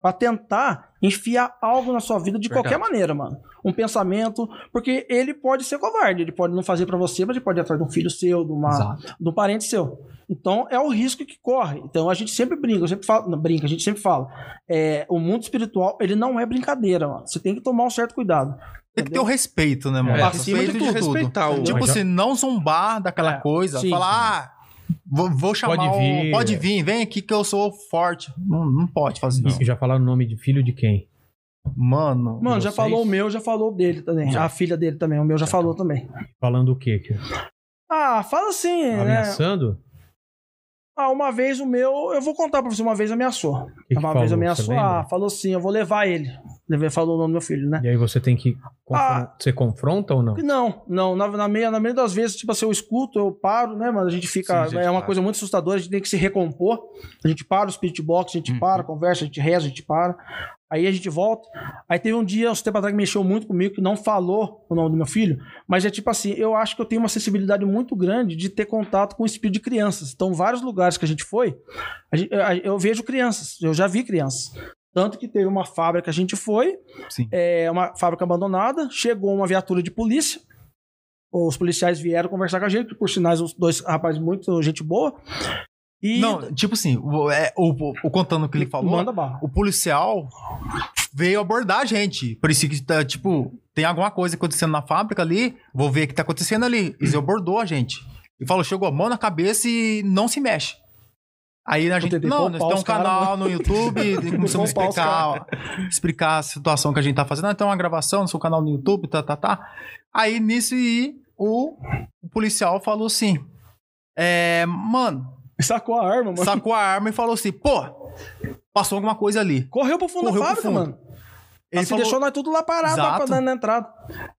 Pra tentar enfiar algo na sua vida de
Verdade.
qualquer maneira, mano. Um pensamento, porque ele pode ser covarde, ele pode não fazer pra você, mas ele pode ir atrás de um filho seu, de uma,
Exato.
do parente seu. Então é o risco que corre. Então a gente sempre brinca, eu sempre falo, não, brinca, a gente sempre fala. é, o mundo espiritual, ele não é brincadeira, mano. Você tem que tomar um certo cuidado.
Tem que ter o respeito, né, mano?
É,
Acima
respeito de respeitar o-
Tipo
Mas já-
assim, não zombar daquela
É,
coisa.
sim.
falar, ah, vou, vou chamar
Pode
o-
vir,
Pode
é.
vir, vem aqui que eu sou forte. Não, não pode fazer isso.
E já falaram o nome de filho de quem?
Mano,
Mano, já
vocês?
falou o meu, já falou o dele também. A filha dele também, o meu já falou também.
Falando o quê? Que-
Ah, fala assim, né?
Ameaçando?
Ah, uma vez o meu, eu vou contar pra você, uma vez ameaçou.
O que que
uma
falou?
vez
Você
ameaçou,
lembra?
ah, falou assim, eu vou levar ele. Levei- Falou o nome do meu filho, né?
E aí você tem que. confron-
Ah.
Você confronta ou não?
Não, não, na, na, meia, na meia das vezes, tipo assim, eu escuto, eu paro, né, mano? A gente fica.
Sim, gente,
é uma
para.
coisa muito assustadora, a gente tem que se recompor. A gente para o spirit box, a gente
Uhum.
para, conversa, a gente reza, a gente para. Aí a gente volta. Aí teve um dia, uns tempo atrás, que mexeu muito comigo, que não falou o nome do meu filho, mas é tipo assim, eu acho que eu tenho uma sensibilidade muito grande de ter contato com o espírito de crianças. Então, vários lugares que a gente foi, a gente- a- eu vejo crianças, eu já vi crianças. Tanto que teve uma fábrica que a gente foi,
Sim.
é uma fábrica abandonada, chegou uma viatura de polícia, os policiais vieram conversar com a gente, que por sinais, os dois rapazes muito gente boa. E
Não, tipo assim, o, é, o, o- o contando o que ele falou,
manda barra.
o policial veio abordar a gente. Parecia que tá, tipo, tem alguma coisa acontecendo na fábrica ali, vou ver o que tá acontecendo ali. Ele abordou a gente. E falou, chegou a mão na cabeça e não se mexe. Aí a gente,
tentei poupar
não, nós temos um
os caras,
canal no YouTube, começamos a
Poupar os
explicar, explicar a situação que a gente tá fazendo. Ah, tem uma gravação no seu canal no YouTube, tá, tá, tá. Aí nisso e o, o policial falou assim, é, mano,
Sacou a arma, mano.
sacou a arma e falou assim, pô, passou alguma coisa ali.
Correu pro fundo
Correu
da
pro
fábrica,
fundo.
mano. Ele
Ele
assim,
falou-
deixou nós tudo lá parado, lá
Exato.
pra- na, na entrada.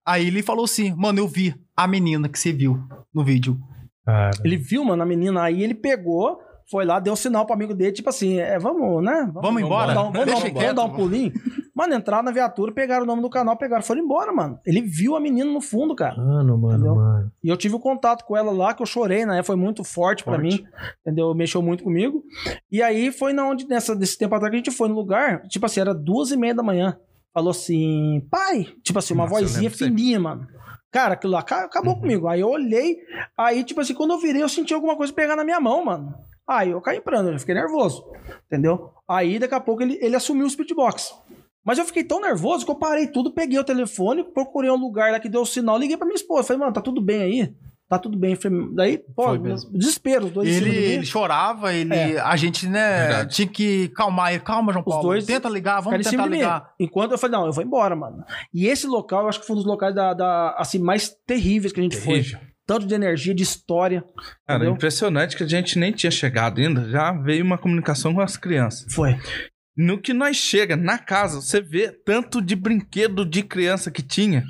Aí ele falou assim, mano, eu vi a menina que você viu no vídeo.
Cara,
Ele
Uhum.
viu, mano, a menina. Aí ele pegou, foi lá, deu um sinal pro amigo dele, tipo assim, é, vamos, né?
Vamos embora?
Vamos, dar um- vamos dar um-
Deixa
vamos dar um
quieto.
pulinho. Mano, entraram na viatura, pegaram o nome do canal, pegaram, foram embora, mano. Ele viu a menina no fundo, cara.
Mano, mano,
Entendeu?
mano.
E eu tive um contato com ela lá, que eu chorei, né? Foi muito forte, pra
Forte.
mim, entendeu? Mexeu muito comigo. E aí foi na onde, nessa, desse tempo atrás, que a gente foi no lugar, tipo assim, era duas e meia da manhã. Falou assim, pai! Tipo assim, uma
Nossa, eu
vozinha
lembro disso aí. Uhum.
fininha, mano. Cara, aquilo lá ca- acabou comigo. Aí eu olhei, aí, tipo assim, quando eu virei, eu senti alguma coisa pegar na minha mão, mano. Aí eu caí em pranto, eu já fiquei nervoso, entendeu? Aí daqui a pouco ele, ele assumiu o speedbox. Mas eu fiquei tão nervoso que eu parei tudo, peguei o telefone, procurei um lugar lá que deu o sinal, liguei pra minha esposa. Falei, mano, tá tudo bem aí? Tá tudo bem. Falei, Daí, pô,
Foi mesmo.
desespero, os dois em
Ele,
cima de mim.
ele chorava, ele,
É.
a gente, né,
Verdade.
tinha que calmar ele. Calma, João
Os
Paulo,
dois
tenta ligar,
Ficaram em
vamos
cima
tentar
de mim.
ligar.
Enquanto eu falei, não, eu vou embora, mano. E esse local, eu acho que foi um dos locais da, da- assim, mais terríveis que a gente foi. Tanto de energia, de história.
Cara,
entendeu?
impressionante que a gente nem tinha chegado ainda, já veio uma comunicação com as crianças.
Foi.
No que nós chega na casa, você vê tanto de brinquedo de criança que tinha.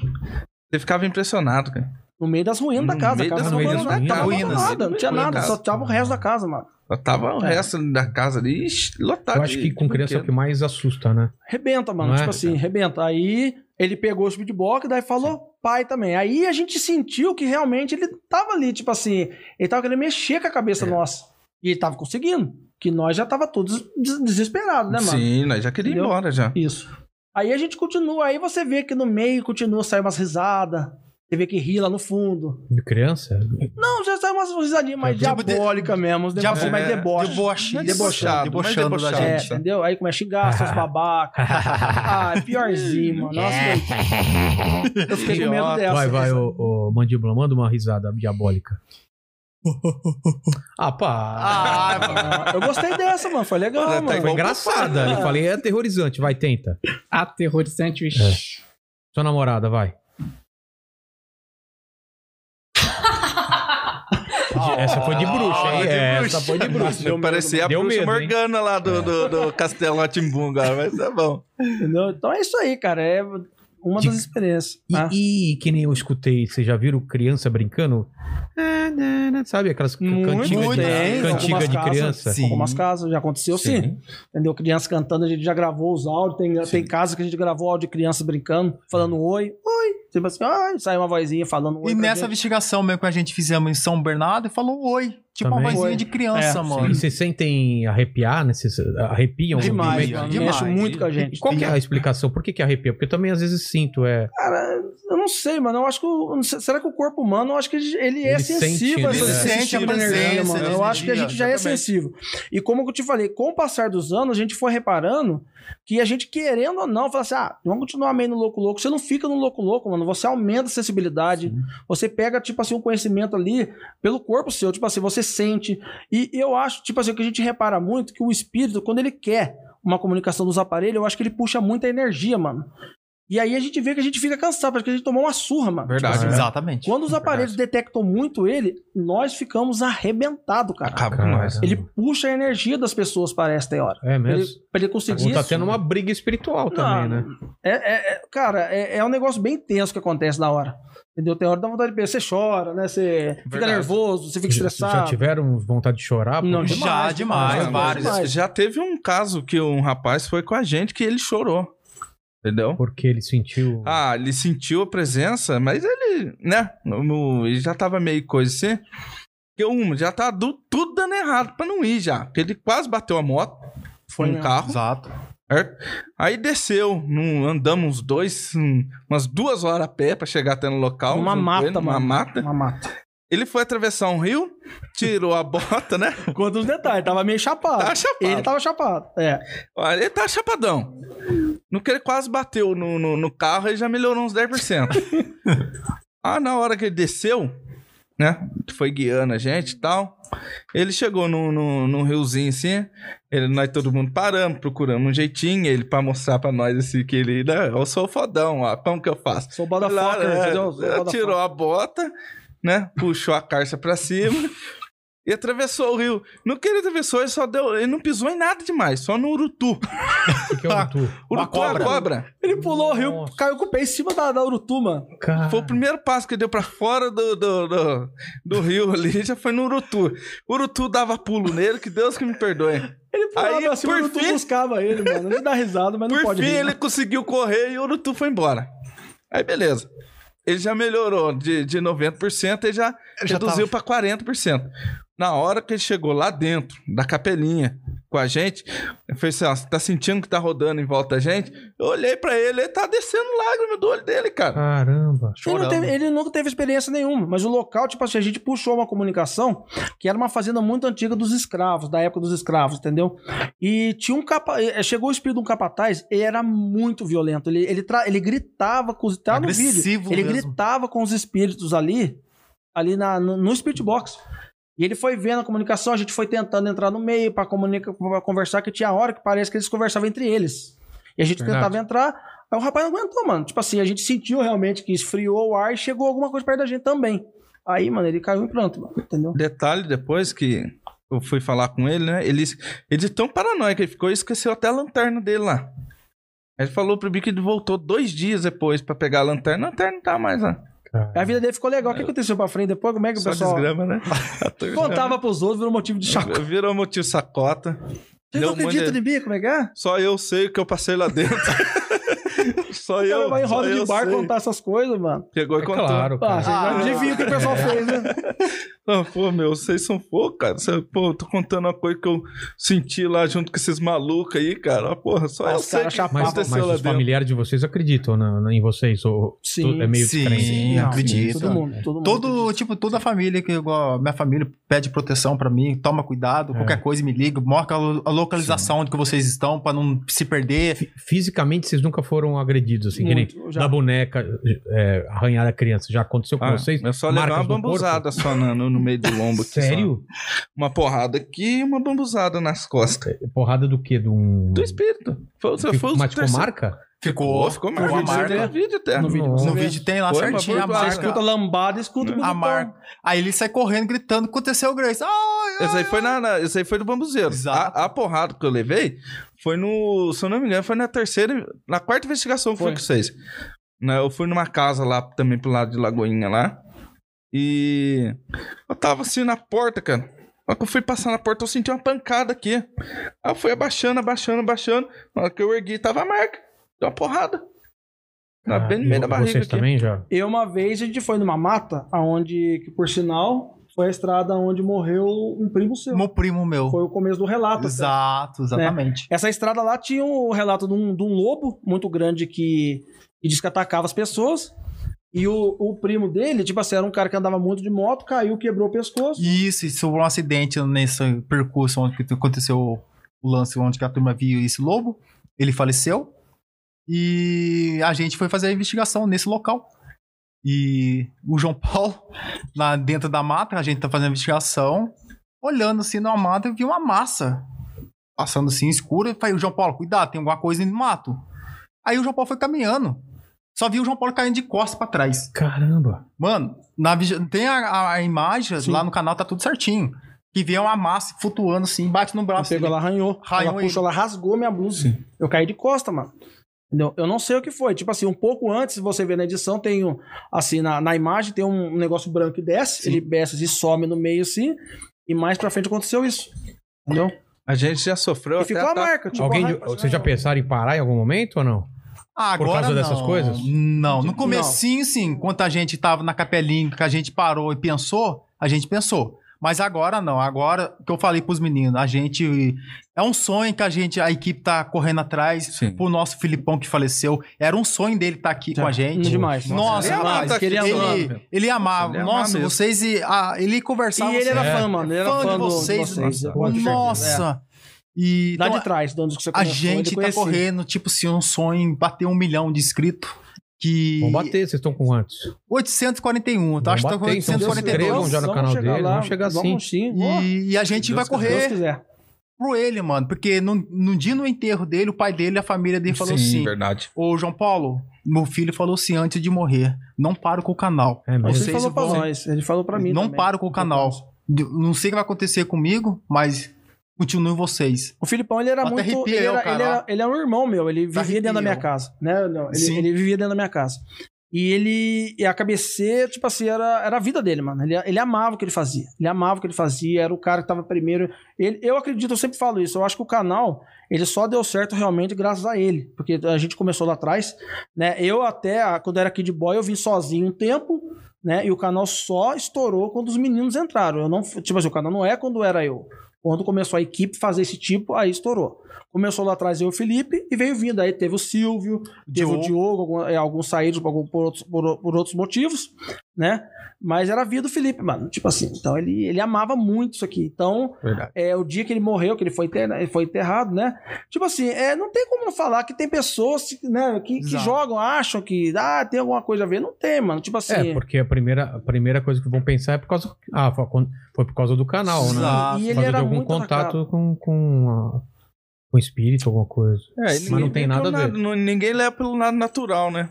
Você ficava impressionado, cara.
No meio das ruínas da
No
casa. A
meio
casa
das
tava
ruínas,
abandonada,
ruínas,
tava
ruínas.
abandonada, não tinha
Ruínas.
nada, só tava o resto da casa, mano.
Só tava o
É.
resto da casa ali ixi, lotado.
Eu acho
Tá de
que com criança é o que
brinquedo.
mais assusta, né?
Rebenta, mano.
Não é?
tipo assim, rebenta. Aí ele pegou o speedbox, daí falou pai também. Aí a gente sentiu que realmente ele tava ali, tipo assim, ele tava querendo mexer com a cabeça
É.
nossa. E ele tava conseguindo. Que nós já tava todos des- desesperados, né, mano?
Sim, nós já queríamos ir
Entendeu?
embora já.
Isso. Aí a gente continua, aí você vê que no meio continua sair umas risadas. Você vê que ri lá no fundo.
De criança?
Não, já sai umas risadinhas mais
Tipo de-
diabólicas mesmo. Os
diabo-
negócios mais
é,
deboche.
Debochado,
Debochado,
debochando
mas
da
debochado.
É,
tá?
gente.
entendeu? Aí começa a xingar seus babacas. ah, é piorzinho, mano. Nossa, eu fiquei com medo dessa.
É. vai, vai, ô, ô, mandíbula, manda uma risada diabólica. ah, pá.
Ah,
Ah, Eu gostei dessa, mano. Foi legal,
Até
mano.
Foi
igual
é engraçada. Eu falei, é aterrorizante. Vai, tenta.
Aterrorizante, vixi.
É. Sua namorada, vai. Essa foi de bruxa,
Ah,
hein? É,
de
Essa
É,
bruxa.
foi de bruxa.
Eu parecia a
Deu
bruxa
medo, hein?
Morgana lá do, do, do Castelo Latimbu, cara, mas tá bom.
Entendeu? Então é isso aí, cara. É uma das experiências.
E,
né?
e que nem eu escutei, vocês já viram criança brincando? Ah, né, né, Sabe aquelas can-
Muito
cantigas de,
bem,
cantiga
algumas
de
casas,
criança?
sim.
Algumas casas já aconteceu, sim. Entendeu? Criança cantando, a gente já gravou os áudios. Tem, tem casa que a gente gravou áudio de criança brincando, falando oi, oi. Tipo assim, ai, sai uma vozinha falando oi.
e
pra
nessa
gente.
investigação mesmo que a gente fizemos em São Bernardo, ele falou oi. tipo uma
Também.
vozinha de criança,
É,
mano.
E vocês sentem arrepiar, né? Vocês arrepiam?
Demais,
Demais,
mano.
demais.
Mexe muito com a gente.
E Qual que é a explicação? Por que, que arrepia? Porque eu também às vezes sinto, é.
Cara, eu não sei, mano. Eu acho que. o- eu não sei- será que o corpo humano, eu acho que ele, ele é
Ele sente,
sensível a
né?
esse
Ele
tipo
sente a
de
presença,
energia, mano. Eu
ele
acho que a gente já é
exatamente.
sensível. E como eu te falei, com o passar dos anos, a gente foi reparando que a gente, querendo ou não, fala assim: ah, vamos continuar meio no louco louco. Você não fica no louco louco, mano. Você aumenta a sensibilidade. Você pega, tipo assim, um conhecimento ali pelo corpo seu. Tipo assim, você sente. E eu acho, tipo assim, o que a gente repara muito que o espírito, quando ele quer uma comunicação dos aparelhos, eu acho que ele puxa muita energia, mano. E aí a gente vê que a gente fica cansado, parece que a gente tomou uma surra, mano.
Verdade. né?
Exatamente.
Quando os aparelhos detectam muito ele, nós ficamos arrebentados, cara.
Acaba com nós.
Ele puxa a energia das pessoas, parece, tem hora.
É
Pra ele,
mesmo?
pra ele
Ou
conseguir.
tá tendo uma briga espiritual também, né?
É, é- é- cara, é, é um negócio bem tenso que acontece na hora. Entendeu? Tem hora que dá vontade de pensar. Você chora, né? Você fica
Verdade.
nervoso, você fica
Já- Já
estressado.
tiveram vontade de
Tá
chorar?
Não,
Porque-
já,
demais,
demais,
demais,
vários.
demais.
Já teve um caso que um rapaz foi com a gente que ele chorou. Entendeu?
Porque ele sentiu.
Ah, ele sentiu a presença, mas ele, né? no- ele já tava meio coisa assim. Porque um, já tá du- tudo dando errado pra não ir já. Porque ele quase bateu a moto. Foi um
mesmo.
carro.
Exato.
certo? Aí desceu, num, andamos uns dois, hum, umas duas horas a pé pra chegar até no local.
Uma
junto com
mata,
ele, numa
mano.
mata.
Uma mata.
Ele foi atravessar um rio, tirou a bota, né?
Quantos detalhes? Tava meio chapado.
Tá chapado.
Ele tava chapado. É.
Olha, ele tá chapadão. No que ele quase bateu no, no, no carro, ele já melhorou uns 10%. ah, na hora que ele desceu, né? Que foi guiando a gente e tal. Ele chegou num, num, num riozinho assim. Ele, nós todo mundo paramos, procuramos um jeitinho. Ele pra mostrar pra nós assim que ele, né? Eu sou fodão, ó. Como que eu faço?
Sou
Ele lá,
badafoca,
é,
entendeu? Sou badafoca.
tirou a bota, né? Puxou a carça pra cima. E atravessou o rio. No que ele atravessou, ele só deu. Ele não pisou em nada demais, só no urutu.
O que que é o tu?
O
Uma
urutu é a
cobra.
cobra.
Ele pulou o rio,
Nossa.
caiu com o pé em cima da, da Urutu, mano.
Cara,
Foi o primeiro passo que ele deu pra fora do, do, do, do rio ali, já foi no urutu. O urutu dava pulo nele, que Deus que me perdoe.
Ele pulava
Aí,
assim, o
por
Urutu
fim-
buscava ele, mano. Ele dá risada, mas não
Por
pode
fim,
rir. né?
ele conseguiu correr e o urutu foi embora. Aí, beleza. Ele já melhorou de, de 90%, ele já
já
reduziu pra 40%. Na hora que ele chegou lá dentro da capelinha com a gente, eu falei assim: ó, você tá sentindo que tá rodando em volta da gente? Eu olhei pra ele, ele tá descendo lágrima do olho dele, cara.
Caramba.
Ele, não
Chorando.
teve- ele nunca teve experiência nenhuma, mas o local, tipo assim, a gente puxou uma comunicação que era uma fazenda muito antiga dos escravos, da época dos escravos, entendeu? E tinha um capa, eh, chegou o espírito de um capataz, ele era muito violento, ele, ele, tra- ele gritava com os, tá no vídeo,
Agressivo
ele
mesmo.
gritava com os espíritos ali, ali na, no, no spirit box. E ele foi vendo a comunicação, a gente foi tentando entrar no meio pra comunica- pra conversar, que tinha hora que parece que eles conversavam entre eles. E a gente
Verdade.
tentava entrar, aí o rapaz não aguentou, mano. Tipo assim, a gente sentiu realmente que esfriou o ar e chegou alguma coisa perto da gente também. Aí, mano, ele caiu em pranto, mano, entendeu?
um Detalhe depois que eu fui falar com ele, né? Ele, ele de tão paranoico que ele ficou, ele esqueceu até a lanterna dele lá. Aí Ele falou pro mim que ele voltou dois dias depois pra pegar a lanterna. A lanterna não tá mais lá.
Aí É a vida dele ficou legal. O que aconteceu pra frente depois? Como é que o
Só
pessoal tá
desgrama, né? A turma-
contava pros outros, virou motivo de chacota?
Virou motivo sacota.
Vocês
Deu
não
um monte
acreditam
de-
em mim? Como é que é?
Só eu sei o que eu passei lá dentro. só
Eu,
eu.
vai em
só
roda de
eu
bar
sei.
contar essas coisas, mano.
Pegou e
É
contou.
claro,
Ah,
cara.
vocês não
Ah.
adivinham o que o pessoal fez, né?
Não, pô, meu, vocês são fogo, cara. Você- Pô, eu tô contando uma coisa que eu senti lá junto com esses malucos aí, cara. Porra, só
Ah,
eu
os
sei.
caras
que
chapavam.
Mas, mas
aconteceu lá
os
dentro.
familiares de vocês acreditam na, na- em vocês? Ou,
Sim.
é meio
Sim,
diferente.
sim,
Não,
acredito.
Todo mundo, todo mundo.
Todo, tipo, toda a família que igual a minha família pede proteção pra mim, toma cuidado,
É.
qualquer coisa me liga, marca a lo- a localização onde que vocês estão pra não se perder.
Fi- Fisicamente, vocês nunca foram agredidos, assim, que nem
Muito, já.
da boneca é, arranhar a criança. Já aconteceu com
Ah,
vocês?
eu só levar
Marcas
uma
no corpo?
bambuzada só na- no, no meio do lombo aqui. só.
Sério?
Uma porrada aqui e uma bambuzada nas costas.
Porrada do quê? De um.
Do espírito. Foi, foi,
Ficou-
o
Mas ficou
terceiro-
marca?
Ficou.
Ficou, ficou
ficou
marca.
a marca.
No vídeo até.
No vídeo.
Nossa.
No vídeo tem lá
Foi,
certinho a
mas foi
marca.
Escuta lambada, escuta
A
bonitão.
marca. Aí ele sai correndo, gritando, aconteceu, Grace. Ah, Ai,
Esse aí foi, na, na- esse aí foi do bambuzeiro.
Exato.
A, a porrada que eu levei foi no. Se eu não me engano, foi na terceira. Na quarta investigação que foi,
Foi.
com vocês. Né, Eu fui numa casa lá também pro lado de Lagoinha lá. E eu tava assim na porta, cara. Na hora que eu fui passar na porta, eu senti uma pancada aqui. Aí eu fui abaixando, abaixando, abaixando. Na hora que eu ergui, tava a marca. Deu uma porrada. Tá bem no
Ah, e
meio da barriga
Vocês
aqui.
também já?
E uma vez a gente foi numa mata, aonde, que por sinal, Foi a estrada onde morreu um primo seu.
Meu primo meu.
Foi o começo do relato. até.
Exato, exatamente.
Essa estrada lá tinha o relato de um, de um lobo muito grande que, que diz que atacava as pessoas. E o, o primo dele, tipo assim, era um cara que andava muito de moto, caiu, quebrou o pescoço.
Isso, isso foi um acidente nesse percurso onde que aconteceu o lance onde que a turma viu esse lobo. Ele faleceu. E a gente foi fazer a investigação nesse local. E o João Paulo, lá dentro da mata, a gente tá fazendo a investigação, olhando assim na mata, eu vi uma massa passando assim escura. Eu Falei, João Paulo, cuidado, tem alguma coisa no mato. Aí o João Paulo foi caminhando. Só vi o João Paulo caindo de costas pra trás.
Caramba.
Mano, na vigi- tem a, a- a imagem lá no canal, tá tudo certinho. Que vem uma massa flutuando assim, bate no
Ela
braço.
pegou,
dele.
ela arranhou.
Arranhou
ela
ele.
puxou, ela rasgou minha blusa. Eu caí de costa, mano. Entendeu? Eu não sei o que foi. Tipo assim, um pouco antes, você vê na edição, tem um, assim, na, na imagem tem um negócio branco que desce, ele desce e some no meio assim. E mais pra frente aconteceu isso. Entendeu?
A gente já sofreu
e ficou a
tá
ataque-
marca. tipo,
Alguém
a
de-
marca-
vocês já pensaram em parar em algum momento ou não?
Ah,
Por
agora
causa dessas
não.
coisas?
Não, no comecinho sim, quando a gente tava na capelinha, que a gente parou e pensou, a gente pensou. Mas agora não, agora que eu falei pros meninos, a gente é um sonho que a gente, a equipe tá correndo atrás
Sim.
pro nosso Filipão que faleceu. Era um sonho dele estar aqui com a gente.
Demais.
Nossa,
é
ele amava
mas
tá
ele,
aqui,
ele, amava.
Ele amava
Nossa,
mesmo.
vocês e ah, ele conversava.
E ele era
É.
fã, mano. Ele era
Fã
fã,
de
do-
vocês,
de vocês.
nossa.
pode ter certeza. É.
Nossa. E
Lá
então,
de trás, de onde você
a
começou,
gente
ele
tá
conhecia.
correndo, tipo assim, um sonho em bater um milhão de inscritos. Que.
Vamos bater, vocês estão com quantos?
841, tá?
Vamos
Acho que tá com
bater, então, se
842.
inscrevam já no canal
chegar
dele, vamos chegar
Vamos sim. ó, se
E, e a gente vai
Deus
Deus
correr
quiser.
pro ele, mano. Porque no, no dia no enterro dele, o pai dele e a família dele falou
Sim,
assim:
verdade.
Ô João Paulo, meu filho falou assim antes de morrer: não paro com o canal.
É, mas-
Ele
Vocês
falou pra
vão-
nós. Ele falou pra mim.
Não
também.
paro com o canal. De- Não sei o que vai acontecer comigo, mas continuem vocês.
O Filipão, ele era
Até
muito.
arrepia
ele,
eu,
era,
cara, Tá
ele, era, ele era um irmão meu, ele vivia
arrepia
dentro da minha
eu.
casa, né? Não, ele,
Sim.
ele vivia dentro da minha casa. E ele. E a cabeceira, tipo assim, era, era a vida dele, mano. Ele, ele amava o que ele fazia. Ele amava o que ele fazia, era o cara que tava primeiro. Ele, eu acredito, eu sempre falo isso. Eu acho que o canal, ele só deu certo realmente graças a ele. Porque a gente começou lá atrás, né? Eu até, a- quando era Kid Boy, eu vim sozinho um tempo. Né? E o canal só estourou quando os meninos entraram. Eu não, tipo assim, o canal não é quando era eu. Quando começou a equipe fazer esse tipo, aí estourou. Começou lá atrás eu e o Felipe e veio vindo. Aí teve o Silvio, teve o
Diogo.
Diogo, algum- é, alguns saíram por, algum- por outros, por- por outros motivos, né? Mas era a vida do Felipe, mano. Tipo assim, então ele, ele amava muito isso aqui. Então,
Verdade.
é, o dia que ele morreu, que ele foi, enterra- ele foi enterrado, né? Tipo assim, é, não tem como não falar que tem pessoas né, que, que
Exato.
jogam, acham que ah, tem alguma coisa a ver. Não tem, mano. Tipo assim.
É, porque a primeira, a primeira coisa que vão pensar é por causa. Ah, foi quando- foi por causa do canal, né?
Exato.
e
Por
ele
causa de
era
algum
muito atacado.
contato com, com, a- com o espírito, alguma coisa.
É,
Mas
e
não
ninguém
tem
leva
nada a
pelo
ver.
não- ninguém leva pelo lado natural, né?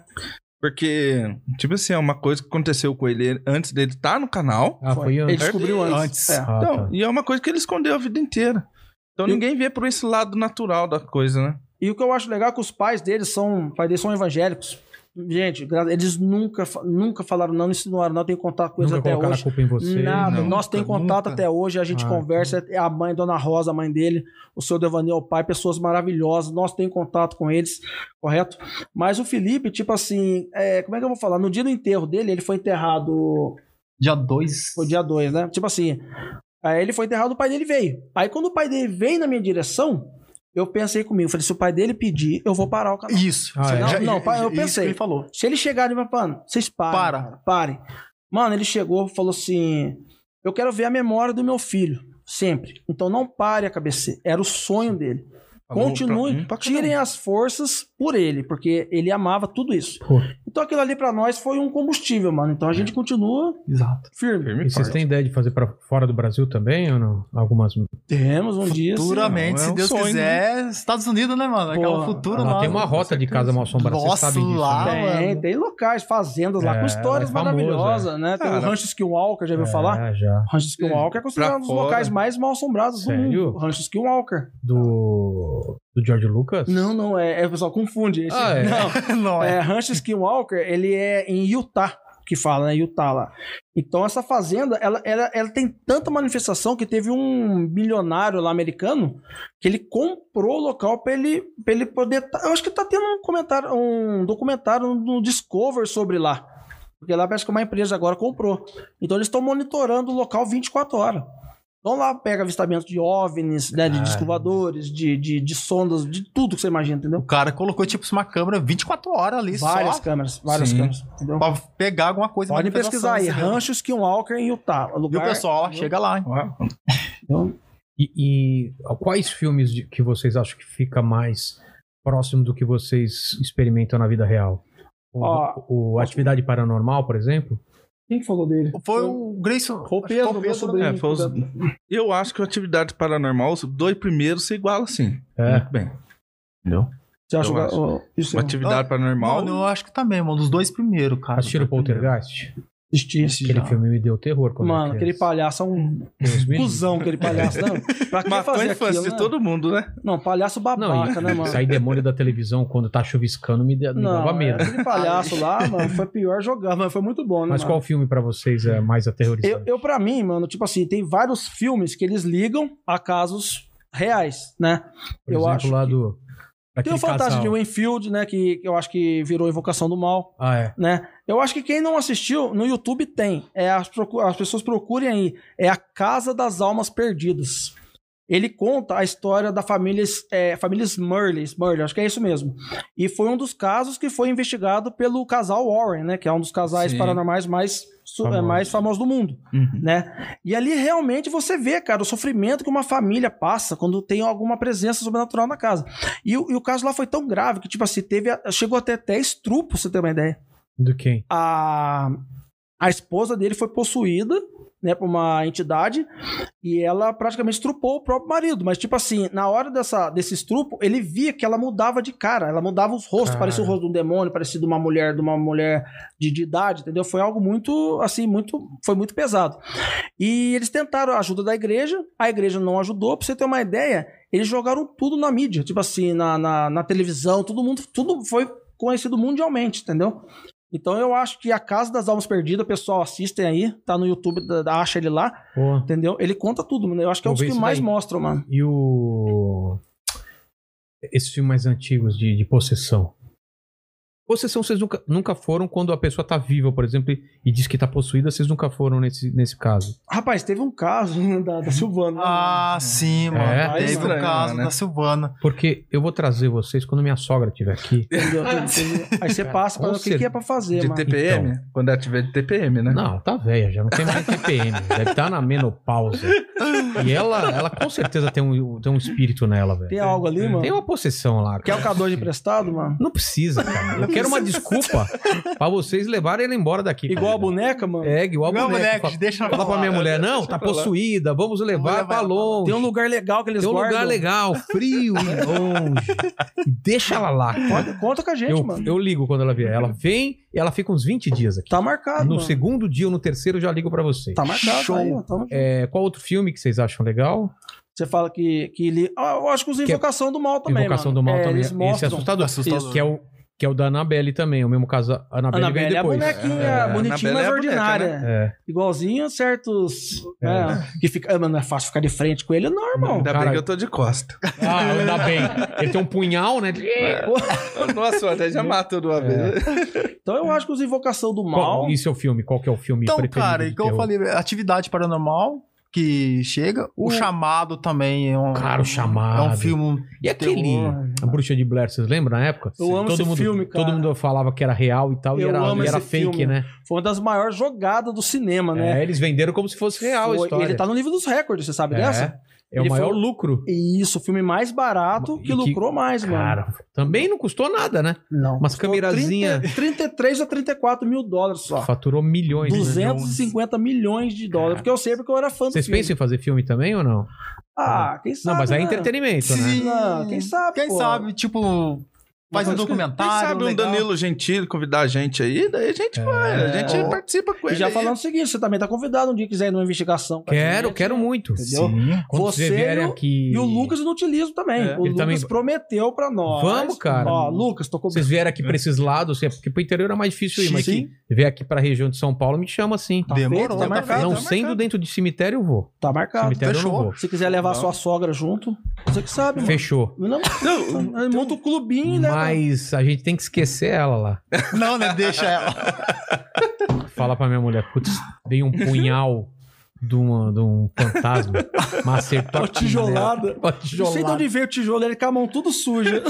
Porque, tipo assim, é uma coisa que aconteceu com ele antes dele estar no canal.
Ah, foi,
Ele
antes.
descobriu antes.
Antes.
É.
Ah,
então,
tá.
E é uma coisa que ele escondeu a vida inteira. Então
E-
ninguém vê por esse lado natural da coisa, né?
E o que eu acho legal é que os pais deles são, pais deles são evangélicos. Gente, gra- eles nunca, fa- nunca falaram não, não insinuaram não, tem contato com eles
Nunca
até
colocaram
hoje.
a culpa em você.
Nada,
não,
nós tem contato
nunca.
até hoje, a gente
Ah,
conversa, é a mãe, Dona Rosa, a mãe dele, o seu Devanil, o pai, pessoas maravilhosas, nós tem contato com eles, correto? Mas o Felipe, tipo assim, é, como é que eu vou falar? No dia do enterro dele, ele foi enterrado
Dia 2.
foi dia 2, né? Tipo assim, aí ele foi enterrado, o pai dele veio. Aí quando o pai dele veio na minha direção, eu pensei comigo, falei, se o pai dele pedir, eu vou parar o canal.
Isso.
Ah, é?
Não,
Já-
Tá não, pai, eu
isso que
pensei.
Ele falou.
Se ele chegar e vai falando, vocês parem,
Para.
cara, parem. Mano, ele chegou e falou assim, eu quero ver a memória do meu filho, sempre. Então não pare a cabeça, era o sonho dele.
Falou pra
Continue,
um, pra cada um.
tirem as forças por ele, porque ele amava tudo isso.
Pô.
Então aquilo ali pra nós foi um combustível, mano. Então a gente continua
Exato.
firme.
Firme
E vocês
forte.
têm ideia de fazer pra fora do Brasil também ou não? Algumas.
Temos um dia. sim.
Futuramente,
não, é
se
um
Deus
sonho,
quiser, Estados Unidos, né, mano? É o
Porra.
futuro
Lá
nosso.
tem uma rota de casa mal assombrada, você
Nossa,
sabe disso.
lá.
né?
Tem,
mano.
tem locais, fazendas lá
É,
com histórias
é famoso,
maravilhosas, né? Tem o
Cara,
Rancho Skinwalker, já viu falar?
É, já.
O Rancho Skinwalker é considerado um dos
fora.
locais mais mal assombrados do
Sério?
mundo. O Rancho Skinwalker.
Do. Do George Lucas?
Não, não, é, é o pessoal confunde. Esse-
Ah, é?
Não,
Não, é.
é, Rancho Skinwalker, ele é em Utah que fala, né? Utah lá. Então essa fazenda, ela, ela, ela tem tanta manifestação que teve um milionário lá americano que ele comprou o local pra ele, pra ele poder... tá- eu acho que tá tendo um comentário, um documentário no Discover um, sobre lá. Porque lá parece que uma empresa agora comprou. Então eles estão monitorando o local 24 horas. Então lá pega avistamento de OVNIs, né, de
Caramba.
descovadores, de, de, de sondas, de tudo que você imagina, entendeu?
O cara colocou, tipo, uma câmera 24 horas ali
Várias
só
câmeras, várias
Sim.
câmeras, entendeu?
pra pegar alguma coisa.
Podem
manifestação,
pesquisar aí,
você vê.
Rancho Skinwalker em Utah.
Viu,
Lugar...
pessoal? Ó, Chega lá, hein?
Ah,
E, e quais filmes de- que vocês acham que fica mais próximo do que vocês experimentam na vida real? O,
Ó,
o Atividade Paranormal, por exemplo?
Quem que falou dele?
Foi o Grayson.
Roupeiro,
acho que foi o Pedro.
Roupeiro.
É, foi os- Eu acho que a atividade paranormal, os dois primeiros se igualam, sim.
É.
Muito bem. Entendeu?
Você acha
Eu
que-
acho.
ó, isso
Uma atividade paranormal.
Mano, eu acho que também, mano. Dos dois primeiros, cara.
Assistiram o Poltergeist?
existia?
Aquele filme me deu terror quando
Mano,
eu
aquele palhaço é um cuzão, aquele palhaço. Não, pra que
Matou a
fazer
infância
aquilo,
de
né?
todo mundo, né?
Não, palhaço
Não, e,
babaca, né, mano?
sair demônio da televisão quando tá chuviscando me, de- me dava
é,
medo.
aquele palhaço lá, mano, foi pior jogar, mas foi muito bom, né,
Mas
mano?
qual filme pra vocês é mais
Eu,
aterrorizante?
eu, pra mim, mano, tipo assim, tem vários filmes que eles ligam a casos reais, né?
por
eu
exemplo,
acho
lá
que-
do.
Tem o
daquele
Fantasma
casal.
de Winfield, né, que, que eu acho que virou Invocação do Mal,
Ah, é.
né? Eu acho que quem não assistiu, no YouTube tem. É, as, procu- as pessoas procurem aí. É A Casa das Almas Perdidas. Ele conta a história da família, S- é, família Smurley, Smurley, acho que é isso mesmo. E foi um dos casos que foi investigado pelo casal Warren, né? Que é um dos casais
Sim.
paranormais mais, su- é,
Famosos.
mais famosos do mundo
Uhum.
né? E ali realmente você vê, cara, o sofrimento que uma família passa quando tem alguma presença sobrenatural na casa. E, o- e o caso lá foi tão grave que, tipo assim, teve a- chegou até até estrupo, pra você ter uma ideia.
Do quem?
A, a esposa dele foi possuída, né, por uma entidade, e ela praticamente estrupou o próprio marido. Mas, tipo assim, na hora dessa, desse estrupo, ele via que ela mudava de cara, ela mudava os rostos,
Cara.
parecia o rosto de um demônio, parecia de uma mulher, de uma mulher de, de idade, entendeu? Foi algo muito, assim, muito, foi muito pesado. E eles tentaram a ajuda da igreja, a igreja não ajudou, pra você ter uma ideia, eles jogaram tudo na mídia, tipo assim, na, na, na televisão, todo mundo, tudo foi conhecido mundialmente, entendeu? Então eu acho que a Casa das Almas Perdidas, pessoal, assistem aí, tá no YouTube, da- da- acha ele lá,
Pô.
entendeu? Ele conta tudo, mano. Eu acho que é um
Vou
dos
ver
que
isso
mais
daí.
mostram, mano.
E o. Esses filmes mais antigos de, de possessão. Possessão, vocês nunca, nunca foram quando a pessoa tá viva, por exemplo, e, e diz que tá possuída, vocês nunca foram nesse, nesse caso.
Rapaz, teve um caso da,
Tá
da Silvana. né,
Ah, sim, mano.
É?
Teve o
Estranho,
caso
né?
da Silvana.
Porque eu vou trazer vocês quando minha sogra estiver aqui.
entendeu? Teve- Aí você passa pra
com
ver o que, que é pra fazer,
De
mano.
TPM? Quando ela tiver de TPM, né?
Então. Não, tá velha, já não tem mais TPM. deve estar na menopausa. E ela, ela com certeza tem um, tem um espírito nela,
Tem
velho.
algo ali, mano.
É. Tem um uma possessão lá.
Quer
cara.
o K2 emprestado, mano?
Não precisa, cara. Eu quero uma desculpa pra vocês levarem ela embora daqui.
Igual a
cara.
boneca, mano.
É, igual a
Não,
boneca.
moleque,
Fala-
deixa eu
Fala pra
né?
minha mulher, não,
Deixa
tá
eu falar.
possuída, vamos
Vou
levar
levar
pra
ela pra lá.
longe.
Tem um lugar legal que eles
Tem um
guardam.
lugar legal, frio e longe. Deixa ela lá.
Conta, conta com a gente,
Eu,
mano.
eu ligo quando ela vier. Ela vem e ela fica uns 20 dias aqui.
Tá marcado,
No
mano.
segundo dia ou no terceiro eu já ligo pra vocês.
Tá marcado.
Show.
Aí, ó, tamo junto.
É, qual outro filme que vocês acham legal?
Você fala que... que li... ah, eu acho que os Invocação do Mal também,
é Invocação do
mano.
Mal
É,
também.
Eles
Esse é
mostram.
assustador.
Assustador.
Que é o, que é o da Annabelle também. O mesmo caso, a Annabelle,
Annabelle é
veio
a
depois.
bonequinha bonitinha,
É, Annabelle
mas
é a boneca,
ordinária.
É.
Igualzinho a certos.
É. Uhum.
né, que fica. Ah, Mano, não é fácil ficar de frente com ele, não, irmão.
Ainda
Cara,
bem que eu tô de costa.
Ah, ainda bem. Ele tem um punhal, né?
Nossa, até já matou de uma vez.
Então eu acho que os Invocação do Mal.
Qual, e seu filme? Qual que é o filme
Então,
preferido?
cara,
de
igual eu
terror?
falei, atividade paranormal que chega. O,
O-
chamado também é um.
Cara, o chamado.
É um filme.
E aquele
terror.
A Bruxa de Blair, vocês lembram na época?
Eu amo
todo
esse
mundo,
filme, cara.
Todo mundo falava que era real e tal, e
Eu
era,
amo
e era
esse
fake,
filme,
né?
Foi uma das maiores jogadas do cinema, né?
É, eles venderam como se fosse real a
Foi-
história.
Ele tá no nível dos recordes, você sabe
é,
dessa?
é o
Ele
maior
foi-
lucro.
E isso, o filme mais barato
E
que,
que-
lucrou mais, mano.
Cara, também não custou nada, né?
Não.
Umas
Custou
camerazinha.
30 33 a 34 mil dólares só.
Faturou milhões. né?
250 milhões de dólares. Porque eu sei porque eu era fã do
Vocês
filme.
pensam em fazer filme também ou não?
Ah, quem sabe.
não, mas aí é
né?
entretenimento, né?
Sim.
Não, quem sabe.
Quem
pô.
sabe, tipo, faz
coisa
um
que-
documentário.
Quem sabe um
legal.
Danilo Gentili convidar a gente aí, daí a gente
É.
vai, a gente
Ó,
participa com
E
ele.
já
aí.
falando o seguinte, você também tá convidado um dia que quiser ir numa investigação. com a
Quero,
gente,
quero
né?
muito.
Entendeu?
Sim.
Quando
Você
vocês vierem
e o-
aqui.
E o Lucas eu não utilizo também.
É.
O
Ele
Lucas
também-
prometeu pra nós.
Vamos, cara.
Ó, Lucas, tô com...
Vocês vieram aqui pra esses lados, assim, porque pro interior é mais difícil ir, mas
Sim.
aqui, vier aqui pra região de São Paulo, me chama assim.
Tá
Demorou,
feito, tá
tá
marcado.
não
tá
sendo
marcado.
dentro de cemitério, eu vou.
Tá marcado.
cemitério eu
fechou.
não vou.
Se quiser levar
Não.
sua sogra junto, você que sabe, mano.
Fechou.
Não,
Não,
monta um clubinho e leva
Mas a gente tem que esquecer ela lá.
Não, né? Deixa ela.
Fala pra minha mulher, putz, dei um punhal de, uma- de um fantasma, mas acertou a
Uma tijolada.
Uma
Não sei de
tijolada.
onde veio o tijolo, ele com a mão tudo suja.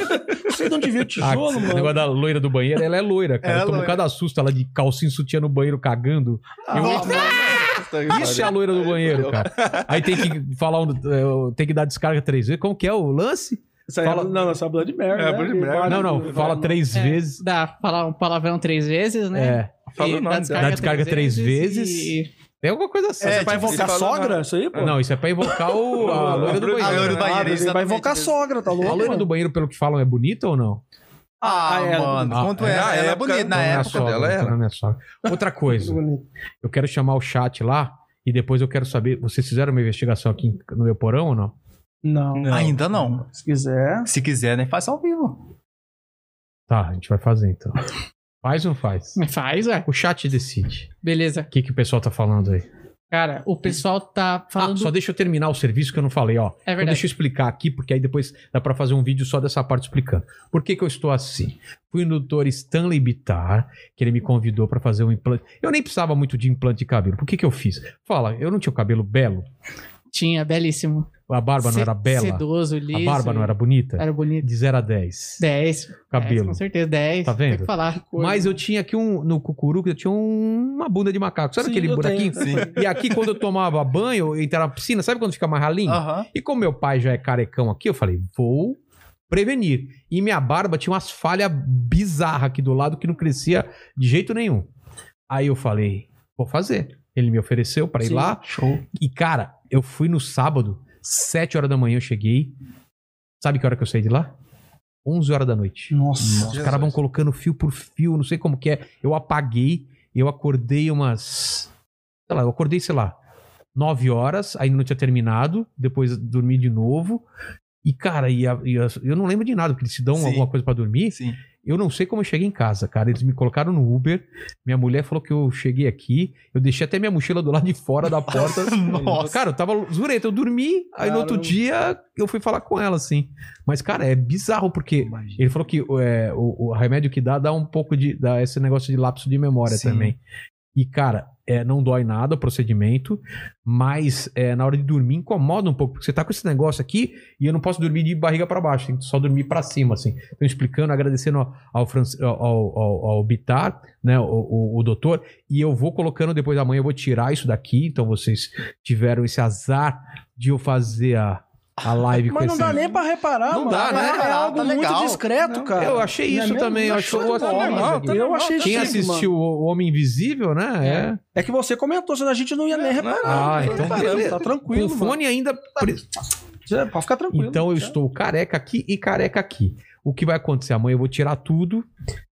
Não sei de onde veio o
Ah,
tijolo,
esse
mano.
negócio da loira do banheiro, ela é loira, cara.
Ela é
Eu tomo
loira.
cada susto, ela de calcinha e sutiã no banheiro cagando. Eu- Isso é a loira do banheiro, cara. Aí tem que falar, um- eh, tem que dar descarga três vezes. Como que é o lance?
Isso aí é-
Fala-
Não, essa é Blood Mary.
É,
né?
Bloody Mary.
Vale-
Não, não, fala três
É.
vezes.
Dá falar um palavrão três vezes, né?
É.
Fala
E
o nome dela.
Dá descarga três vezes.
E...
Tem alguma coisa assim.
Você
É,
vai
tipo,
invocar
se fala
sogra? Isso aí, pô?
Não, isso é pra invocar o, a loira do banheiro.
loira do
A
né?
banheiro,
Nada, ele vai
exatamente
invocar
isso.
sogra, tá louco?
A loira do banheiro, pelo que falam, é bonita ou não?
Ah,
Ah, é.
mano.
Ah,
quanto
é.
ela,
Na
ela é
época,
bonita. Na
não,
Então, minha
época.
época dela era.
então, minha sogra. Outra coisa, eu quero chamar o chat lá e depois eu quero saber. Vocês fizeram uma investigação aqui em- no meu porão ou não?
Não.
Ainda não.
Se quiser.
Se quiser, né? Faz ao vivo.
Tá, a gente vai fazer então. Faz ou não faz?
Mas Faz, ué.
O chat decide.
Beleza.
O que, que o pessoal tá falando aí?
Cara, o pessoal tá
Ah,
falando.
só deixa eu terminar o serviço que eu não falei, ó.
É
Então
verdade.
deixa eu explicar aqui, porque aí depois dá pra fazer um vídeo só dessa parte explicando. Por que, que eu estou assim? Fui no doutor Stanley Bittar, que ele me convidou pra fazer um implante. Eu nem precisava muito de implante de cabelo. Por que, que eu fiz? Fala, eu não tinha o cabelo belo?
Tinha, belíssimo.
A barba não
Se-
era bela?
Sedoso,
A
liso.
barba não era bonita?
Era bonito.
De 0 a 10.
10.
Cabelo.
é com certeza, 10.
Tá vendo?
Tem que falar.
Mas eu tinha aqui um. No cucuruco, eu tinha um- uma bunda de macaco. Sabe
Sim,
aquele
eu
buraquinho?
Sim.
E aqui, quando eu tomava banho, eu entrava na piscina, sabe quando fica mais ralinho?
Ah.
Aham.
E como meu pai já é carecão aqui, eu falei, vou prevenir. E minha barba tinha umas falhas bizarras aqui do lado que não crescia de jeito nenhum. Aí eu falei, vou fazer. Ele me ofereceu pra ir
Sim.
lá.
Show.
E, cara, eu fui no sábado, 7 horas da manhã eu cheguei. Sabe que hora que eu saí de lá? 11 horas da noite.
Nossa.
Os caras vão colocando fio por fio, não sei como que é. Eu apaguei, eu acordei umas. Sei lá, eu acordei, sei lá, 9 horas, ainda não tinha terminado, depois dormi de novo. E, cara, e a- e a- eu não lembro de nada, porque eles te dão
Sim.
alguma coisa pra dormir.
Sim.
Eu não sei como eu cheguei em casa, cara. Eles me colocaram no Uber, minha mulher falou que eu cheguei aqui, eu deixei até minha mochila do lado de fora da porta.
Nossa.
Cara, eu tava zureta, eu dormi, aí no outro
Caramba.
dia eu fui falar com ela, assim. Mas, cara, é bizarro, porque
Imagina.
ele falou que é, o, o remédio que dá dá um pouco de. dá esse negócio de lapso de memória
Sim.
também. E, cara, é, não dói nada o procedimento, mas é, na hora de dormir incomoda um pouco, porque você tá com esse negócio aqui e eu não posso dormir de barriga pra baixo, tem que só dormir pra cima, assim. Então, explicando, agradecendo ao, ao, Fran- ao, ao- ao Bitar, né, o, o- o doutor, e eu vou colocando depois da manhã, eu vou tirar isso daqui, então vocês tiveram esse azar de eu fazer a, a live com
Mas não
esse...
dá nem pra reparar,
Não
mano.
dá, né?
É
Tá
algo muito
legal.
discreto, cara.
Eu achei
Não é
isso
mesmo?
também, eu acho
Show de bola,
ótimo.
mano.
tá
Eu
normal,
achei
tá
Quem
chique, mano.
assistiu o Homem Invisível, né? É.
É que você comentou, senão a gente não ia nem reparar.
Ah,
Não
então
reparamos,
beleza.
Tá
Com
tranquilo,
o
mano.
fone ainda. pre-
Já- Pode ficar tranquilo.
Então eu
Já.
estou careca aqui e careca aqui. O que vai acontecer amanhã? Eu vou tirar tudo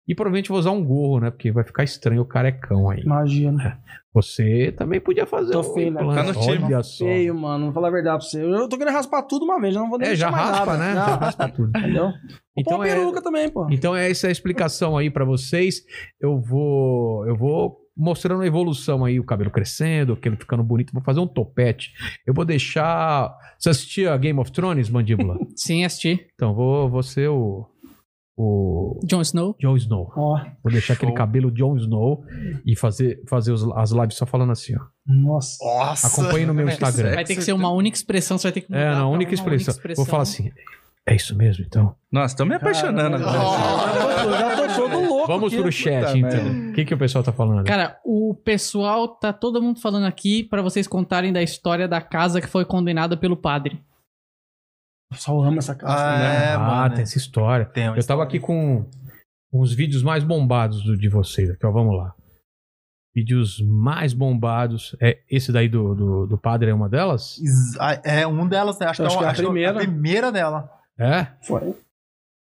e provavelmente vou usar um gorro, né? Porque vai ficar estranho o carecão aí. É
Imagina.
Você também podia fazer.
Tô
um
feio, né?
implante.
Tá no time.
Olha só.
Feio, mano. Vou falar a verdade pra você. Eu tô querendo raspar tudo uma vez, eu não vou nem
É, já
deixar mais
raspa,
nada.
né?
Não,
Já raspa tudo.
Entendeu? Então
Então
Pô,
é,
peruca também, pô.
então é essa a explicação aí pra vocês. Eu vou, eu vou mostrando a evolução aí, o cabelo crescendo, aquele ficando bonito. Vou fazer um topete. Eu vou deixar. Você assistia Game of Thrones, mandíbula?
Sim, assisti.
Então, vou, vou ser o. O.
Jon Snow.
Jon Snow.
Ó,
Vou deixar aquele
Show.
cabelo Jon Snow e fazer, fazer os- as lives só falando assim, ó.
nossa.
Nossa.
Acompanhe no meu Instagram.
Vai ter que ser uma única expressão, você vai ter que mudar.
É,
pra
na
uma
única expressão. Vou falar assim. É isso mesmo, então.
Nossa, tô me apaixonando
Cara,
agora.
eu já tô, eu já tô todo louco.
Vamos
aqui.
pro chat,
puta
então. O que, que o pessoal tá falando?
Cara, o pessoal tá todo mundo falando aqui pra vocês contarem da história da casa que foi condenada pelo padre.
O pessoal ama essa casa.
Ah,
né?
é,
ah,
mano.
tem essa história.
Tem uma
Eu tava aqui com uns vídeos mais bombados do- de vocês. Aqui, ó, vamos lá. Vídeos mais bombados. É, esse daí do, do, do padre é uma delas?
Is- ah, É um delas, né? Acho,
Eu acho
que é, uma- acho que é
primeira.
a primeira dela.
É?
Foi.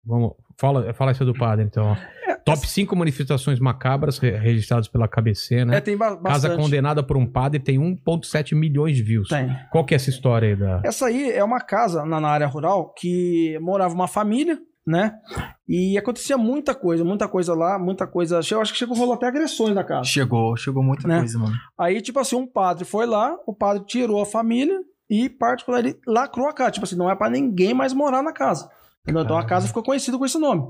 Vamos, fala, fala isso do padre, então. ó.
É,
Top 5 manifestações macabras re- registradas pela KBC, né?
É, tem ba- bastante.
Casa condenada por um padre tem 1,7 milhões de views.
Tem.
Qual que é essa história aí da.
Essa aí é uma casa na, na área rural que morava uma família, né? E acontecia muita coisa, muita coisa lá, muita coisa. Eu acho que chegou, rolou até agressões na casa.
Chegou, chegou muita
Né?
coisa, mano.
Aí, tipo assim, um padre foi lá, o padre tirou a família e particular ele lacrou a casa. Tipo assim, não é pra ninguém mais morar na casa. Entendeu? Então a casa ficou conhecida com esse nome.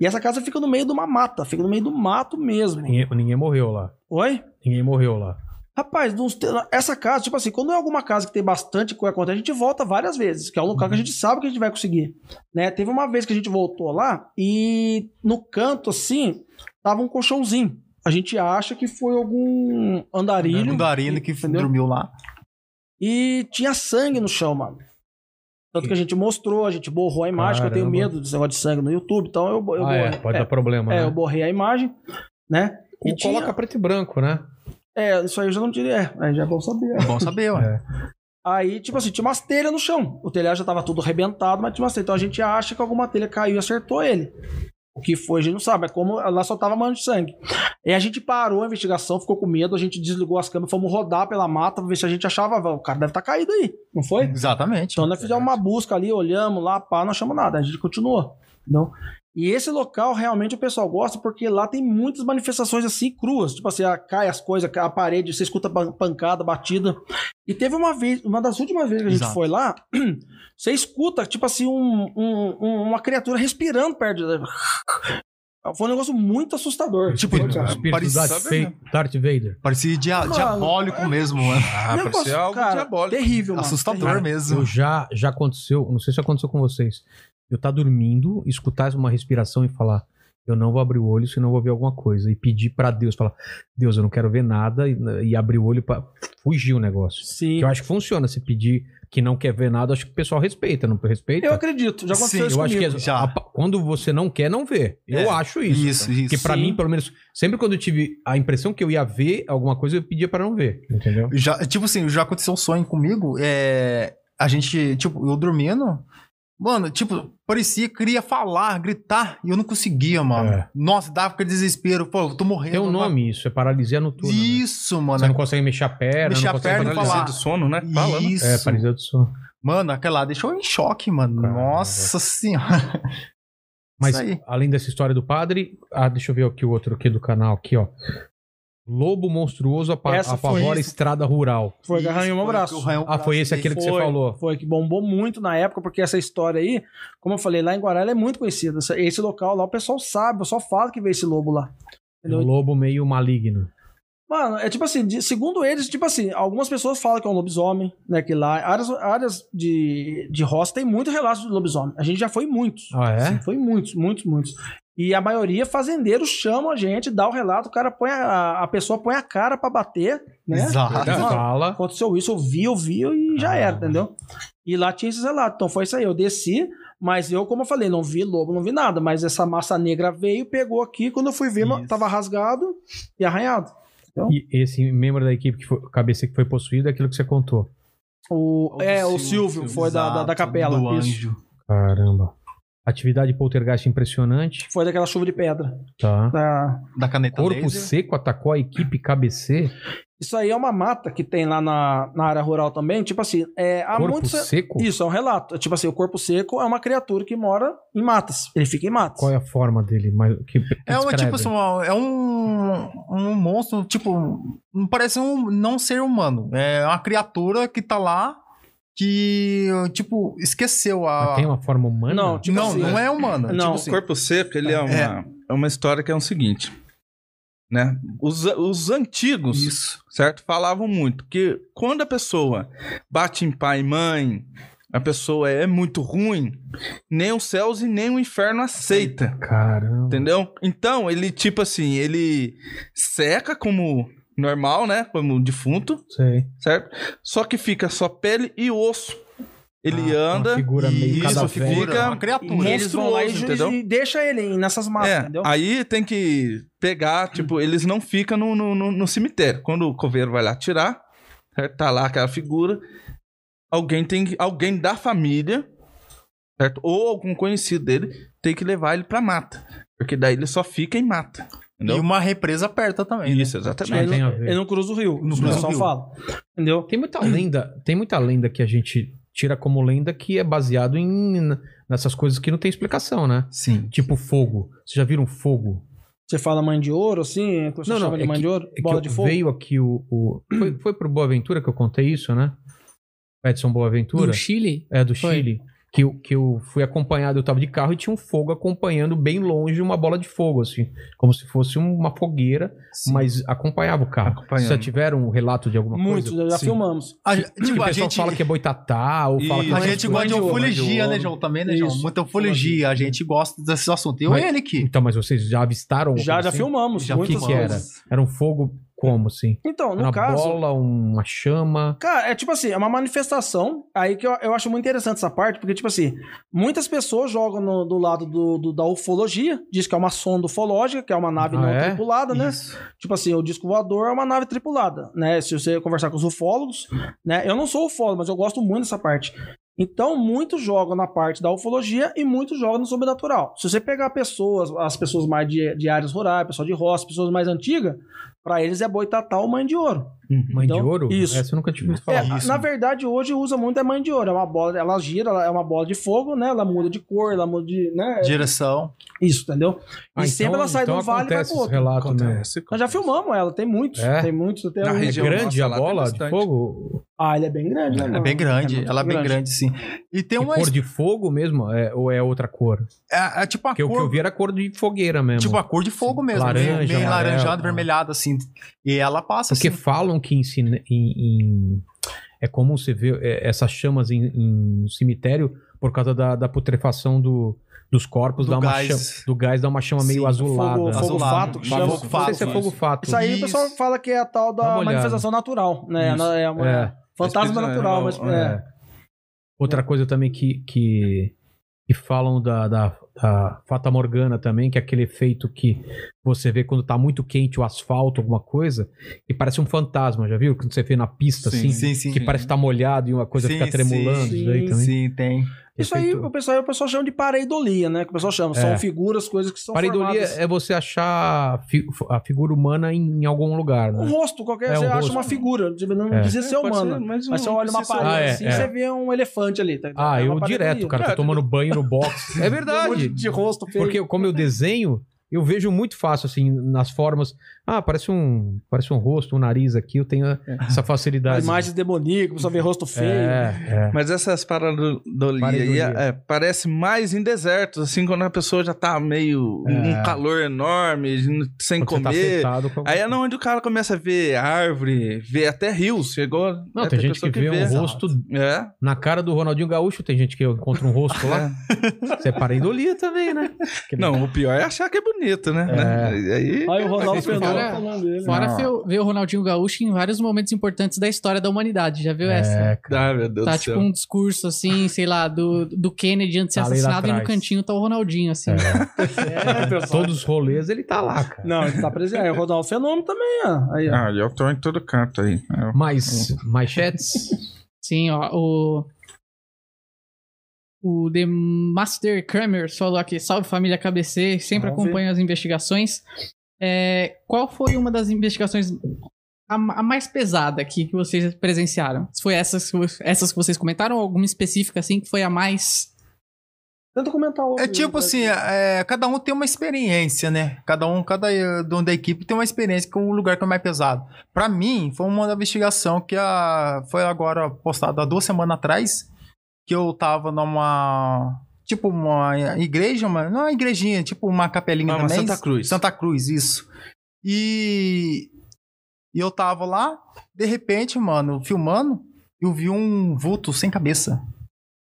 E essa casa fica no meio de uma mata, fica no meio do mato mesmo.
Ninguém, ninguém morreu lá.
Oi?
Ninguém morreu lá.
Rapaz, de uns te- essa casa, tipo assim, quando é alguma casa que tem bastante coisa acontecendo, a gente volta várias vezes, que é um local que a gente sabe que a gente vai conseguir, né? Teve uma vez que a gente voltou lá e no canto, assim, tava um colchãozinho. A gente acha que foi algum andarilho.
Um darino que dormiu lá.
E tinha sangue no chão, mano. Tanto que a gente mostrou, a gente borrou a imagem, que eu tenho
Caramba.
medo desse negócio de sangue no YouTube, então eu, bo- eu
ah, é,
borrei-
pode
é,
dar problema,
é,
né?
eu borrei a imagem, né?
Ou
E tinha-
coloca preto e branco, né?
É, isso aí eu já não diria, é, aí já é bom saber.
É bom saber, ué.
Aí, tipo assim, tinha umas telhas no chão. O telhado já tava tudo arrebentado, mas tinha umas telhas. Então a gente acha que alguma telha caiu e acertou ele. O que foi, a gente não sabe. Mas como lá só tava mancha de sangue. Aí a gente parou a investigação, ficou com medo, a gente desligou as câmeras, fomos rodar pela mata pra ver se a gente achava. O cara deve estar tá caído aí, não foi?
Exatamente.
Então nós fizemos uma busca ali, olhamos lá, pá, não achamos nada. A gente continuou. Não. E esse local realmente o pessoal gosta porque lá tem muitas manifestações assim cruas. Tipo assim, ah, cai as coisas, cai a parede, você escuta pan- pancada, batida. E teve uma vez, uma das últimas vezes que a gente
Exato.
foi lá, você escuta, tipo assim, um- um- um- uma criatura respirando perto. da- Foi um negócio muito assustador.
Tipo,
Foi,
o
cara. um
espírito
parece-
do Darth,
sabe, né?
Fa- Darth Vader.
Parecia dia-
Mano,
diabólico
é
mesmo, mano.
Ah,
Negócio,
parecia algo
cara,
diabólico.
Terrível, mano.
Assustador
terrível.
mesmo.
Eu já, já aconteceu, não sei se aconteceu com vocês, eu tá dormindo, escutar uma respiração e falar, eu não vou abrir o olho, senão eu vou ver alguma coisa. E pedir pra Deus, falar, Deus, eu não quero ver nada, e, e abrir o olho pra fugir o negócio.
Sim.
Que eu acho que funciona, se pedir que não quer ver nada, acho que o pessoal respeita, não respeita?
Eu acredito, já aconteceu
Sim,
isso
Eu acho que
comigo.
é-
Já.
a pa- quando você não quer, não vê. Eu
É,
acho isso.
Isso,
tá?
isso.
Porque pra
Sim.
mim, pelo menos, sempre quando eu tive a impressão que eu ia ver alguma coisa, eu pedia pra não ver. Entendeu?
Já, tipo assim, já aconteceu um sonho comigo. É, a gente, tipo, eu dormindo. Mano, tipo, parecia, queria falar, gritar, e eu não conseguia, mano.
É.
Nossa, dava aquele desespero. Pô, eu tô morrendo.
Tem um
mano.
nome isso, é paralisia noturna. né?
Isso, mano.
Você não consegue mexer a perna,
Mexer
não
a
consegue
perna e
paralisar.
falar.
Paralisia do sono, né? Fala, né?
Isso.
É, paralisia do sono.
Mano, aquela lá deixou eu em choque, mano.
Caramba.
Nossa senhora.
Mas
Isso aí.
além dessa história do padre, ah, deixa eu ver aqui o outro aqui do canal aqui, ó. Lobo monstruoso apa
Essa foi
apavora
isso.
estrada rural.
Foi, um que arranhou meu braço.
um
Ah, foi esse aquele que você
Foi.
falou.
Foi que bombou muito na época, porque essa história aí, como eu falei, lá em Guará ela é muito conhecida. Essa- Esse local lá, o pessoal sabe, eu só falo que vê esse lobo lá.
Um
Entendeu?
lobo meio maligno.
Mano, é tipo assim, de- segundo eles, tipo assim, algumas pessoas falam que é um lobisomem, né? Que lá, áreas, áreas de, de roça tem muito relato de lobisomem. A gente já foi em muitos.
Ah, é?
Sim, foi em muitos, muitos, muitos. E a maioria fazendeiros chamam a gente, dá o relato, o cara põe a, a pessoa põe a cara pra bater, né?
Exato.
Ele fala.
aconteceu isso, eu vi, eu vi e já era, entendeu? E lá tinha esses relatos. Então foi isso aí, eu desci, mas eu, como eu falei, não vi lobo, não vi nada, mas essa massa negra veio, pegou aqui, quando eu fui ver,
Isso.
tava rasgado e arranhado.
E esse membro da equipe que foi, cabeça que foi possuída é aquilo que você contou.
O, é, o Silvio, foi da, da, da capela,
Do
isso.
anjo.
Caramba. Atividade poltergeist impressionante,
Foi daquela chuva de pedra. É,
tá?
da-
Da caneta
Corpo
laser.
seco atacou a equipe KBC.
Isso aí é uma mata que tem lá na, na área rural também. Tipo assim, é, há
Corpo
muitos.
seco?
Isso, é um relato. Tipo assim, o corpo seco é uma criatura que mora em matas. Ele fica em matas.
Qual é a forma dele? Mas, que,
É uma,
descreve?
tipo assim, uma- é um, um monstro, tipo, um- parece um não ser humano. É uma criatura que tá lá que, tipo, esqueceu
Mas
a.
tem uma forma humana?
Não, tipo
não,
assim,
não é humana.
Não.
Tipo
O
assim,
corpo seco, ele é uma,
É.
é. uma história que é o seguinte, né? Os, os antigos,
Isso.
certo? Falavam muito que quando a pessoa bate em pai e mãe, a pessoa é muito ruim, nem os céus e nem o inferno aceita.
Caramba.
Entendeu? Então, ele, tipo assim, ele seca como normal, né? Como defunto,
Sei.
certo? Só que fica só pele e osso. Ele
Ah, uma
anda.
figura meio
isso,
cadavérica.
fica-
uma
E
criatura.
eles vão lá e,
monstruoso, entendeu?
e deixa ele em- nessas matas,
É,
Ah.
entendeu?
aí tem que pegar, tipo, eles não ficam no, no, no- no cemitério. Quando o coveiro vai lá tirar, certo? tá lá aquela figura. Alguém tem que- alguém da família, certo? Ou algum conhecido dele, tem que levar ele pra mata. Porque daí ele só fica em mata.
E
Entendeu?
uma represa aperta também.
Isso,
Não
exatamente.
tem a ver.
Ele não cruza o rio,
Não
o
cruza o
pessoal
rio.
fala. Entendeu?
Tem muita lenda, tem muita lenda que a gente tira como lenda que é baseado em nessas coisas que não tem explicação, né?
Sim.
Tipo fogo. Vocês já viram fogo?
Você fala mãe de ouro, assim, é que você
Não, não,
chama de
é
mãe
que-
de ouro,
É que
bola
eu-
de fogo.
veio aqui o. o- foi, foi pro Boaventura que eu contei isso, né? Edson Boaventura?
No Chile?
É, do
Foi.
Chile. que eu, que eu fui acompanhado, eu tava de carro e tinha um fogo acompanhando bem longe uma bola de fogo, assim, como se fosse uma fogueira,
Sim.
mas acompanhava o carro.
Acompanhando.
Vocês já tiveram um relato de alguma
Muito,
coisa?
já
Sim.
filmamos.
A,
Que
tipo,
o
a
pessoal
gente
fala que é boitatá, ou fala que
Isso.
A
é
gente gosta de
Mas de
ufologia,
ovo,
né, João? Também, né, João?
Isso,
Muita ufologia. A gente gosta desses assuntos. Eu
Mas-
e ele aqui.
Então, mas vocês já avistaram? alguma
Já,
coisa
já
assim?
filmamos.
Já
O que
muitas
que,
vezes.
era? Era um fogo como, assim?
Então, no
Era uma
caso.
bola, uma chama...
Cara, é tipo assim, é uma manifestação. Aí que eu, eu acho muito interessante essa parte, porque, tipo assim, muitas pessoas jogam no- do lado do, do- da ufologia, diz que é uma sonda ufológica, que é uma nave
Ah,
não
é?
tripulada, né?
Isso.
Tipo assim, o disco voador é uma nave tripulada, né? Se você conversar com os ufólogos, né? Eu não sou ufólogo, mas eu gosto muito dessa parte. Então, muitos jogam na parte da ufologia e muitos jogam no sobrenatural. Se você pegar pessoas, as pessoas mais de, de áreas rurais, pessoal de roça, pessoas mais antigas, pra eles é boitatá ou mãe de ouro.
Uhum.
Mãe de
Então,
ouro?
isso.
Essa eu nunca tive ouvido falar.
É, na verdade, hoje usa muito a mãe de ouro. É uma bola, ela gira, ela é uma bola de fogo, né? Ela muda de cor, ela muda de. Né?
Direção.
Isso, entendeu?
Ah,
e sempre ela sai do vale e vai
acontece
pro
esse
outro.
relato, né?
Nós já filmamos ela, tem muitos.
É?
Tem muitos, até
Na
um-
É
região
grande
nossa,
a
lá tem
bola de
bastante.
fogo?
Ah, ele é bem grande, né?
É
mano?
bem grande.
muito
ela é bem grande, sim. E tem
E
uma.
cor de fogo mesmo? É, ou é outra cor?
É, é tipo a
Porque o que eu
cor.
vi era cor de fogueira mesmo.
Tipo a cor de fogo mesmo.
Laranja,
meio- meio
amarelo,
laranjado,
tá.
vermelhado, assim. E ela passa
Porque
assim.
falam que em, cine- em- em- é comum você ver é, essas chamas em, em cemitério por causa da, da putrefação do, dos corpos,
Do
dá uma
gás.
chama- do gás dá uma chama meio
Sim,
azulada.
fogo-
né?
fogo
Azulado.
fato, que
Mas
chama.
fogo
Não sei se é
fato,
fogo
isso.
fato.
Isso aí
Isso.
o pessoal fala que é a tal
Dá uma
da
olhada.
manifestação natural, né?
Isso.
É uma
É.
fantasma
Pesquisa,
natural,
é,
mas.
é.
é.
Outra coisa também que, que, que falam da, da, da Fata Morgana também, que é aquele efeito que você vê quando tá muito quente o asfalto, alguma coisa, e parece um fantasma, já viu? Quando você vê na pista, assim,
Sim, sim.
que parece que tá molhado e uma coisa
Sim,
fica tremulando.
sim,
isso aí também.
Sim, tem.
Isso aí
Efeito-
o pessoal, o pessoal chama de pareidolia, né? Que o pessoal chama. São
É.
figuras, coisas que são.
Pareidolia
formadas.
é você achar a fi- a figura humana em, em algum lugar,
Um
né?
rosto qualquer,
É,
você
um
acha
rosto.
uma figura. tipo, Não
É.
precisa ser
pode
humana.
ser, mas
Mas você
não
olha uma
precisa-
parede
Ah, é,
assim,
é.
você vê um elefante ali. Tá?
Ah,
É uma
eu
parede
direto,
ali.
cara, tô tomando banho no box. É
Um monte
verdade.
de rosto feio.
Porque como eu desenho, eu vejo muito fácil, assim, nas formas. Ah, parece um, parece um rosto, um nariz aqui, eu tenho essa facilidade.
Imagens demoníacas, só vê rosto feio.
É, é.
Mas essas paradolias aí
Pareidolia.
é, parece mais em desertos, assim, quando a pessoa já tá meio.
É.
um calor enorme, sem
Quando você tá
comer.
sentado com alguma
Aí é
coisa.
onde o cara começa a ver árvore, ver até rios. Chegou.
Não,
né,
tem, gente que
pessoa
vê um rosto
É.
na cara do Ronaldinho Gaúcho, tem gente que encontra um rosto lá. Você é pareidolia também, né?
Não, o pior é achar que é bonito, né?
É.
E Aí,
Aí o Ronaldo
Mas esse
Fernando
cara-
falando dele.
Fora
Não.
ver- ver o Ronaldinho Gaúcho em vários momentos importantes da história da humanidade. Já viu essa?
É, cara.
Ah, meu Deus
Tá
do céu.
tipo um discurso assim, sei lá, do, do Kennedy antes de
Tá
ser
ali lá
assassinado e no
atrás.
cantinho tá o Ronaldinho, assim.
É, pessoal.
Todos os rolês ele tá lá, cara.
Não, ele tá presente. Aí o Ronaldo Fenômeno também, ó. Aí, ó.
Ah, eu tô em todo canto aí. É, Eu-
Mas, manchetes.
Sim, ó, o. O The Master Kramer falou aqui, salve família KBC, sempre
Salve.
acompanho as investigações. É, qual foi uma das investigações a, a mais pesada aqui que vocês presenciaram? Se Foi essas, que vo- essas que vocês comentaram ou alguma específica assim que foi a mais.
Tenta comentar outro.
É tipo assim, é, cada um tem uma experiência, né? Cada um, cada eh, dono da equipe tem uma experiência com o lugar que é mais pesado. Pra mim, foi uma investigação que a, foi agora postada há duas semanas atrás, que eu tava numa. Tipo, uma igreja, uma, não é uma igrejinha, tipo uma capelinha
Ah, uma
também.
Santa Cruz.
Santa Cruz, isso. E, e eu tava lá, de repente, mano, filmando, eu vi um vulto sem cabeça.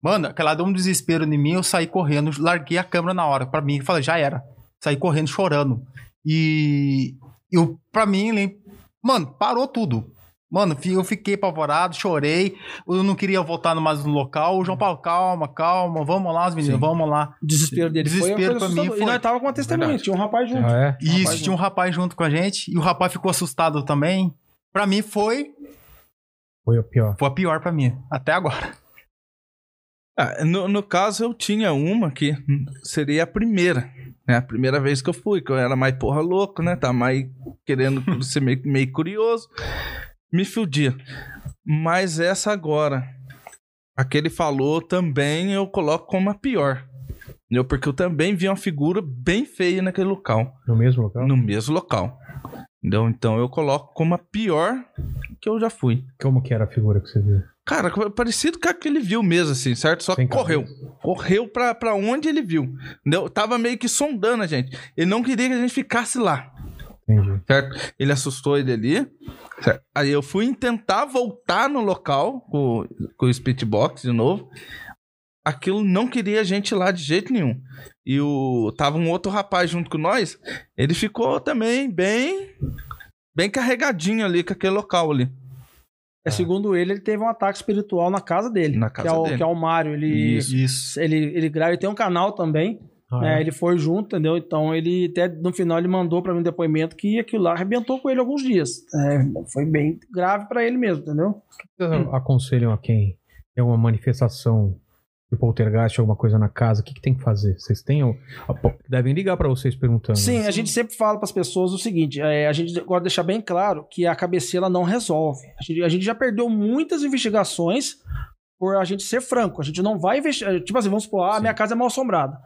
Mano, aquela deu um desespero em mim, eu saí correndo, larguei a câmera na hora. Pra mim, eu falei, já era. Saí correndo, chorando. E eu, pra mim, ele- mano, parou tudo. Mano, fi- eu fiquei apavorado, chorei. Eu não queria voltar no- mais no local. O João Paulo, calma, calma, vamos lá, os meninos,
Sim.
vamos lá.
O desespero dele foi
Desespero
uma coisa
pra mim
assustadora. E
foi-
nós tava com uma testemunha,
Verdade.
tinha um rapaz junto.
Ah, é?
Isso,
Rapaz,
tinha um rapaz junto com a gente. E o rapaz ficou assustado também. Pra mim, foi,
Foi o pior.
foi a pior pra mim, até agora.
Ah, no, no caso, eu tinha uma que seria a primeira. Né? A primeira vez que eu fui, que eu era mais porra louco, né? Tá mais querendo ser meio, meio curioso. Me fudia. Mas essa agora, aquele falou também, eu coloco como a pior. Entendeu? Porque eu também vi uma figura bem feia naquele local.
No mesmo local?
No mesmo local. Entendeu? Então eu coloco como a pior que eu já fui.
Como que era a figura que você viu?
Cara, parecido com aquele viu mesmo, assim, certo? Só que
Sem
correu. Correu pra, pra onde ele viu. Entendeu? Tava meio que sondando a gente. Ele não queria que a gente ficasse lá.
Entendi.
Certo? Ele assustou ele ali. Certo? Aí eu fui tentar voltar no local com, com o Speedbox de novo. Aquilo não queria a gente lá de jeito nenhum. E o tava um outro rapaz junto com nós. Ele ficou também bem bem carregadinho ali com aquele local ali.
tá.
É, segundo ele, ele teve um ataque espiritual na casa dele.
Na
que
casa
é o,
dele.
Que é o Mário. Ele,
Isso. é? Isso.
ele, ele grava, ele tem um canal também.
É,
Ah,
né? Ele foi junto, entendeu? Então ele até no final ele mandou pra mim um depoimento que aquilo lá arrebentou com ele alguns dias. É, foi bem grave pra ele mesmo, entendeu?
Vocês
Hum.
aconselham a quem tem uma manifestação de poltergeist, alguma coisa na casa, o que, que tem que fazer? Vocês têm. o- a- po- Devem ligar pra vocês perguntando.
Sim, a gente sempre fala pras pessoas o seguinte: é, a gente agora deixar bem claro que a cabeceira não resolve. A gente, a gente já perdeu muitas investigações por a gente ser franco. A gente não vai investigar. Tipo assim, vamos supor, ah, minha casa é mal assombrada.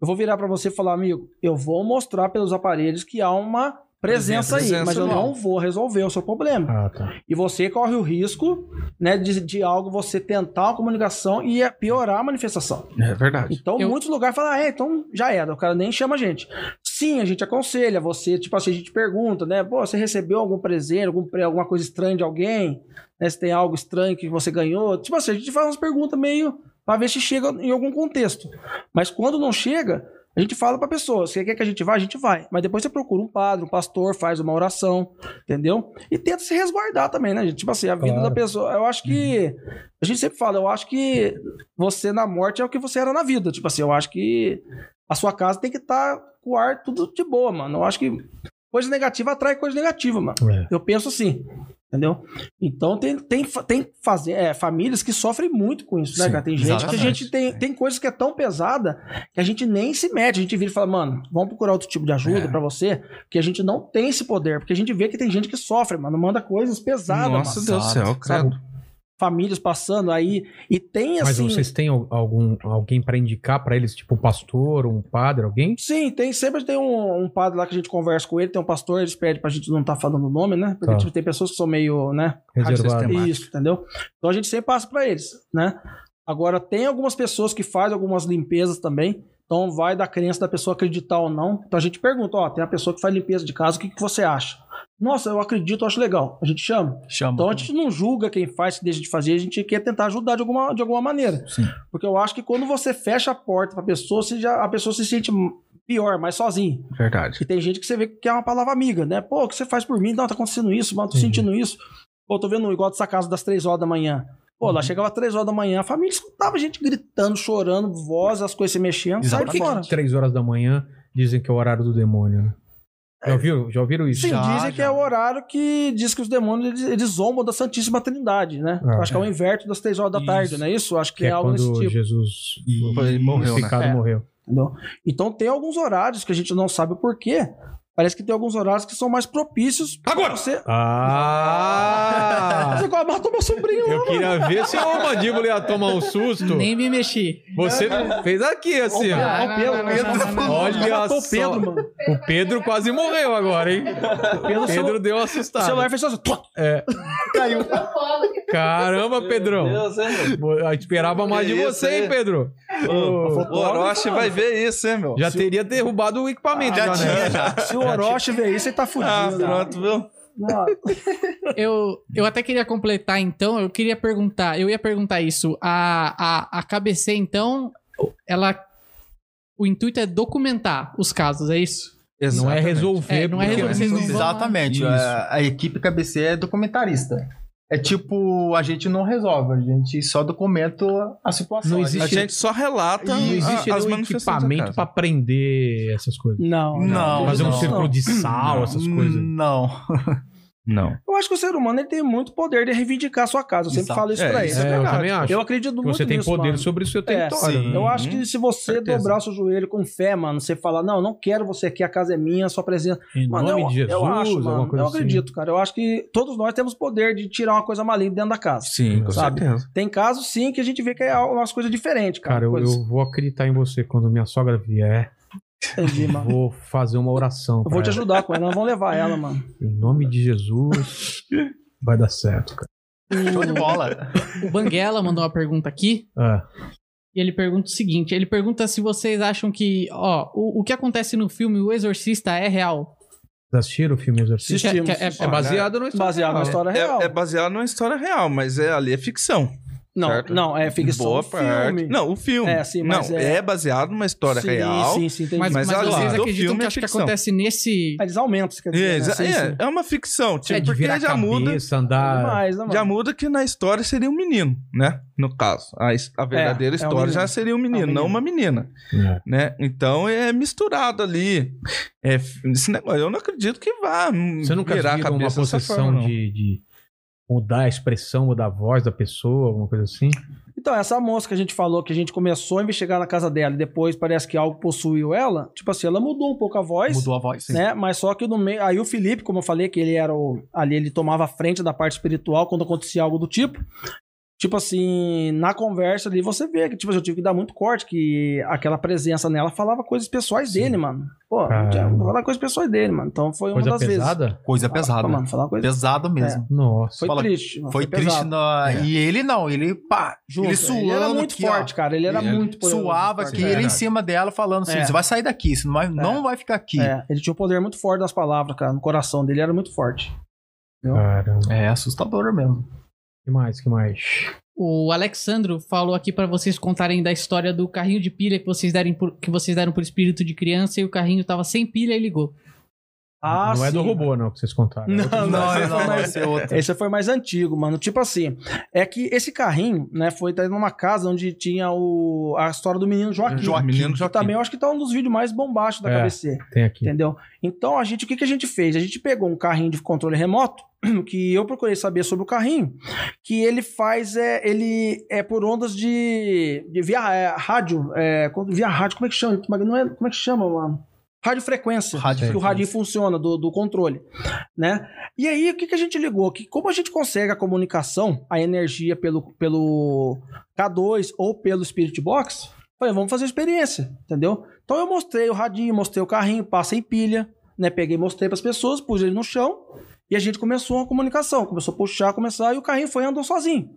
Eu vou virar pra você e falar, amigo, eu vou mostrar pelos aparelhos que há uma presença, aí,
Presença
mas eu
mal.
não vou resolver o seu problema.
Ah, tá.
E você corre o risco né, de, de algo você tentar uma comunicação e é piorar a manifestação.
É verdade.
Então,
Eu-
muitos lugares falam, ah, é, então já era, o cara nem chama a gente. Sim, a gente aconselha você, tipo assim, a gente pergunta, né? Pô, você recebeu algum presente, algum, pre- alguma coisa estranha de alguém? Né, se tem algo estranho que você ganhou? Tipo assim, a gente faz umas perguntas meio pra ver se chega em algum contexto. Mas quando não chega, a gente fala pra pessoa, você quer que a gente vá? A gente vai. Mas depois você procura um padre, um pastor, faz uma oração, entendeu? E tenta se resguardar também, né, gente? Tipo assim, a vida
Claro.
da pessoa. Eu acho que. A gente sempre fala, eu acho que você na morte é o que você era na vida. Tipo assim, eu acho que a sua casa tem que estar com o ar tudo de boa, mano. Eu acho que coisa negativa atrai coisa negativa, mano.
É.
Eu penso assim. Entendeu? Então tem, tem, fa- tem fazer, é, famílias que sofrem muito com isso, né,
Sim,
cara? Tem gente que a
exatamente.
gente tem, tem coisas que é tão pesada que a gente nem se mete. A gente vira e fala, mano, vamos procurar outro tipo de ajuda pra você, porque a gente não tem esse poder, porque a gente vê que tem gente que sofre, mano, manda coisas pesadas,
Nossa
mano.
Deus do céu,
Sabe?
credo.
Famílias passando aí e tem
Mas
assim.
vocês têm al- algum, alguém pra indicar pra eles, tipo um pastor, um padre,
Ah,
alguém?
Sim, tem sempre tem um, um padre lá que a gente conversa com ele, tem um pastor, eles pedem pra gente não estar falando o nome, né? Porque
Tá.
tipo, tem pessoas que são meio, né?
Reservado.
Temática.
Isso, entendeu? Então a gente sempre passa pra eles, né? Agora, tem algumas pessoas que fazem algumas limpezas também. Então vai da crença da pessoa acreditar ou não. Então a gente pergunta, ó, tem a pessoa que faz limpeza de casa, o que, que você acha? Nossa, eu acredito, eu acho legal. A gente chama.
Chama. né?
Então a gente não julga quem faz, que deixa de fazer, a gente quer tentar ajudar de alguma, de alguma maneira.
Sim.
Porque eu acho que quando você fecha a porta pra pessoa, você já, a pessoa se sente pior, mais sozinha.
Verdade.
E tem gente que você vê que é uma palavra amiga, né? Pô, o que você faz por mim? Não, tá acontecendo isso,
Uhum.
mano, tô
Entendi.
sentindo isso. Pô, tô vendo igual dessa casa das três horas da manhã. Pô,
Uhum.
lá chegava às três horas da manhã, a família escutava gente gritando, chorando, voz, as coisas se mexendo, sai
Exatamente.
fora.
Três horas da manhã dizem que é o horário do demônio, né? Já ouviram, já ouviram isso?
É. Sim,
Já,
dizem que
já.
é o horário que diz que os demônios eles, eles zombam da Santíssima Trindade, né?
Ah,
Eu acho que é o inverno das três horas da
Isso.
tarde, não é isso? Eu Acho que,
Que é
é algo desse
quando
tipo.
Jesus
E-
foi
morreu, né?
crucificado,
É.
morreu.
entendeu? Então tem alguns horários que a gente não sabe o porquê. Parece que tem alguns horários que são mais propícios pra
Agora!
você.
Ah!
Você quase matou meu sobrinho,
Eu queria ver se o mandíbula ia tomar um susto.
Nem me mexi.
Você fez aqui, assim. ó.
Opa.
Olha o Pedro,
Não, não, não, não, não, não, não.
Olha
matou
só.
o Pedro, mano.
O Pedro quase morreu agora, hein?
O Pedro,
O Pedro deu uma
o celular
assustada.
fez só assim. tuc.
Caramba, Pedrão.
Deus, hein, meu?
Eu esperava mais de
Que isso,
você, hein,
hein?
Pedro?
O Orochi vai ver isso, hein, meu?
Já teria derrubado o equipamento, já,
Já
né?
tinha, já.
Se o Orochi ver isso, ele tá fudido.
Ah,
cara.
pronto, viu?
Não,
Eu, eu até queria completar, então. Eu queria perguntar. Eu ia perguntar isso. A, a, a KBC, então, ela. O intuito é documentar os casos, é isso?
Não é
Exatamente.
resolver.
É, não é
porque-
resolver. Vocês não vão lá.
Exatamente. é, A, a equipe KBC é documentarista. É tipo, a gente não resolve, a gente só documenta a situação.
Não
A
existe-
A
gente-
gente só relata
Não existe
um
a, Ah, as
nenhum
manifestações da
equipamento
casa.
pra prender essas coisas.
não.
Não,
Fazer um
não.
círculo de sal, essas coisas.
Não.
Não.
Eu acho que o ser humano ele tem muito poder de reivindicar a sua casa. Eu sempre
Exato.
falo isso
É,
pra
isso
ele. tá
é
É, eu
verdade.
também acho.
Eu acredito muito
você tem
nisso,
poder
mano.
sobre o seu
É,
território.
sim.
né?
Eu acho que se você
Uhum, Certeza.
dobrar o seu joelho com fé, mano, você falar, não, eu não quero você aqui, a casa é minha, a sua presença.
Em
Mano,
nome
eu,
de Jesus,
eu acho,
alguma
mano.
coisa
eu
assim.
acredito, cara. Eu acho que todos nós temos poder de tirar uma coisa maligna dentro da casa.
Sim, com
Sabe?
certeza.
Tem casos, sim, que a gente vê que é umas coisas diferentes, cara.
Cara, eu,
Coisas-
eu vou acreditar em você quando minha sogra vier.
Entendi, mano.
Vou fazer uma oração.
Eu vou
pra
te ajudar com ela, nós vamos levar ela, mano.
ela. Em nome de Jesus, vai dar certo, cara.
Show de bola.
O Banguela mandou uma pergunta aqui.
Ah,
E ele pergunta o seguinte: ele pergunta se vocês acham que, ó, o, o que acontece no filme O Exorcista é real.
vocês assistiram o filme Exorcista?
Que é-
Assistimos.
que é-
É baseado no
Baseado na história real.
É, é baseado numa história real, mas é ali é ficção.
não,
certo.
não, é ficção.
Boa
do
parte.
filme.
Não, o filme.
É, sim, mas
não,
é-
é... baseado numa história
sim,
real.
Sim, sim, entendi.
Mas,
Mas
mas,
olha lá,
vocês
do
acreditam
filme
que
é
acho que
ficção.
acontece nesse.
Eles aumentam, quer
É,
dizer. né?
exa-
Sim,
é,
sim.
é uma ficção, tipo,
é de
porque
virar
já
cabeça,
muda,
andar.
Demais, né, mano?
já muda que na história seria um menino, né? No caso, a, his- a
é um
verdadeira história já
menino.
seria um menino,
menino.
não uma menina,
É.
né? Então é misturado ali. É, f- esse negócio, eu não acredito que vá
Você nunca
virar a
viu uma
cabeça dessa
possessão
forma, não.
de, de mudar a expressão, mudar a voz da pessoa, alguma coisa assim?
Então, essa moça que a gente falou, que a gente começou a investigar na casa dela e depois parece que algo possuiu ela, tipo assim, ela mudou um pouco a voz.
Mudou a voz.
Né? Mas só que no meio. Aí o Felipe, como eu falei, que ele era o. Ali ele tomava a frente da parte espiritual quando acontecia algo do tipo. Tipo assim, na conversa ali você vê que, tipo assim, eu tive que dar muito corte, que aquela presença nela falava coisas pessoais dele, mano. Pô,
Caramba.
falava coisas pessoais dele, mano. Então foi uma
Coisa
das vezes.
pesada?
Coisa
Falava,
pesada.
mano, falava coisa.
Pesado mesmo.
Nossa.
Foi
Fala-
triste. mano,
Foi
pesado.
triste. na-
É.
E ele não, ele pá,
Junto,
ele suando.
Ele era muito
aqui, ó.
forte, cara. Ele era
Ele
muito poderoso,
Suava
forte.
aqui, ele em cima dela falando assim:
É.
você vai sair daqui, você não vai, não vai ficar aqui. É,
É, ele tinha um poder muito forte das palavras, cara. No coração dele era muito forte.
Caramba.
É assustador mesmo.
Que mais, que mais?
O Alexandro falou aqui pra vocês contarem da história do carrinho de pilha que vocês, derem por, que vocês deram por espírito de criança e o carrinho tava sem pilha e ligou.
Ah,
não é do
sim.
robô, não, que vocês contaram. É
Não,
outro-
não, esse foi mais-
esse é outro.
Esse foi mais antigo, mano. Tipo assim, é que esse carrinho, né, foi daí numa casa onde tinha o, a história do menino Joaquim.
Joaquim. Menino Joaquim.
Que Também eu acho que tá um dos vídeos mais bombásticos da
É.
KBC,
Tem aqui.
entendeu? Então, a gente, o que, que a gente fez? A gente pegou um carrinho de controle remoto, que eu procurei saber sobre o carrinho, que ele faz, é, ele é por ondas de, de via é, rádio, é, quando- via rádio, como é que chama? Não é- como é que chama, mano? Radiofrequência
Rádio
que o radinho funciona do, do controle, né? E aí, o que, que a gente ligou? Que como a gente consegue a comunicação, a energia pelo, pelo K2 ou pelo Spirit Box, falei, vamos fazer experiência, entendeu? Então eu mostrei o radinho, mostrei o carrinho, passei pilha, né? Peguei, mostrei para as pessoas, pus ele no chão e a gente começou a comunicação, começou a puxar, começar e o carrinho foi e andou sozinho.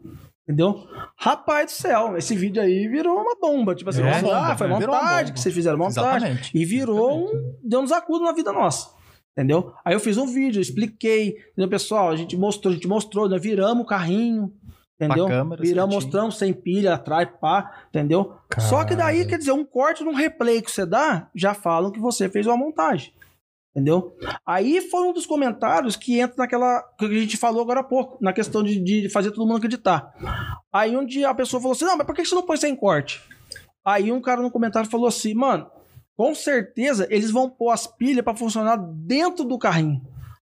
Entendeu? Rapaz do céu, esse vídeo aí virou uma bomba. Tipo assim,
É,
vamos lá,
bomba,
foi
virou uma
vontade
bomba.
que vocês fizeram, vontade.
Exatamente.
E virou um. Deu uns acudos na vida nossa. Entendeu? Aí eu fiz um vídeo, eu expliquei, entendeu, pessoal? A gente mostrou, a gente mostrou, nós viramos o carrinho, entendeu?
câmera,
viramos,
certinho.
mostramos sem pilha atrás, pá, entendeu? Só que daí, quer dizer, um corte num replay que você dá, já falam que você fez uma montagem. Entendeu? Aí foi um dos comentários que entra naquela que a gente falou agora há pouco, na questão de, de fazer todo mundo acreditar. Aí um dia a pessoa falou assim: Não, mas por que você não põe sem corte? Aí um cara no comentário falou assim: Mano, com certeza eles vão pôr as pilhas pra funcionar dentro do carrinho.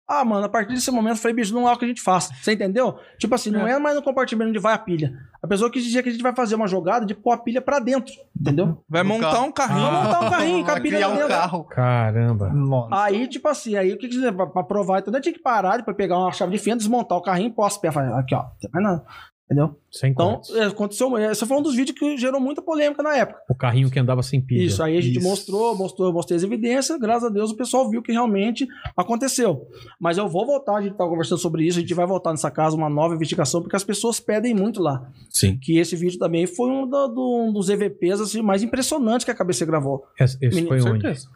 Ah, mano, a partir desse momento eu falei: Bicho, não é o que a gente faz. Você entendeu? Tipo assim, não é mais no compartimento onde vai a pilha. A pessoa quis dizer que a gente vai fazer uma jogada de pôr a pilha pra dentro. Entendeu?
Vai
No
montar
carro.
um
Ah,
carrinho.
Vamos montar um carrinho, com a
Vai
pilha
criar
lá
um
dentro.
carro.
Caramba.
Nossa.
Aí, tipo assim, aí o que que você- pra, pra provar? Então, eu tinha que parar, depois pegar uma chave de fenda, desmontar o carrinho, pôr as pernas. Aqui, ó, não tem mais nada. Entendeu?
Sem
Então,
cortes.
é, aconteceu. Esse foi um dos vídeos que gerou muita polêmica na época.
O carrinho que andava sem pilha.
Isso, aí a gente
Isso.
mostrou, mostrou, eu mostrei as evidências, graças a Deus o pessoal viu que realmente aconteceu. Mas eu vou voltar, a gente tá conversando sobre isso, a gente vai voltar nessa casa, uma nova investigação, porque as pessoas pedem muito lá.
Sim.
Que esse vídeo também foi um, da- do- um dos EVPs assim, mais impressionantes que a cabeça gravou.
Esse, esse
Menino,
foi onde?
certeza.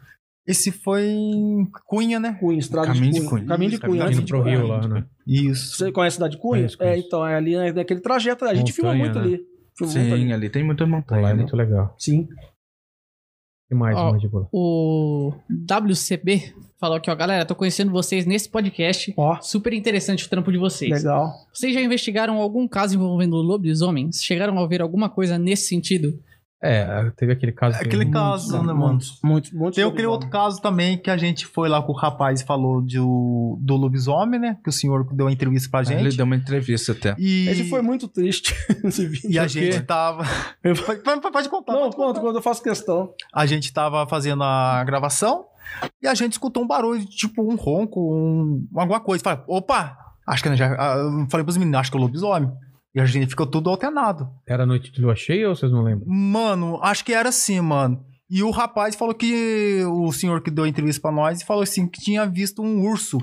Esse foi em Cunha, né?
Cunha, estrada
Caminho
de
de
Cunha.
Cunha.
Caminho de
Caminho
Cunha. antes
de
Indo
de
pro
Cunha.
Rio lá, né?
Isso.
Você conhece a cidade de Cunha?
Conheço,
É,
conheço.
então, é ali na- naquele trajeto. A gente filmou
Montanha,
muito
né?
ali. Filmou muito
Sim,
ali.
ali tem muita
Pô, lá é
montanha. né?
muito legal.
Sim.
que mais,
Ó,
Mandíbula?
O WCB falou aqui, ó, galera, tô conhecendo vocês nesse podcast.
Ó,
Super interessante o trampo de vocês.
legal.
Vocês já investigaram algum caso envolvendo lobisomens? Chegaram a ouvir alguma coisa nesse sentido?
É, teve aquele caso. que-
Aquele caso, né, mano?
Muito, muito.
Tem aquele outro caso também que a gente foi lá com o rapaz e falou de o- do lobisomem, né? Que o senhor deu uma entrevista pra gente.
Ele deu uma entrevista até.
E,
Esse foi muito triste. esse vídeo.
e a
Por quê?
gente tava. Pode, pode- pode contar.
Não,
pode contar.
conta, quando eu faço questão.
A gente tava fazendo a gravação e a gente escutou um barulho, tipo um ronco, um, alguma coisa. Fala, opa! Acho que eu já. ah, Eu falei pros meninos, acho que é o lobisomem. E a gente ficou tudo alternado.
Era noite de lua cheia ou vocês não lembram?
Mano, acho que era assim, mano. E o rapaz falou que. O senhor que deu a entrevista pra nós falou assim que tinha visto um urso.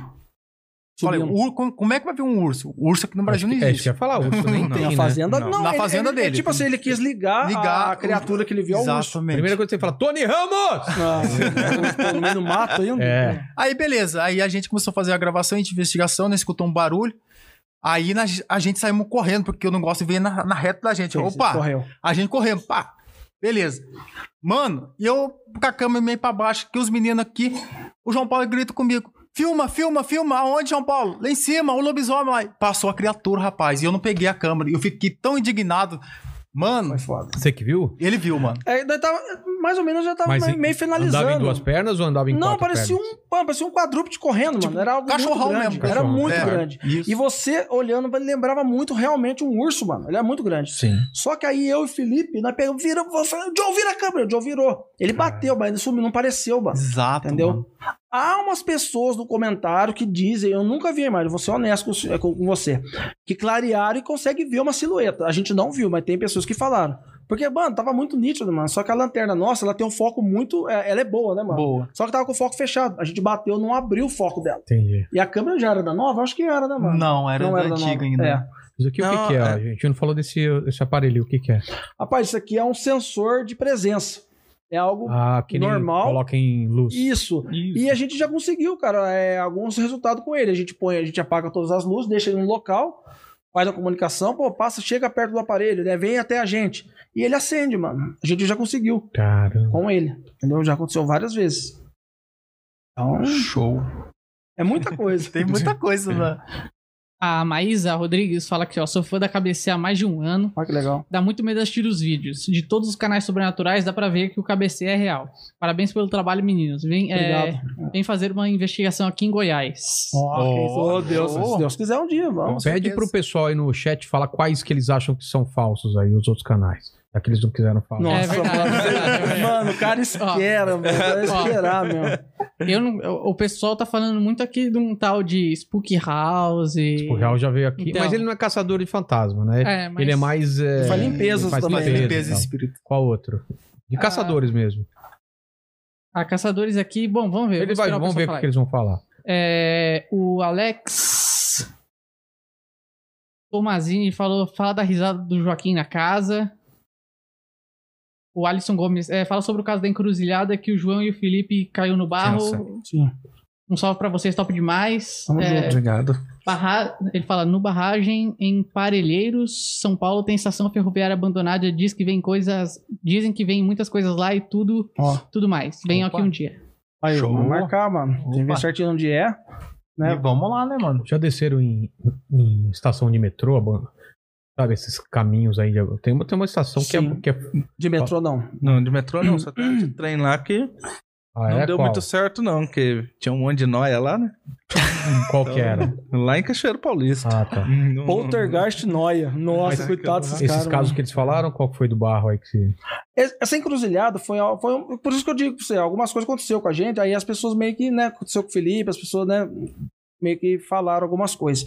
Falei,
Subindo.
ur- como como é que vai ver um urso? Urso aqui no Brasil não
É isso que
existe.
eu ia falar, o urso nem
Não,
tem,
Na
né?
fazenda, não.
Não.
Na
ele-
fazenda
ele-
dele.
Tipo assim, ele quis ligar,
Ligar
a criatura que ele viu ao urso.
Exatamente.
Primeira coisa que você fala, Tony Ramos!
Ah, pô, no meio do mato ainda.
É.
Aí, beleza. Aí a gente começou a fazer a gravação, a gente investigação, né? Escutou um barulho. Aí na- a gente saímos correndo, porque eu não gosto de ver na, na reta da gente. Opa!
Correu.
A gente correndo, pá. Beleza. Mano, e eu com a câmera meio pra baixo, que os meninos aqui, o João Paulo grita comigo. Filma, filma, filma. Aonde, João Paulo? Lá em cima, o lobisomem lá. Passou a criatura, rapaz. E eu não peguei a câmera. Eu fiquei tão indignado. Mano,
Foi foda.
Você que viu?
ele viu, mano.
É, daí tava, mais ou menos já tava
Mas
meio, meio
Andava em
finalizando.
duas pernas ou andava em
não,
quatro
parecia
pernas?
um, pá, parecia um quadrúpede correndo, mano. Era algo
Tipo, Cachorrão
muito grande.
mesmo,
Era
cachorrão.
muito
É.
grande.
Isso.
E você, olhando, ele lembrava muito realmente um urso, mano. Ele é muito grande.
Sim.
Só que aí eu e Felipe, nós pegamos, viramos, eu falei, Joe, vira a câmera. O Joe virou. Ele bateu, mas ele sumiu, não pareceu, mano.
Exato.
Entendeu?
mano.
Há umas pessoas no comentário que dizem, eu nunca vi, mas vou ser honesto com você- com, com você, que clarearam e consegue ver uma silhueta. A gente não viu, mas tem pessoas que falaram. Porque, mano, tava muito nítido, mano. Só que a lanterna nossa, ela tem um foco muito. é, Ela é boa, né, mano?
Boa.
Só que tava com o foco fechado. A gente bateu, não abriu o foco dela.
Entendi.
E a câmera já era da nova? Acho que era, né, mano?
Não, era, da
da
antiga
nova.
ainda.
É.
Mas aqui o que,
Não,
que é?
é.
A gente não falou desse, desse aparelho, o que, que é?
Rapaz, isso aqui é um sensor de presença. É algo.
Ah, que ele
Normal.
coloca em luz.
Isso. E a gente já conseguiu, cara, é, alguns resultados com ele. A gente põe, a gente apaga todas as luzes, deixa ele no local, faz a comunicação, pô, passa, chega perto do aparelho, né? Vem até a gente. E ele acende, mano. A gente já conseguiu
Caramba.
com ele. Entendeu? Já aconteceu várias vezes. Então,
Show.
é muita coisa.
Tem muita coisa, né?
A Maísa Rodrigues fala aqui, ó, sou fã da cabeceia há mais de um ano.
Olha que legal.
Dá muito medo assistir os vídeos. De todos os canais sobrenaturais, dá pra ver que o cabeceia é real. Parabéns pelo trabalho, meninos. Vem, é,
Obrigado.
vem fazer uma investigação aqui em Goiás.
Ó,
Oh,
quem- Deus,
oh.
se Deus quiser um dia, vamos.
Pede
certeza.
pro pessoal aí no chat falar quais que eles acham que são falsos aí, os outros canais. Já que eles não quiseram falar.
É verdade,
mano.
é verdade, é verdade.
Mano, o cara espera, mano. Vai
Ó.
esperar, meu.
Eu não, o o pessoal tá falando muito aqui de um tal de Spook House.
O Real já veio aqui.
Então.
Mas ele não é caçador de fantasma, né?
É, mas-
Ele é mais. É...
Faz limpezas
faz
também.
Mas
limpeza, então.
limpeza
e tal.
espírito.
Qual outro? De
Ah,
caçadores mesmo.
A Ah, Caçadores aqui, bom, vamos ver.
Ele vai, vamos ver o que, que eles vão falar.
É, o Alex Tomazini falou, fala da risada do Joaquim na casa. O Alisson Gomes é, fala sobre o caso da encruzilhada que o João e o Felipe caiu no barro.
Nossa.
Sim.
Um salve pra vocês, top demais.
Tamo
É,
Obrigado.
barra- Ele fala, no barragem em Parelheiros, São Paulo tem estação ferroviária abandonada, diz que vem coisas, dizem que vem muitas coisas lá e tudo,
Ó.
tudo mais. Venham
Opa.
aqui um dia.
Aí,
Show.
vamos marcar, mano. Tem que ver
Opa.
certinho onde é. Né?
E vamos lá, né, mano?
Já desceram em, em estação de metrô, aban- sabe, esses caminhos aí. de- Tem uma, tem uma estação que é,
Sim.
que é.
De metrô, não.
Não, de metrô não, só tem de trem lá que
Ah,
não
é?
deu
qual?
muito certo, não, porque tinha um monte de nóia lá, né?
Qual
então.
que era?
Lá em Cachoeiro Paulista.
Ah, tá.
Hum, não-
Poltergeist Noia. Nossa,
Mas-
coitado desses
Esses
caras.
casos
mano.
que eles falaram, qual que foi do barro aí que se.
Es- Essa encruzilhada foi, al- foi um- Por isso que eu digo pra você, algumas coisas aconteceu com a gente, aí as pessoas meio que, né, aconteceu com o Felipe, as pessoas, né, meio que falaram algumas coisas.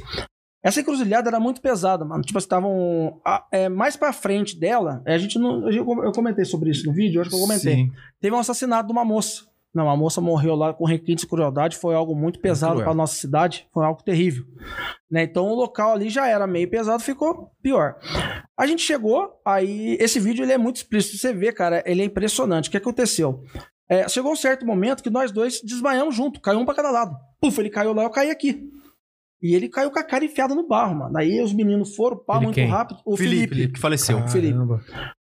Essa encruzilhada era muito pesada, mano. Tipo, estavam é, mais pra frente dela, é, a gente não. Eu eu comentei sobre isso no vídeo, acho que eu comentei.
Sim.
Teve um assassinato de uma moça. Não, a moça morreu lá com requintes de crueldade, foi algo muito pesado
cruel.
para nossa cidade, foi algo terrível. Né? Então o local ali já era meio pesado, ficou pior. A gente chegou, aí esse vídeo ele é muito explícito, você vê, cara, ele é impressionante. O que aconteceu? É, chegou um certo momento que nós dois desmaiamos junto, caiu um para cada lado. Puf, ele caiu lá, eu caí aqui. E ele caiu com a cara enfiada no barro, mano. Aí os meninos foram, pá,
Ele
muito
quem?
rápido. O
Felipe,
Felipe. Ah,
que faleceu.
Felipe.
Caramba.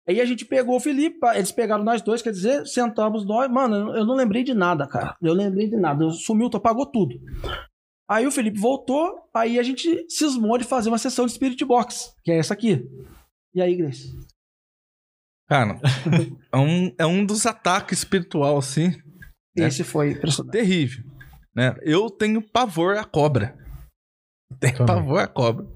Aí a gente pegou o Felipe, pa- eles pegaram nós dois, quer dizer, sentamos nós. Mano, eu- eu não lembrei de nada, cara. Eu lembrei de nada. Eu- Sumiu, tu apagou tudo. Aí o Felipe voltou, aí a gente cismou de fazer uma sessão de Spirit Box, que é essa aqui. E aí, Grace?
Cara, é um, é um dos ataques espiritual, assim, É.
Esse foi impressionante.
terrível. Né? Eu tenho pavor à cobra. Tenho
Também.
pavor à cobra.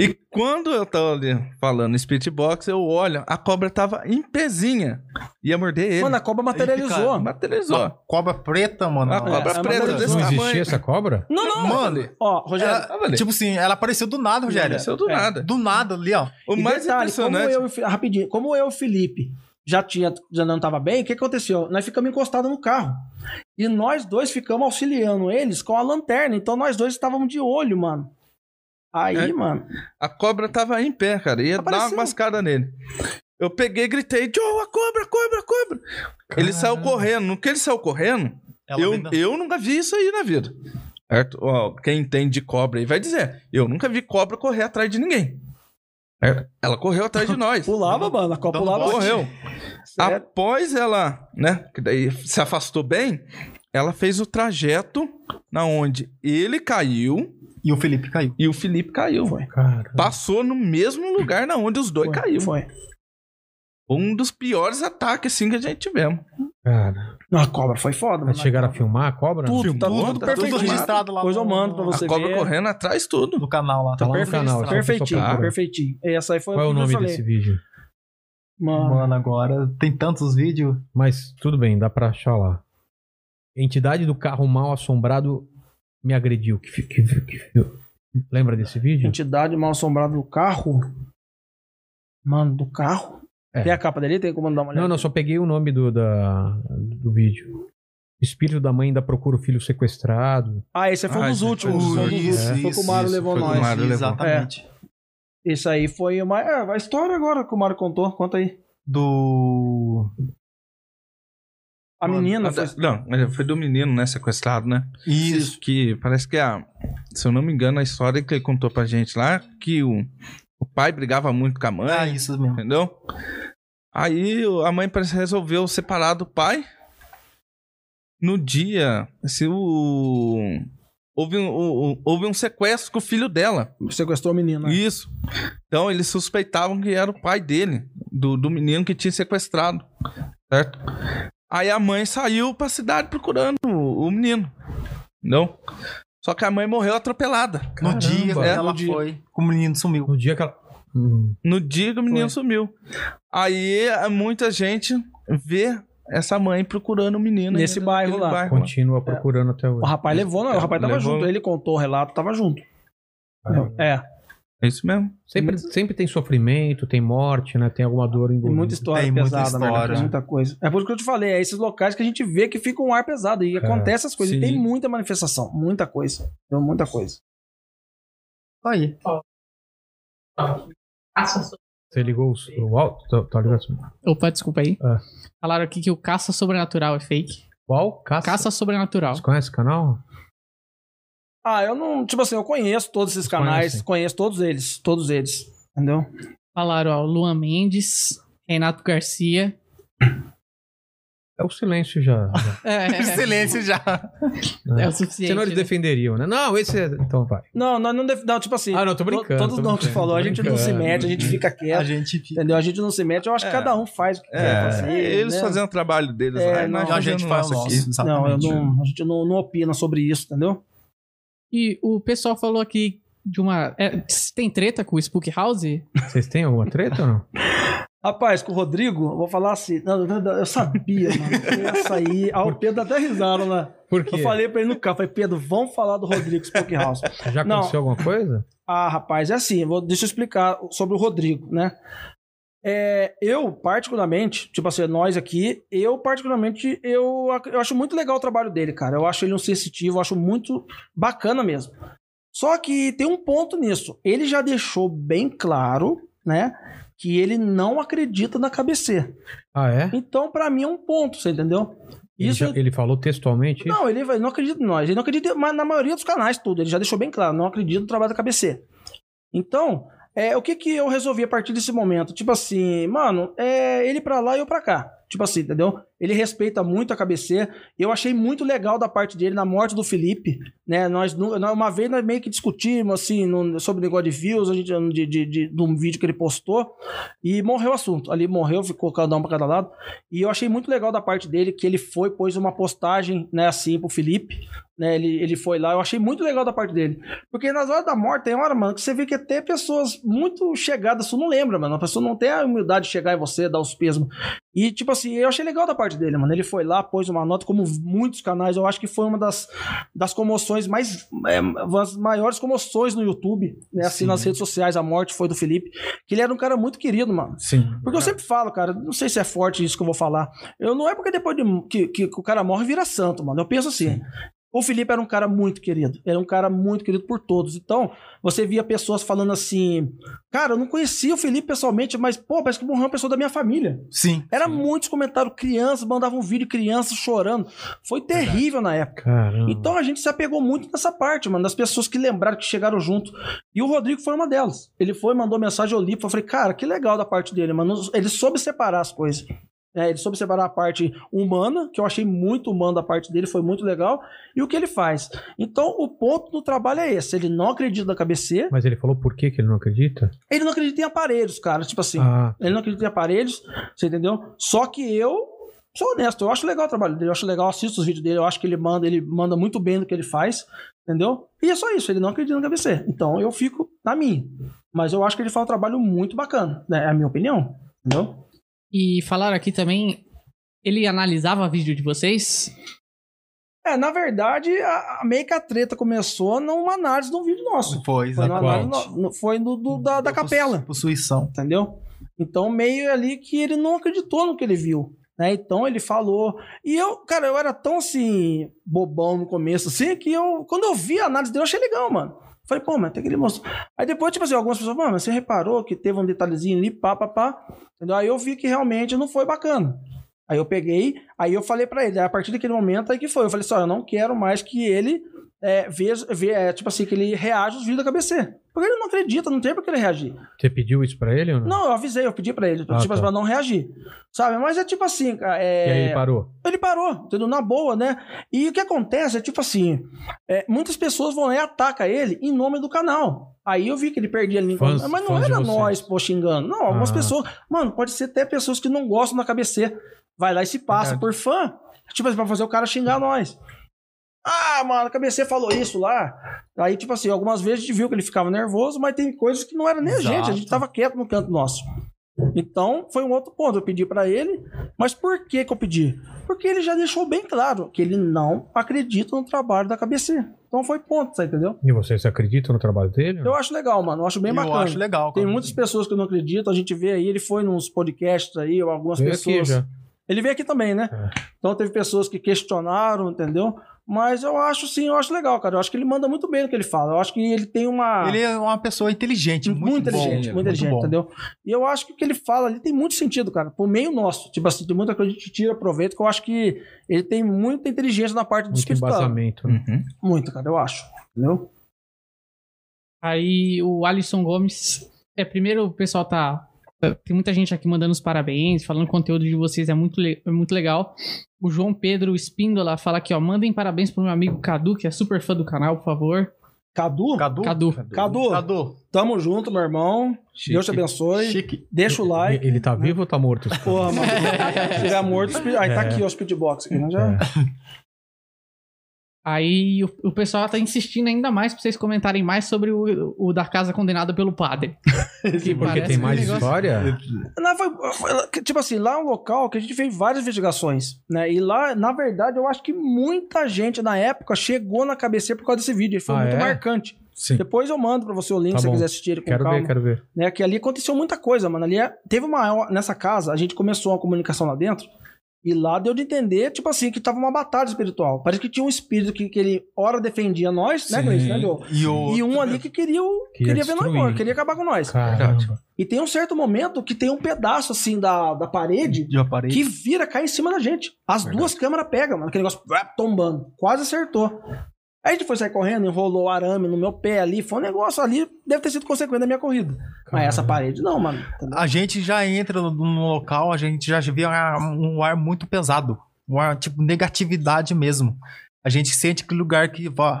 E quando eu tava ali falando em Spirit Box, eu olho, a cobra tava em pezinha. Ia morder ele.
Mano, a cobra materializou.
cara,
materializou.
Cobra preta, mano.
A
é,
Ah, cobra
é
preta
uma
desse
Não
tamanho.
existia essa cobra?
Não, não.
Mano,
Ó, Rogério.
ela- tipo assim, ela apareceu do nada, Rogério.
Apareceu do nada.
Do nada ali, ó.
O
É, e
mais
detalhe, como
impressionante.
eu, e o Fi- rapidinho, como eu e o Felipe já tinha já não estava bem, o que aconteceu? Nós ficamos encostados no carro. E nós dois ficamos auxiliando eles com a lanterna. Então nós dois estávamos de olho, mano. Aí,
É.
mano.
A cobra tava em pé, cara. Ia dar
Apareceu.
uma mascada nele. Eu peguei e gritei, Joe, a cobra, a cobra, a cobra. Ele saiu correndo. No que ele saiu correndo,
Ela
eu,
vem da-
eu nunca vi isso aí na vida. Certo? Ó, quem entende de cobra aí vai dizer. Eu nunca vi cobra correr atrás de ninguém. Certo? Ela correu atrás de nós.
Pulava, mano. A Copa
dando
pulava.
bote.
Correu.
Sério.
Após ela, né, que daí se afastou bem, ela fez o trajeto na onde ele caiu
E o Felipe caiu.
e o Felipe caiu.
Cara.
Passou no mesmo lugar na onde os dois
Foi,
caiu.
Foi.
Um dos piores ataques assim que a gente tivemos.
cara.
Não, a cobra foi foda, mano.
Mas chegaram a filmar a cobra?
Tudo,
Filmou?
tá tudo
Filmou, tá tudo
perfeitinho.
registrado lá
Depois eu
no-
mando pra
A
você
a cobra
ver.
correndo atrás tudo.
Do canal lá.
Tá lá no
perfeito.
canal, tá?
Perfeitinho,
Cara.
perfeitinho. Essa aí foi
Qual é o
que eu
nome
falei.
desse vídeo?
Mano,
Mano, agora tem tantos vídeos.
Mas tudo bem, dá pra achar lá. Entidade do carro mal assombrado me agrediu. Que, fi- que, fi- que fi- Lembra desse vídeo?
entidade mal assombrada do carro. Mano, do carro?
É.
Tem a capa dele? Tem como dar uma olhada?
Não, não, só peguei o nome do, da, do vídeo. Espírito da mãe ainda procura o filho sequestrado.
Ah, esse foi um
Ah,
dos
esse
últimos.
foi
Foi
o
um dos
último.
últimos. Foi que o Mário levou
foi com o
nós. É.
Mário levou.
Exatamente.
Esse aí foi uma. É, a história agora que o Mário contou. Conta aí.
Do.
A menina
Ah,
foi.
da- Não, mas foi do menino, né? Sequestrado, né?
Isso.
Que parece que a. Se eu não me engano, a história que ele contou pra gente lá, que o, o pai brigava muito com a mãe.
Ah, isso mesmo.
Entendeu? Aí o- a mãe parece que resolveu separar do pai. No dia, se o. Houve um, o- o- houve um sequestro com o filho dela.
Sequestrou a menina.
Isso. Então eles suspeitavam que era o pai dele, do, do menino que tinha sequestrado. Certo? Aí a mãe saiu pra cidade procurando o, o menino. Não? Só que a mãe morreu atropelada.
No dia que
Caramba.
ela foi, o menino sumiu.
No dia que ela. Hum,
No dia que o menino sumiu. Aí eh, muita gente vê essa mãe procurando o menino.
Nesse
ainda
bairro
naquele
lá.
continua procurando até
O
hoje.
rapaz levou, não. O rapaz tava
Levou.
junto. Ele contou o relato, tava junto. É,
É isso mesmo.
Sempre, sempre tem sofrimento, tem morte, né? Tem alguma dor
Hum. tem
envolvida.
muita história
Tem muita
pesada, Né?
história.
Tem muita coisa. É por isso que eu te falei, é esses locais que a gente vê que fica um ar pesado. E acontece as coisas. E
sim.
tem muita manifestação, muita coisa. Tem muita coisa.
Aí.
Você ligou o, o alto? Tá, tá ligado?
Opa, desculpa aí.
Ah.
Falaram aqui que o caça sobrenatural é fake.
Qual? Caça.
Caça sobrenatural.
Você conhece o canal?
Ah, eu não. Tipo assim, eu conheço todos esses
Conhece?
canais, conheço todos eles, todos eles. Entendeu?
Falaram, ó, Luan Mendes, Renato Garcia.
É o silêncio já.
É,
Silêncio já.
é o
Senão
suficiente.
eles
né?
defenderiam, né? Não, esse é. Então vai.
Não, nós não, def- não, tipo assim.
Ah, não, tô brincando,
to- Todos
tô
os nomes que
brincando,
tu falou, a
tô
gente não se
brincando.
mete, a gente fica
A
quieto,
gente fica.
entendeu? A gente não se mete, eu acho que
É.
cada um faz o que quer.
É,
Assim,
eles
né?
fazendo o trabalho deles
É,
lá. e
não,
nós
A gente
fazendo
faz o
aqui.
nosso.
Não, eu
Exatamente.
não, a gente não, não opina sobre isso, entendeu?
E o pessoal falou aqui de uma. é, tem treta com o Spook House?
Vocês têm alguma treta ou não?
Rapaz, com o Rodrigo, eu vou falar assim. Não, não, não, eu sabia, mano. que Essa aí. Ah, o Pedro até risaram lá.
Por quê?
Eu falei pra ele no carro, falei, Pedro, vamos falar do Rodrigo Spook House.
Já
Não.
aconteceu alguma coisa?
Ah, rapaz, é assim, vou, deixa eu explicar sobre o Rodrigo, né? É, eu, particularmente, tipo assim, nós aqui, eu, particularmente, eu, ac- eu acho muito legal o trabalho dele, cara. Eu acho ele um sensitivo, eu acho muito bacana mesmo. Só que tem um ponto nisso. Ele já deixou bem claro, né, que ele não acredita na KBC.
Ah, é?
Então, pra mim, é um ponto, você entendeu?
Ele,
Isso
já- ele falou textualmente? isso?
não, ele vai- não acredita em nós. Ele não acredita mas na maioria dos canais, tudo. Ele já deixou bem claro, não acredita no trabalho da KBC. Então, é, o que, que eu resolvi a partir desse momento? Tipo assim, mano, é ele pra lá e eu pra cá. Tipo assim, entendeu? Ele respeita muito a KBC. Eu achei muito legal da parte dele na morte do Felipe, né? Nós, nu- nós- uma vez nós meio que discutimos assim no- sobre o negócio de views, a gente de, de, de, de um vídeo que ele postou e morreu o assunto. Ali morreu, ficou cada um pra cada lado. E eu achei muito legal da parte dele que ele foi, pôs uma postagem, né, assim, pro Felipe, né? Ele, ele foi lá, eu achei muito legal da parte dele. Porque nas horas da morte tem hora, mano, que você vê que é até pessoas muito chegadas, tu não lembra, mano. A pessoa não tem a humildade de chegar em você, dar os pesos. E, tipo assim, eu achei legal da parte dele, mano. Ele foi lá, pôs uma nota, como muitos canais. Eu acho que foi uma das, das comoções mais. é, das maiores comoções no YouTube, né? Assim, nas redes sociais. A morte foi do Felipe. Que ele era um cara muito querido, mano.
Sim.
Porque eu sempre falo, cara, não sei se é forte isso que eu vou falar. Eu não é porque depois de, que, que, que o cara morre vira santo, mano. Eu penso assim. O Felipe era um cara muito querido. Era um cara muito querido por todos. Então, você via pessoas falando assim: Cara, eu não conhecia o Felipe pessoalmente, mas, pô, parece que morreu uma pessoa da minha família.
Sim.
Era muitos comentários, crianças mandavam um vídeo, crianças chorando. Foi terrível na época.
Caramba.
Então a gente se apegou muito nessa parte, mano, das pessoas que lembraram, que chegaram junto. E o Rodrigo foi uma delas. Ele foi, mandou mensagem, eu li, eu falei, cara, que legal da parte dele, mano. Ele soube separar as coisas. É, ele soube separar a parte humana, que eu achei muito humana a parte dele, foi muito legal, e o que ele faz. Então, o ponto do trabalho é esse: ele não acredita na KBC,
Mas ele falou por que, que ele não acredita?
ele não acredita em aparelhos, cara. Tipo assim,
Ah,
ele não acredita em aparelhos, você entendeu? Só que eu sou honesto, eu acho legal o trabalho dele, eu acho legal, eu assisto os vídeos dele, eu acho que ele manda, ele manda muito bem no que ele faz, entendeu? E é só isso, ele não acredita no KBC. Então eu fico na minha. Mas eu acho que ele faz um trabalho muito bacana, né? É a minha opinião, entendeu?
E falaram aqui também. Ele analisava vídeo de vocês?
É, na verdade, a, a meio que a treta começou numa análise de um vídeo nosso.
Foi,
Foi, numa
exatamente.
análise no- no- foi no, do- da, da capela.
Possuição.
entendeu? Então, meio ali que ele não acreditou no que ele viu. Né? Então ele falou. E eu, cara, eu era tão assim, bobão no começo, assim, que eu, quando eu vi a análise dele, eu achei legal, mano. Falei, pô, mas tem que ele mostrou. Aí depois, tipo assim, algumas pessoas, mano, mas você reparou que teve um detalhezinho ali, pá, pá, pá. Entendeu? Aí eu vi que realmente não foi bacana. Aí eu peguei, aí eu falei pra ele, a partir daquele momento, aí que foi. Eu falei assim, ó, eu não quero mais que ele é, veja, ve- é, tipo assim, que ele reaja os vídeos da KBC. Porque ele não acredita, não tem por que ele reagir.
você pediu isso pra ele ou não?
Não, eu avisei, eu pedi pra ele,
Ah,
tipo,
tá.
pra não reagir. Sabe? Mas é tipo assim, cara, é,
E aí ele parou.
ele parou, entendeu? Na boa, né? E o que acontece é tipo assim: é, muitas pessoas vão lá e atacam ele em nome do canal. Aí eu vi que ele perdia a língua.
Fãs-
mas não
fãs de
era
vocês.
nós, pô, xingando. Não, algumas
Ah.
pessoas. Mano, pode ser até pessoas que não gostam da KBC. Vai lá e se passa
Verdade.
por fã. Tipo assim, pra fazer o cara xingar nós. Ah, mano, a KBC falou isso lá. Aí, tipo assim, algumas vezes a gente viu que ele ficava nervoso, mas tem coisas que não era nem a gente, a gente
Exato.
tava quieto no canto nosso. Então, foi um outro ponto. Eu pedi pra ele, mas por que que eu pedi? Porque ele já deixou bem claro que ele não acredita no trabalho da KBC. Então foi ponto, tá, entendeu?
E vocês acreditam no trabalho dele?
Eu acho legal, mano. Eu acho bem
Hum. eu
bacana.
acho legal.
Tem
cara.
muitas pessoas que não acreditam. A gente vê aí, ele foi nos podcasts aí, ou algumas
Veio aqui
pessoas.
já.
Ele veio aqui também, né?
É.
Então teve pessoas que questionaram, entendeu? Mas eu acho sim, eu acho legal, cara. Eu acho que ele manda muito bem no que ele fala. Eu acho que ele tem uma.
Ele é uma pessoa inteligente, muito,
Muito, Ah. inteligente,
bom, né?
muito inteligente,
bom.
entendeu? E eu acho que o que ele fala ali tem muito sentido, cara, pro meio nosso. Tipo assim, tem muita coisa que a gente tira proveito, que eu acho que ele tem muita inteligência na parte do
Muito
espiritual.
um embasamento. né?
Uhum.
Muito, cara, eu acho. Entendeu?
Aí o Alisson Gomes. É, primeiro o pessoal tá. Tem muita gente aqui mandando os parabéns, falando que o conteúdo de vocês é muito, le- é muito legal. O João Pedro Espíndola fala aqui, ó. Mandem parabéns pro meu amigo Cadu, que é super fã do canal, por favor.
Cadu,
Cadu?
Cadu.
Cadu.
Cadu.
tamo junto, meu irmão. Deus te abençoe.
Chique.
Deixa o like. né? Tipo,
Ele tá vivo ou tá morto?
Porra, mano. Se tiver morto, speed- aí
É.
tá aqui, ó, o speedbox aqui, né? Já...
Aí o, o pessoal tá insistindo ainda mais pra vocês comentarem mais sobre o, o da casa condenada pelo padre. um Porque
Tipo,
Porque tem
um
mais história?
Lá foi- foi- tipo assim, lá é um local que a gente fez várias investigações, né? E lá, na verdade, eu acho que muita gente na época chegou na KBC por causa desse vídeo. Ele foi
Ah,
muito
é?
marcante.
Sim.
Depois eu mando pra você o link
Tá
se você
bom.
quiser assistir ele com
Quero
Tipo, calma.
ver, quero ver.
Né? Que ali aconteceu muita coisa, mano. Ali é- teve uma. Nessa casa, a gente começou uma comunicação lá dentro. E lá deu de entender, tipo assim, que tava uma batalha espiritual. Parece que tinha um espírito que, que ele ora defendia nós, né,
Sim.
Gleice, né, Diogo?
E o...
E um ali que queria, o-
Queria
queria, ver nós
destruir.
embora, queria acabar com nós.
Caramba.
E tem um certo momento que tem um pedaço, assim, da, da parede
de aparelho.
que vira, cai em cima da gente. As duas câmeras pegam, mano. Aquele negócio vá, tombando. Quase acertou. Aí a gente foi sair correndo, enrolou o arame no meu pé ali. Foi um negócio ali, deve ter sido consequência da minha corrida. Mas essa parede não, mano. entendeu?
A gente já entra no- no local, a gente já vê ah, um ar muito pesado. Um ar, tipo, negatividade mesmo. A gente sente que lugar que, ó,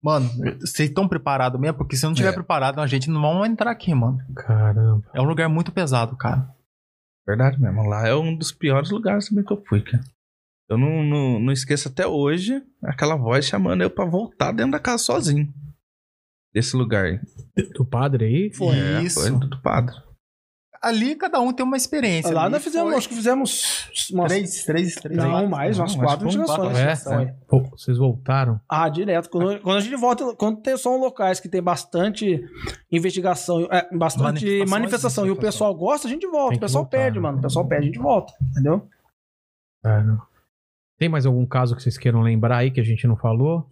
mano, vocês estão preparados mesmo? Porque se não tiver
É.
preparado, a gente não vai entrar aqui, mano.
Caramba.
É um lugar muito pesado, cara.
Verdade mesmo. Lá é um dos piores lugares também que eu fui, cara. Eu não, não, não esqueço até hoje aquela voz chamando eu pra voltar dentro da casa sozinho. Desse lugar. aí.
Do padre aí?
Foi.
É,
Isso.
Foi do do padre.
ali cada um tem uma
é
experiência.
Lá
Ali
nós fizemos,
foi
acho que fizemos umas
Três, três, três.
Não, mais, umas
acho
quatro
que foi um
investigações.
quatro,
É?
investigações.
Pô, vocês voltaram.
Ah, direto. Quando, quando a gente volta, quando tem, são locais que tem bastante investigação, é, bastante
Manifestações,
manifestação e o pessoal gosta, a gente volta.
Tem
O
que
pessoal
voltar,
pede,
né?
mano. O pessoal pede, a gente volta. Entendeu?
É, não. Tem mais algum caso que vocês queiram lembrar aí que a gente não falou?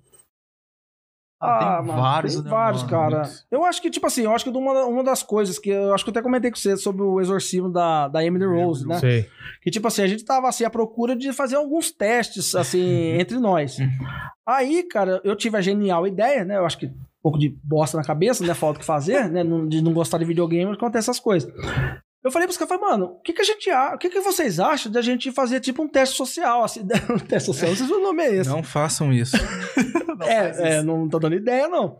Ah, tem vários,
tem
né,
vários,
mano?
cara.
Muitos.
Eu acho que, tipo assim, eu acho que uma, uma das coisas que eu acho que eu até comentei com você sobre o exorcismo da, da Emily Rose, né?
Sei.
Que, tipo assim, a gente tava assim à procura de fazer alguns testes, assim, entre nós. Aí, cara, eu tive a genial ideia, né? Eu acho que um pouco de bosta na cabeça, né? Falta o que fazer, né? não- De não gostar de videogame, acontece essas coisas. Eu falei pros caras, falei, mano, o que que a gente a- o que que vocês acham de a gente fazer tipo um teste social, assim, um teste social, não sei se o nome é esse.
Não façam isso.
É, é, não tô dando ideia, não.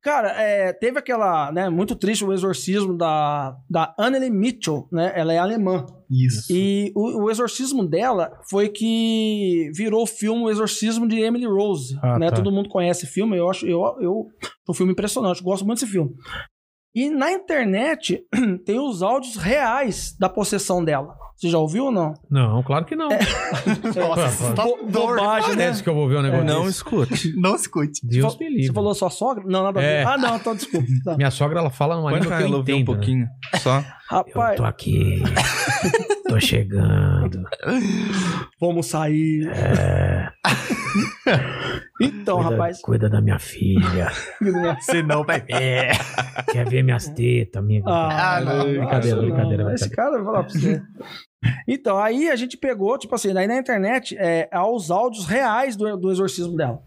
Cara, é, teve aquela, né, muito triste o exorcismo da, da Anneli Mitchell, né? Ela é alemã.
Isso.
E o, o exorcismo dela foi que virou o filme O Exorcismo de Emily Rose.
Ah,
né?
tá.
Todo mundo conhece esse filme, eu acho, eu, eu é um filme impressionante, eu gosto muito desse filme. E na internet tem os áudios reais da possessão dela. Você já ouviu ou não?
Não, claro que não.
Nossa, tá
Bo-
dor.
bobagem, É, né?
Parece que eu vou ver um negócio
Não
desse.
escute.
Não escute.
Deus
Você
me
Você
livre.
falou sua sogra? Não, nada a ver.
É.
Ah, não, então desculpa. Tá.
Minha sogra, ela fala numa
Põe
língua
pra
que eu
ela ouvir
entendo.
um
né?
pouquinho. Só.
Rapaz,
aqui. Tô chegando. É.
vamos sair. então, rapaz. né?
cuida da minha filha.
Senão vai ver.
Quer ver minhas tetas, amigo?
Ah, não.
Brincadeira,
Isso não.
brincadeira,
Esse cara, eu vou falar pra você. Então, aí a gente pegou, tipo assim, aí na internet, é, há os áudios reais do, do exorcismo dela.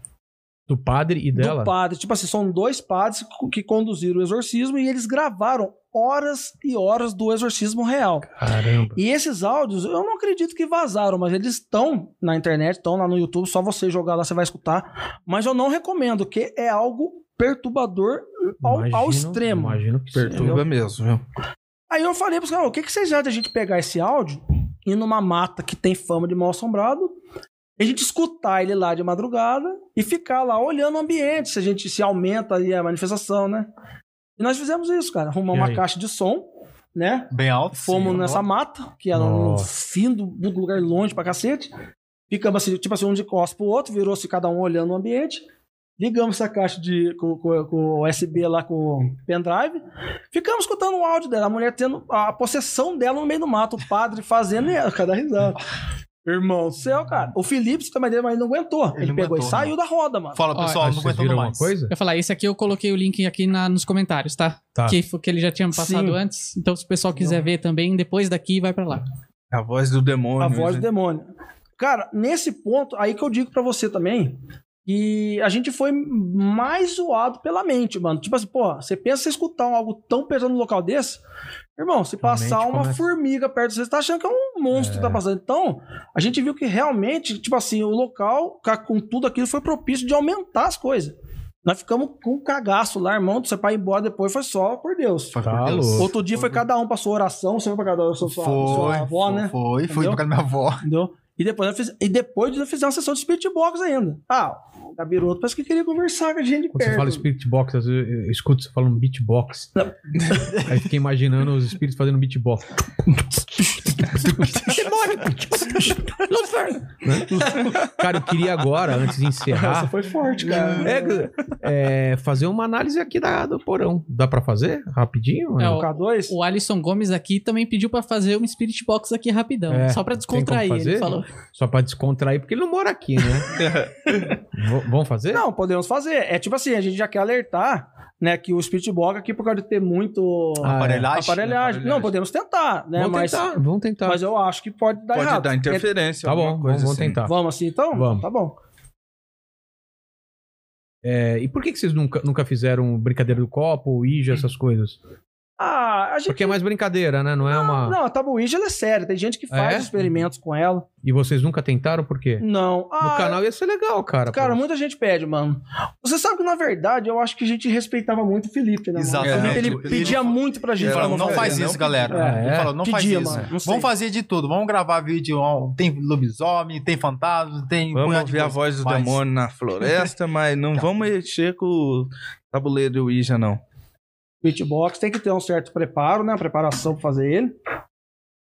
Do padre e dela?
Do padre. Tipo assim, são dois padres que- que conduziram o exorcismo e eles gravaram horas e horas do exorcismo real.
Caramba.
E esses áudios, eu não acredito que vazaram, mas eles estão na internet, estão lá no YouTube, só você jogar lá, você vai escutar. Mas eu não recomendo, que é algo perturbador ao, ao
Imagino-
extremo.
Imagino que
Perturba mesmo, viu?
Aí eu falei pros caras, o que, que vocês acham da gente pegar esse áudio ir numa mata que tem fama de mal assombrado, e a gente escutar ele lá de madrugada e ficar lá olhando o ambiente, se a gente se aumenta ali a manifestação, né? E nós fizemos isso, cara. Arrumamos
E
uma
aí?
caixa de som, né?
Bem alto.
Fomos
sim,
nessa
não.
mata, que era um
Nossa.
fim do do lugar longe pra cacete. Ficamos assim, tipo assim, um de costas pro outro, virou-se cada um olhando o ambiente. Ligamos essa caixa de, com, com, com USB lá com o pendrive. Ficamos escutando o áudio dela, a mulher tendo a possessão dela no meio do mato, o padre fazendo e ela, cada risada. Irmão do céu, cara. O Felipe, você também dele, mas ele não aguentou. Ele,
Ele não
pegou e
aguentou,
saiu da roda, mano.
Fala, pessoal,
Ah,
não
vocês
aguentando
viram
mais.
alguma coisa?
Eu ia falar, esse aqui eu coloquei o link aqui na- nos comentários, tá?
Tá.
Que, foi- que ele já tinha passado
Sim.
antes. Então, se o pessoal quiser ver também, depois daqui vai pra lá.
A voz do demônio.
A voz do
né?
demônio. Cara, nesse ponto, aí que eu digo pra você também, que a gente foi mais zoado pela mente, mano. Tipo assim, pô, você pensa em escutar um- algo tão pesado no local desse? Irmão, se passar
mente
uma
começa-
formiga perto de você, você tá achando que é um monstro que tá passando. Então, a gente viu que realmente, tipo assim, o local, ca- com tudo aquilo, foi propício de aumentar as coisas. Nós ficamos com um cagaço lá, irmão, do seu pai ir embora depois foi só por Deus.
Foi,
Tá
por Deus.
louco.
Outro dia foi cada um pra sua oração, você foi pra cada um pra sua,
Foi,
sua- sua avó,
foi,
né?
foi, fui
Entendeu?
pra casa da minha avó.
Entendeu? E depois nós fiz, e depois nós fizemos uma sessão de spirit box ainda. Ah, o Gabiroto parece que queria conversar com a gente de
Quando você
perto.
fala spirit box, às vezes eu escuto você falando beatbox. Aí fiquei imaginando os espíritos fazendo beatbox. né? Cara, eu queria agora, antes de
Essa
encerrar,
foi forte, cara.
é, é, fazer uma análise aqui da, do porão. Dá pra fazer? Rapidinho?
É,
né?
o K2?
O Alisson Gomes aqui também pediu pra fazer uma Spirit Box aqui rapidão,
É,
só pra descontrair.
como fazer?
Ele falou.
Só pra descontrair, porque ele não mora aqui, né? V- vamos fazer?
Não, podemos fazer. É tipo assim, a gente já quer alertar, né, que o spirit box aqui por causa de ter muito
Ah,
Aparelhagem.
é. aparelhagem. Não, podemos tentar, né,
vamos
mas
tentar, tá. vamos tentar.
mas eu acho que pode dar
Pode
errado.
dar interferência.
tá
alguma
bom,
coisa
vamos, vamos
assim.
É-
tentar.
Vamos assim então?
Vamos.
Tá bom.
É, e por que, que vocês nunca, nunca fizeram brincadeira do copo, Ija, essas coisas?
Ah, a gente
Porque é mais brincadeira, né? Não é uma.
Não, a tabuíja ela é séria, tem gente que faz
É?
experimentos com ela.
E vocês nunca tentaram, por quê? No
Não. Ah,
canal ia ser legal, cara.
Cara,
pô.
muita gente pede, mano. Você sabe que, na verdade, eu acho que a gente respeitava muito o Felipe, né? mano?
Exatamente.
O Felipe, ele
É, tipo, Ele
pedia muito pra gente.
Ele
Era
falou,
Falava,
uma
não
"Vamos
faz
fazer,
isso,
não
galera.
É.
Ele falou, não faz
Pedia,
isso. né?
mano, não sei.
Vamos fazer de tudo. Vamos gravar vídeo. ó, Tem lobisomem, tem fantasma, tem
Vamos
punhado de
ouvir a
coisa.
voz do
Mas-
demônio na floresta, mas não vamos mexer com o tabuleiro do Ouija, não.
Beatbox tem que ter um certo preparo, né? Uma preparação pra fazer ele.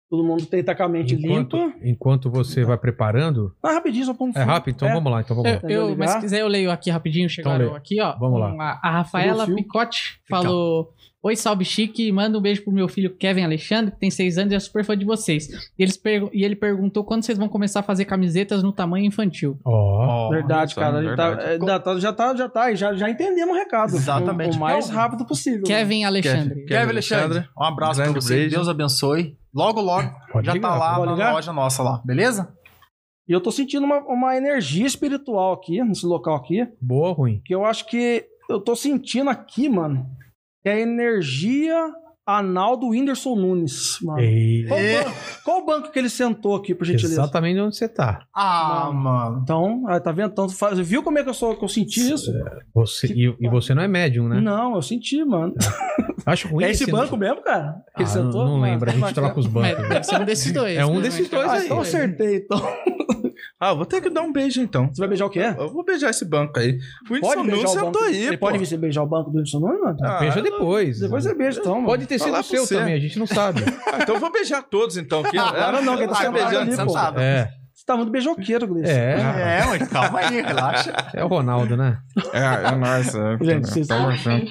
Todo mundo tem que estar com a mente
Enquanto,
limpa.
enquanto você vai preparando.
Ah, rapidinho, só pra um
É rápido, então
É.
vamos lá, então vamos lá. Então
Tá
Eu, eu-
ligado?
mas se quiser, eu leio aqui rapidinho. Chegaram
lê.
aqui, ó.
Vamos lá.
Uma- A, Rafaela
Chegou o fio.
Picote falou: Oi, salve chique. Manda um beijo pro meu filho Kevin Alexandre, que tem seis anos e é super fã de vocês. E, eles pergu- e ele perguntou quando vocês vão começar a fazer camisetas no tamanho infantil.
Ó.
Verdade,
Olha só,
cara. a gente tá-
verdade.
é, ainda tá- já tá, já tá, aí, já, já entendemos o recado.
Exatamente.
O, o mais rápido possível.
Kevin Alexandre.
Kevin
Kevin Alexandre, um abraço
grande
pra você.
beijo.
Deus abençoe. Logo, logo,
pode
já
ligar,
tá lá
pode
na
ligar?
loja nossa lá, beleza?
E eu tô sentindo uma, uma energia espiritual aqui, nesse local aqui,
Boa ou ruim?
que eu acho que eu tô sentindo aqui, mano, que é a energia anal do Whindersson Nunes,
É
mano.
Ei,
Qual, banco, qual banco que ele sentou aqui, por gentileza?
exatamente onde você tá.
Ah,
Mano.
mano.
Então, ah, tá vendo? Então, faz- viu como é que eu, sou, que eu senti isso?
Você, e, e você não é médium, é, né?
Não, eu senti, mano.
Acho ruim.
é esse
você-
banco mesmo, cara? Que
Ah, não, não
Mano,
lembro, a gente
mas- é-
troca os
Mas
bancos.
deve ser um desses dois.
É um
né?
desses dois
Ah,
aí.
então acertei, então.
Ah, vou ter que dar um beijo então.
Você vai beijar o quê?
Eu vou beijar esse banco aí. O Whindersson
Pode beijar
Nunes
o banco.
sentou tá aí,
Ele
pô.
pode vir você beijar o banco do Whindersson Nunes, mano?
Ah,
Veja
eu-
depois.
Depois você beija, então, mano.
Pode ter sido
Falar
o seu
pra você.
também, a gente não sabe.
Ah, então eu vou beijar todos então. Que...
Claro não, que ele tá
Você
sentado
beijando
ali,
essa-
pô.
sentado.
é,
Você tá muito beijoqueiro, Gleice.
é,
É, mas calma aí, relaxa.
é o Ronaldo, né?
É, é nóis. é.
Gente, vocês
Tamo junto.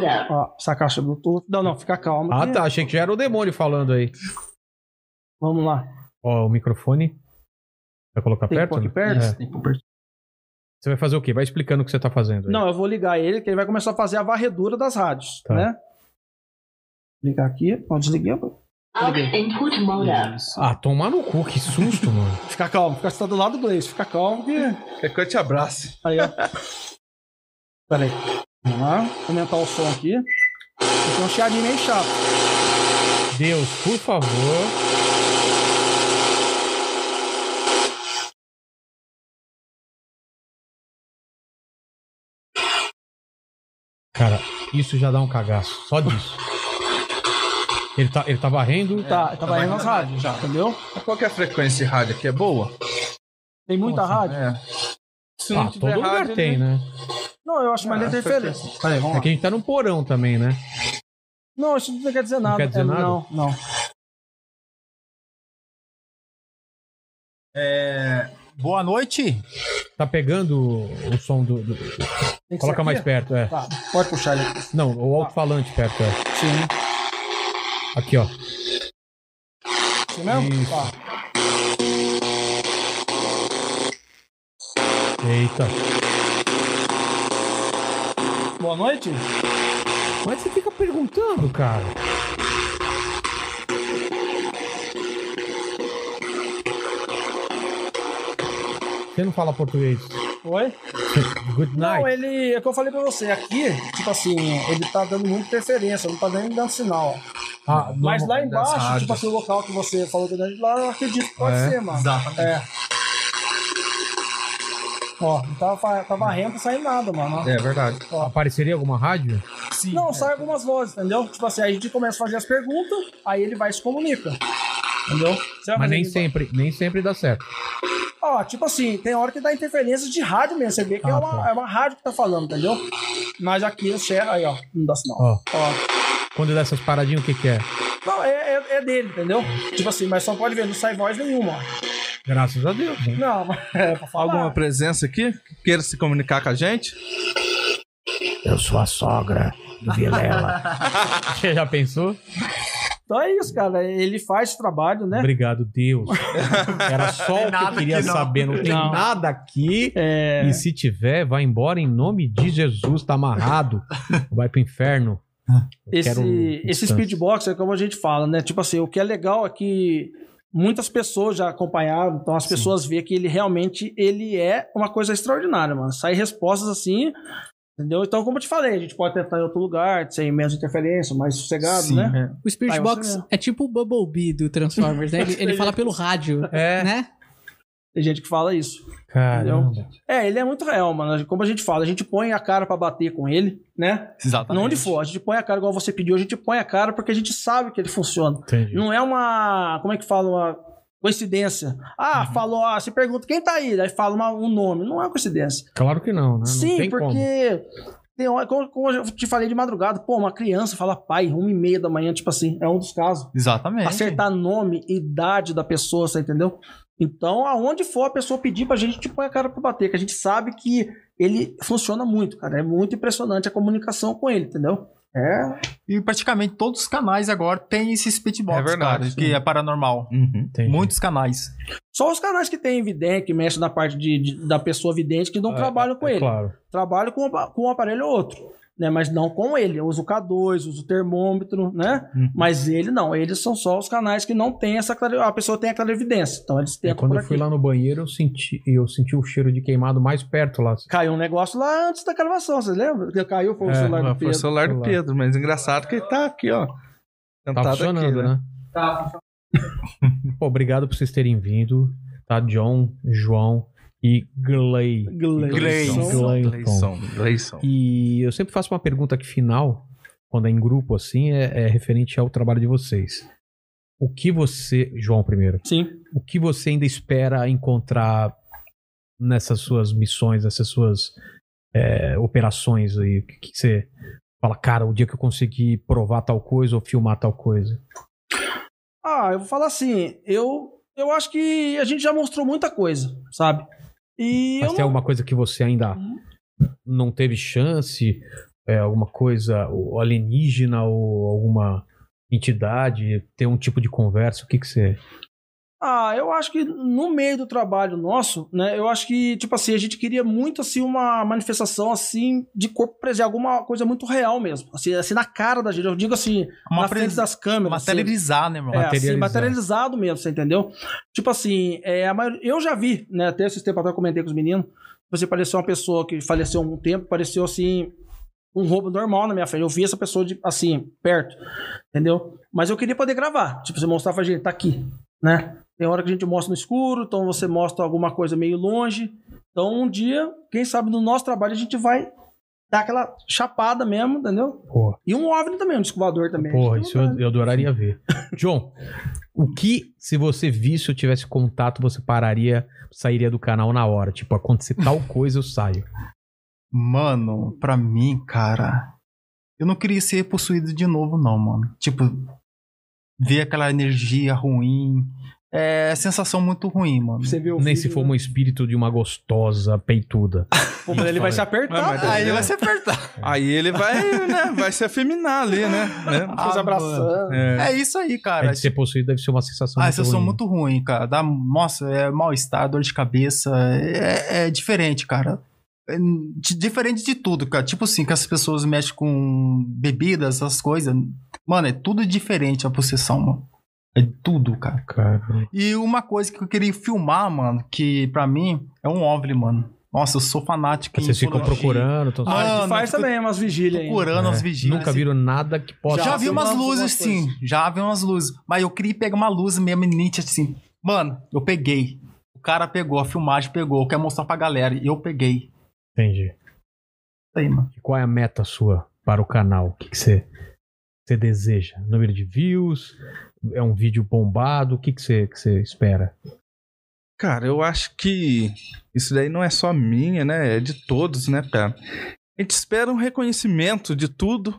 tá, Ó, essa caixa Bluetooth. Não, não, fica calmo.
Ah, tá, achei que já era o demônio falando aí.
Vamos lá.
Ó, o microfone. Vai colocar
Tem que
perto?
pôr aqui
né?
perto?
É. Você vai fazer o quê? Vai explicando o que você tá fazendo. aí.
Não, eu vou ligar ele, que ele vai começar a fazer a varredura das rádios,
Tá.
né? Ligar aqui. Ó, desliguei. ó.
Ah, tomar no cu, que susto, mano.
Fica calmo. Fica, você tá do lado do Gleice. Fica calmo que...
Quer que eu te abrace?
Aí, ó. Pera aí. Vamos lá. Vou aumentar o som aqui. Tem um chiadinho meio chato.
Deus, por favor. Cara, isso já dá um cagaço, só disso. Ele tá, ele tá varrendo.
tá, tá varrendo as rádios já, entendeu?
Qual que é a frequência de rádio aqui? É boa?
Tem muita rádio.
É. Se
Ah, todo lugar tem, né?
Não, eu É, acho mais
Ah,
interferência. Peraí, vamos
É
lá.
que a gente tá num porão também, né?
Não, isso não quer dizer nada.
quer dizer
É,
nada?
Não, não.
Boa noite.
Tá pegando o som do. do-
Tem que
Coloca
ser
mais
aqui?
perto, é.
Tá, pode puxar ele aqui.
Não, o alto-falante perto, é.
Sim.
Aqui, ó.
Isso mesmo?
Isso.
Tá.
Eita.
Boa noite.
Mas você fica perguntando, cara. Você não fala português.
Oi?
Good
Não,
night.
ele. É o que eu falei pra você. Aqui, tipo assim, ele tá dando muita interferência, não tá nem dando sinal.
Ah, não-
Mas lá
das
embaixo,
rádios.
tipo assim, o local que você falou que é lá, eu acredito que pode
É,
ser, mano.
Exatamente.
É. Ó, não tá, va- tá varrendo, não saindo nada, mano.
É verdade.
apareceria alguma rádio?
Sim.
é.
Não, sai algumas vozes, entendeu? Tipo assim, aí a gente começa a fazer as perguntas, aí ele vai e se comunica. Entendeu? Você
Mas
vai fazer
nem
isso?
sempre, nem sempre dá certo.
Ó, tipo assim, tem hora que dá interferência de rádio mesmo. Você vê que
Ah,
é, uma,
tá.
é uma rádio que tá falando, entendeu? Mas aqui o Serra, aí, ó, não dá sinal.
Ó,
Ó.
quando dá essas paradinhas, o que que é?
Não, é, é, é dele, entendeu? Tipo assim, mas só pode ver, não sai voz nenhuma, ó.
Graças a Deus. né?
Não, mas é pra falar.
Alguma presença aqui? que Queira se comunicar com a gente?
Eu sou a sogra do Vilela. Você já pensou?
Então é isso, cara. Ele faz esse trabalho, né?
Obrigado, Deus. Era só o que eu
nada
queria
aqui, não.
saber. Não tem
Não.
nada aqui.
É.
E se tiver, vai embora em nome de Jesus, tá amarrado. Vai pro inferno. Eu quero um
esse, esse
instante.
speedbox é como a gente fala, né? Tipo assim, o que é legal é que muitas pessoas já acompanharam, então as pessoas veem que ele realmente ele é uma coisa extraordinária, mano. Sai respostas assim, entendeu? Então, como eu te falei, a gente pode tentar em outro lugar, sem menos interferência, mais sossegado,
Sim,
né?
O Spirit
Aí você
Box
mesmo.
é tipo o Bumblebee do Transformers, né? Ele, ele fala pelo rádio,
É,
né?
Tem gente que fala isso.
caramba.
É, ele é muito real, mano. Como a gente fala, a gente põe a cara pra bater com ele, né?
Exatamente.
Não onde for, a gente põe a cara igual você pediu, a gente põe a cara porque a gente sabe que ele funciona.
Entendi.
Não é uma. Como é que fala? Uma coincidência. Ah, falou, ah, se pergunta quem tá aí, aí fala uma- um nome. Não é coincidência.
Claro que não, né? Não
Sim,
tem como.
porque Tem hora, como, como eu te falei de madrugada, pô, uma criança fala pai, uma e meia da manhã, tipo assim, é um dos casos.
Exatamente.
Acertar nome e idade da pessoa, você entendeu? Então, aonde for a pessoa pedir pra gente, a gente põe a cara pra bater, que a gente sabe que ele funciona muito, cara. É muito impressionante a comunicação com ele, entendeu? É.
E praticamente todos os canais agora tem esse speedbox,
É verdade, Uhum.
cara, que é paranormal.
Entendi.
Muitos canais.
Só os canais que tem vidente, que mexem na parte de, de- da pessoa vidente, que não trabalham com
É
ele.
Claro.
Trabalham com, o- com um aparelho ou outro. Né? Mas não com ele. Eu uso o K2, uso o termômetro, né?
Uhum.
Mas ele não. Eles são só os canais que não tem essa clare... A pessoa tem a clarividência. Então eles têm
É,
a
quando eu fui lá no banheiro, eu senti, eu senti o cheiro de queimado mais perto lá.
Caiu um negócio lá antes da gravação, vocês lembram? Que Caiu, foi o
É,
celular do
Foi o
Pedro.
celular do
Celular.
Pedro, mas engraçado que ele tá aqui, ó.
Tá
Sentado
funcionando,
aqui,
né?
Tá,
Pô, obrigado por vocês terem vindo, tá? John, João e Gley.
Gleison.
Gleison.
Gleison. Gleison.
E eu sempre faço uma pergunta aqui final, quando é em grupo assim, é, é referente ao trabalho de vocês. O que você, João primeiro,
Sim.
o que você ainda espera encontrar nessas suas missões, nessas suas é, operações aí? O que, que você fala, cara, o dia que eu conseguir provar tal coisa ou filmar tal coisa?
Ah, eu vou falar assim, eu, eu acho que a gente já mostrou muita coisa, sabe? E
Mas tem
eu não- Uhum.
alguma coisa que você ainda não teve chance? É, alguma coisa ou alienígena ou alguma entidade? Ter um tipo de conversa? O que, que você.
Ah, eu acho que no meio do trabalho nosso, né? Eu acho que, tipo assim, a gente queria muito, assim, uma manifestação, assim, de corpo presente, alguma coisa muito real mesmo. Assim, assim na cara da gente. Eu digo assim,
Uma
na frente
presença.
das câmeras. assim.
Materializar, né, meu?
É, assim,
Materializado.
materializado mesmo, você entendeu? Tipo assim, é, a maioria- eu já vi, né? Até esses tempos atrás eu comentei com os meninos. Você pareceu uma pessoa que faleceu há algum tempo, pareceu assim, um roubo normal na minha frente. Eu vi essa pessoa de, assim, perto, entendeu? Mas eu queria poder gravar. Tipo, você mostrar pra gente, tá aqui, né? Tem hora que a gente mostra no escuro, então você mostra alguma coisa meio longe. Então um dia, quem sabe no nosso trabalho a gente vai dar aquela chapada mesmo, entendeu?
Pô,
E um OVNI também, um descobridor também.
Porra,
A gente
isso
não
eu, eu adoraria ver. John, o que se você visse ou tivesse contato, você pararia, sairia do canal na hora? Tipo, acontecer tal coisa, eu saio.
Mano, pra mim, cara. Eu não queria ser possuído de novo, não, mano. Tipo, ver aquela energia ruim. É sensação muito ruim, mano.
Você viu o
Nem
vídeo,
se for
né?
um espírito de uma gostosa peituda.
Pô, mas ele vai se apertar. né,
Mas-
cara.
Aí vai se apertar.
Aí ele vai, né? Vai se afeminar ali, né? né?
Ah,
abraçando.
É.
É isso aí,
É
cara.
de ser possuído deve ser uma sensação
Ah,
muito
essa são
ruim.
muito ruim, cara. Dá, nossa, é mal-estar, dor de cabeça. É, é diferente, cara. É di- diferente de tudo, cara. Tipo assim, que as pessoas mexem com bebidas, essas coisas. Mano, é tudo diferente a possessão, mano. É tudo, cara.
Cara,
E uma coisa que eu queria filmar, mano, que pra mim é um OVNI, mano. Nossa, eu sou fanático em
vocês ficam
ufologia.
procurando. Tão...
Ah,
A gente
não,
faz
fico-
também umas vigílias aí.
Procurando
É,
as vigílias.
Nunca viram nada que possa.
Já,
Já
vi umas
filmamos
luzes,
alguma
sim. Já vi umas luzes. Mas eu queria pegar uma luz mesmo nítida, assim. Mano, eu peguei. O cara pegou, a filmagem pegou. Quer mostrar pra galera. E eu peguei.
Entendi.
Isso aí, mano.
E qual é a meta sua para o canal? O que que você você deseja? Número de views? É um vídeo bombado? O que que você, que você espera?
Cara, eu acho que isso daí não é só minha, né? É de todos, né, cara? A gente espera um reconhecimento de tudo,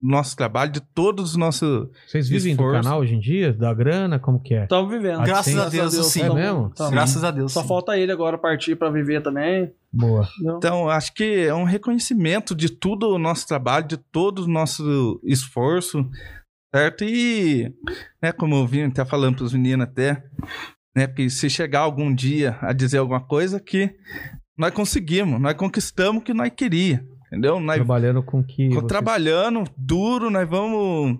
do nosso trabalho, de todos os nossos.
Vocês vivem do
Esforço.
canal hoje em dia? Da grana? Como que é?
Estamos vivendo.
Ah,
Graças a Deus,
É
sim.
tamo-
mesmo?
tamo.
Graças a Deus.
Só
sim.
falta ele agora partir pra viver também.
Boa.
entendeu?
Então, eu acho que é um reconhecimento de tudo o nosso trabalho, de todo o nosso esforço, certo? E, né, como eu vim até falando para os meninos até, né, que se chegar algum dia a dizer alguma coisa que nós conseguimos, nós conquistamos o que nós queríamos, entendeu? Nós
Trabalhando com que.
Co-
vocês-
Trabalhando duro, nós vamos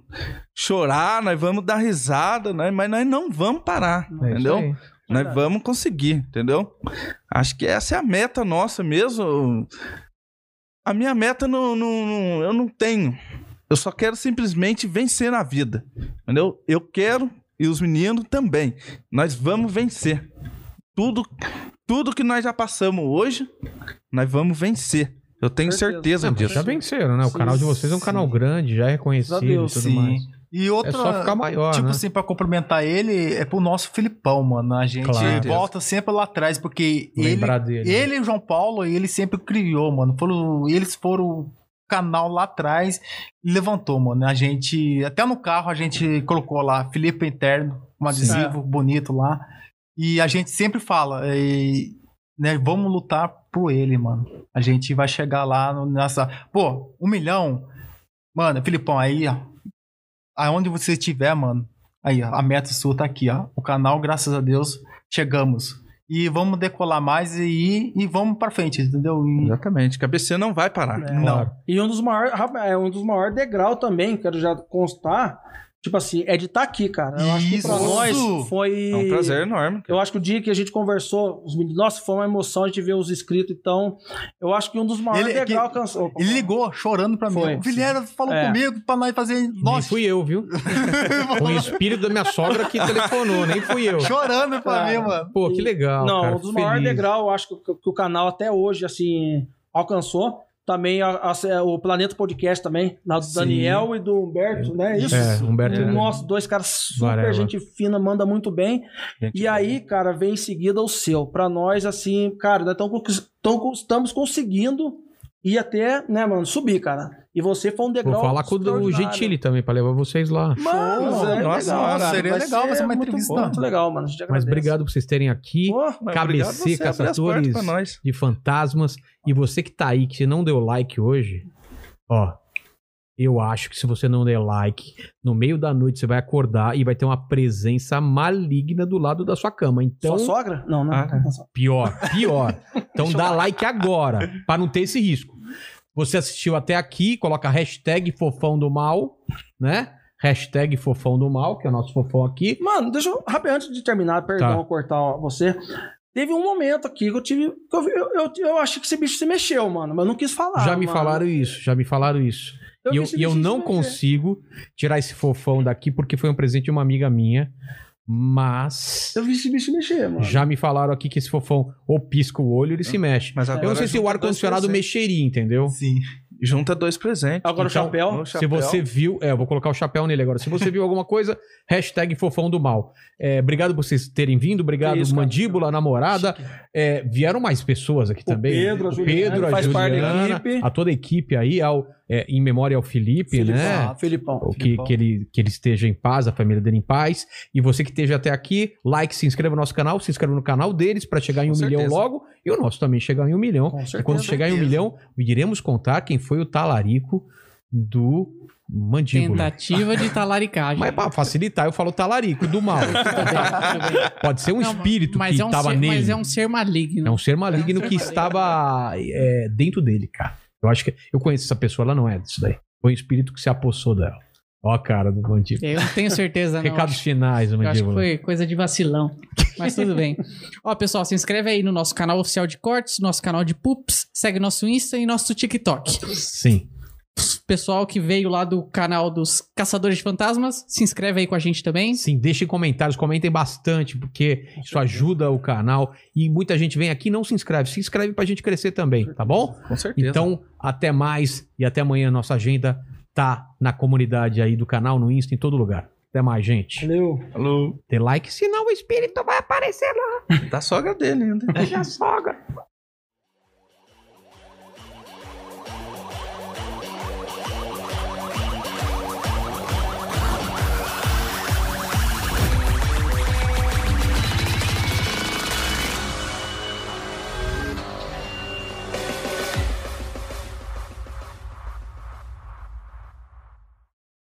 chorar, nós vamos dar risada, né? mas nós não vamos parar,
É isso
entendeu?
aí.
Nós vamos conseguir, entendeu? Acho que essa é a meta nossa mesmo. A minha meta não, não- não- eu não tenho. Eu só quero simplesmente vencer na vida, entendeu? Eu quero e os meninos também. Nós vamos vencer. Tudo, tudo que nós já passamos hoje, nós vamos vencer. Eu tenho
Certeza.
certeza,
Ah, mas
disso.
já venceram, né? O
Sim,
canal de vocês é um
sim.
canal grande, já é reconhecido
Graças a Deus,
e tudo
sim.
mais.
E outra.
É só ficar maior,
Tipo
né?
assim, pra complementar ele, é pro nosso Filipão, mano. A gente
Claro.
volta sempre lá atrás, porque ele
Lembrar dele.
Ele e o João Paulo, ele sempre criou, mano. Foram, eles foram canal lá atrás e levantou, mano. A gente, até no carro, a gente colocou lá Filipe Interno, um adesivo bonito lá. E a gente sempre fala, e, né, vamos lutar por ele, mano. A gente vai chegar lá no- nessa. Pô, um milhão. Mano, Filipão, aí, ó. Aonde você estiver, mano. Aí, ó, a meta sua tá aqui, ó. O canal, graças a Deus, chegamos. E vamos decolar mais e, e vamos pra frente, entendeu? E-
Exatamente. Que a BC não vai parar.
não.
Claro.
E um dos maiores, é um dos maiores degrau também, quero já constar, tipo assim, é de estar aqui, cara. Eu acho que pra
Isso!
nós foi
É um prazer enorme.
Eu acho que o dia que a gente conversou, os meninos, nossa, foi uma emoção a gente ver os inscritos, então, eu acho que um dos maiores
Ele- que-
degrau alcançou. Opa.
Ele ligou chorando pra
Foi.
mim. O Vilera falou
É.
comigo pra nós fazer.
Nem
Nossa,
fui eu, viu? Foi o espírito da minha sogra que telefonou, nem fui eu.
chorando pra
Cara.
mim, mano.
Pô, que legal.
Não,
Ah, cara,
um dos
fico
maiores
feliz.
degraus, eu acho que, que o canal até hoje, assim, alcançou. Também a- a- o Planeta Podcast também, lá do
Sim.
Daniel e do Humberto, né? Isso.
É, Humberto.
Nossa, Nossa, dois caras super
Varela.
gente fina, manda muito bem.
Gente
e aí, cara, vem em seguida o seu. Pra nós, assim, cara, nós tão conquis- tão con- estamos conseguindo ir até, né, mano, subir, cara. E você foi um
Vou
degrau.
falar com o do
extraordinário.
Gentili também, pra levar vocês lá.
Mano,
Show,
é
nossa,
legal,
nossa,
cara.
seria
Vai
legal
ser
fazer é uma
É muito
entrevista.
bom, Muito legal, mano. A gente
Mas
agradece.
obrigado por vocês terem aqui.
Pô,
Mas
KBC,
obrigado você abrir as portas
Caçadores.
pra nós.
de fantasmas. E você que tá aí, que não deu like hoje, ó. Eu acho que se você não der like, no meio da noite você vai acordar e vai ter uma presença maligna do lado da sua cama. Então, é.
Sua sogra? Não, não.
Ah, tá.
não, só-
pior, pior. Então dá like agora, pra não ter esse risco. Você assistiu até aqui, coloca a hashtag fofão do mal, né? Hashtag fofão do mal, que é o nosso fofão aqui.
Mano, deixa eu. Rapidinho, antes de terminar, perdão
Tá.
eu cortar ó, você. Teve um momento aqui que eu tive. que eu, eu, eu, eu achei que esse bicho se mexeu, mano. Mas eu não quis falar.
já me
Ah, mano.
falaram isso, já me falaram isso.
Então Eu
e eu,
vi esse
e eu
bichinho
não
se mexer.
consigo tirar esse fofão daqui porque foi um presente de uma amiga minha, mas
Eu vi esse bicho mexer, mano.
já me falaram aqui que esse fofão ou pisca o olho, ele se mexe.
Mas agora
Eu não sei se o
junta
ar-condicionado
dois
mexeria, entendeu?
Sim.
presentes. Junta dois presentes. Então,
Agora o chapéu.
No
Se você viu, é, eu vou colocar o chapéu nele agora. Se você viu alguma coisa, hashtag fofão do mal. É, obrigado por vocês terem vindo, obrigado,
Que isso, cara.
mandíbula, namorada. É, vieram mais pessoas aqui
O
também.
Pedro, a
o
Juliana,
Pedro, a
faz parte da
Juliana,
equipe.
a toda a equipe aí, ao, é, em memória ao Felipe, né?
Exato.
Felipão.
Ou que, é? que, ele, que ele esteja em paz, a família dele em paz. E você que esteja até aqui, like, se inscreva no nosso canal, se inscreva no canal deles para chegar em um
Com
milhão
certeza.
logo. E o nosso também chegar em um milhão.
Com
E quando
certeza.
chegar em um milhão, iremos contar quem foi o talarico do mandíbula.
Tentativa de talaricagem.
Mas para facilitar, eu falo talarico do mal.
Tudo bem.
Pode ser um
Não,
espírito
mas
que
é um
estava
ser,
nele.
Mas é um ser maligno.
É um ser maligno
É um ser
que
maligno.
estava é, dentro dele, cara. Eu acho que. Eu conheço essa pessoa, ela não é disso daí. Foi um espírito que se apossou dela. Ó a cara do bandido.
Eu não tenho certeza, não.
Recados finais,
Eu acho que
Mandíbula.
foi coisa de vacilão. Mas tudo bem. Ó, pessoal, se inscreve aí no nosso canal oficial de cortes, nosso canal de pups, segue nosso Insta e nosso TikTok.
Sim.
Pessoal que veio lá do canal dos Caçadores de Fantasmas, se inscreve aí com a gente também.
Sim, deixem comentários, comentem bastante, porque isso ajuda o canal. E muita gente vem aqui e não se inscreve. Se inscreve pra gente crescer também, tá bom?
Com certeza.
Então, até mais e até amanhã. Nossa agenda tá na comunidade aí do canal, no Insta, em todo lugar. Até mais, gente.
Valeu.
Alô.
Dê like, senão o espírito vai aparecer
Tá Da sogra dele ainda.
na minha sogra.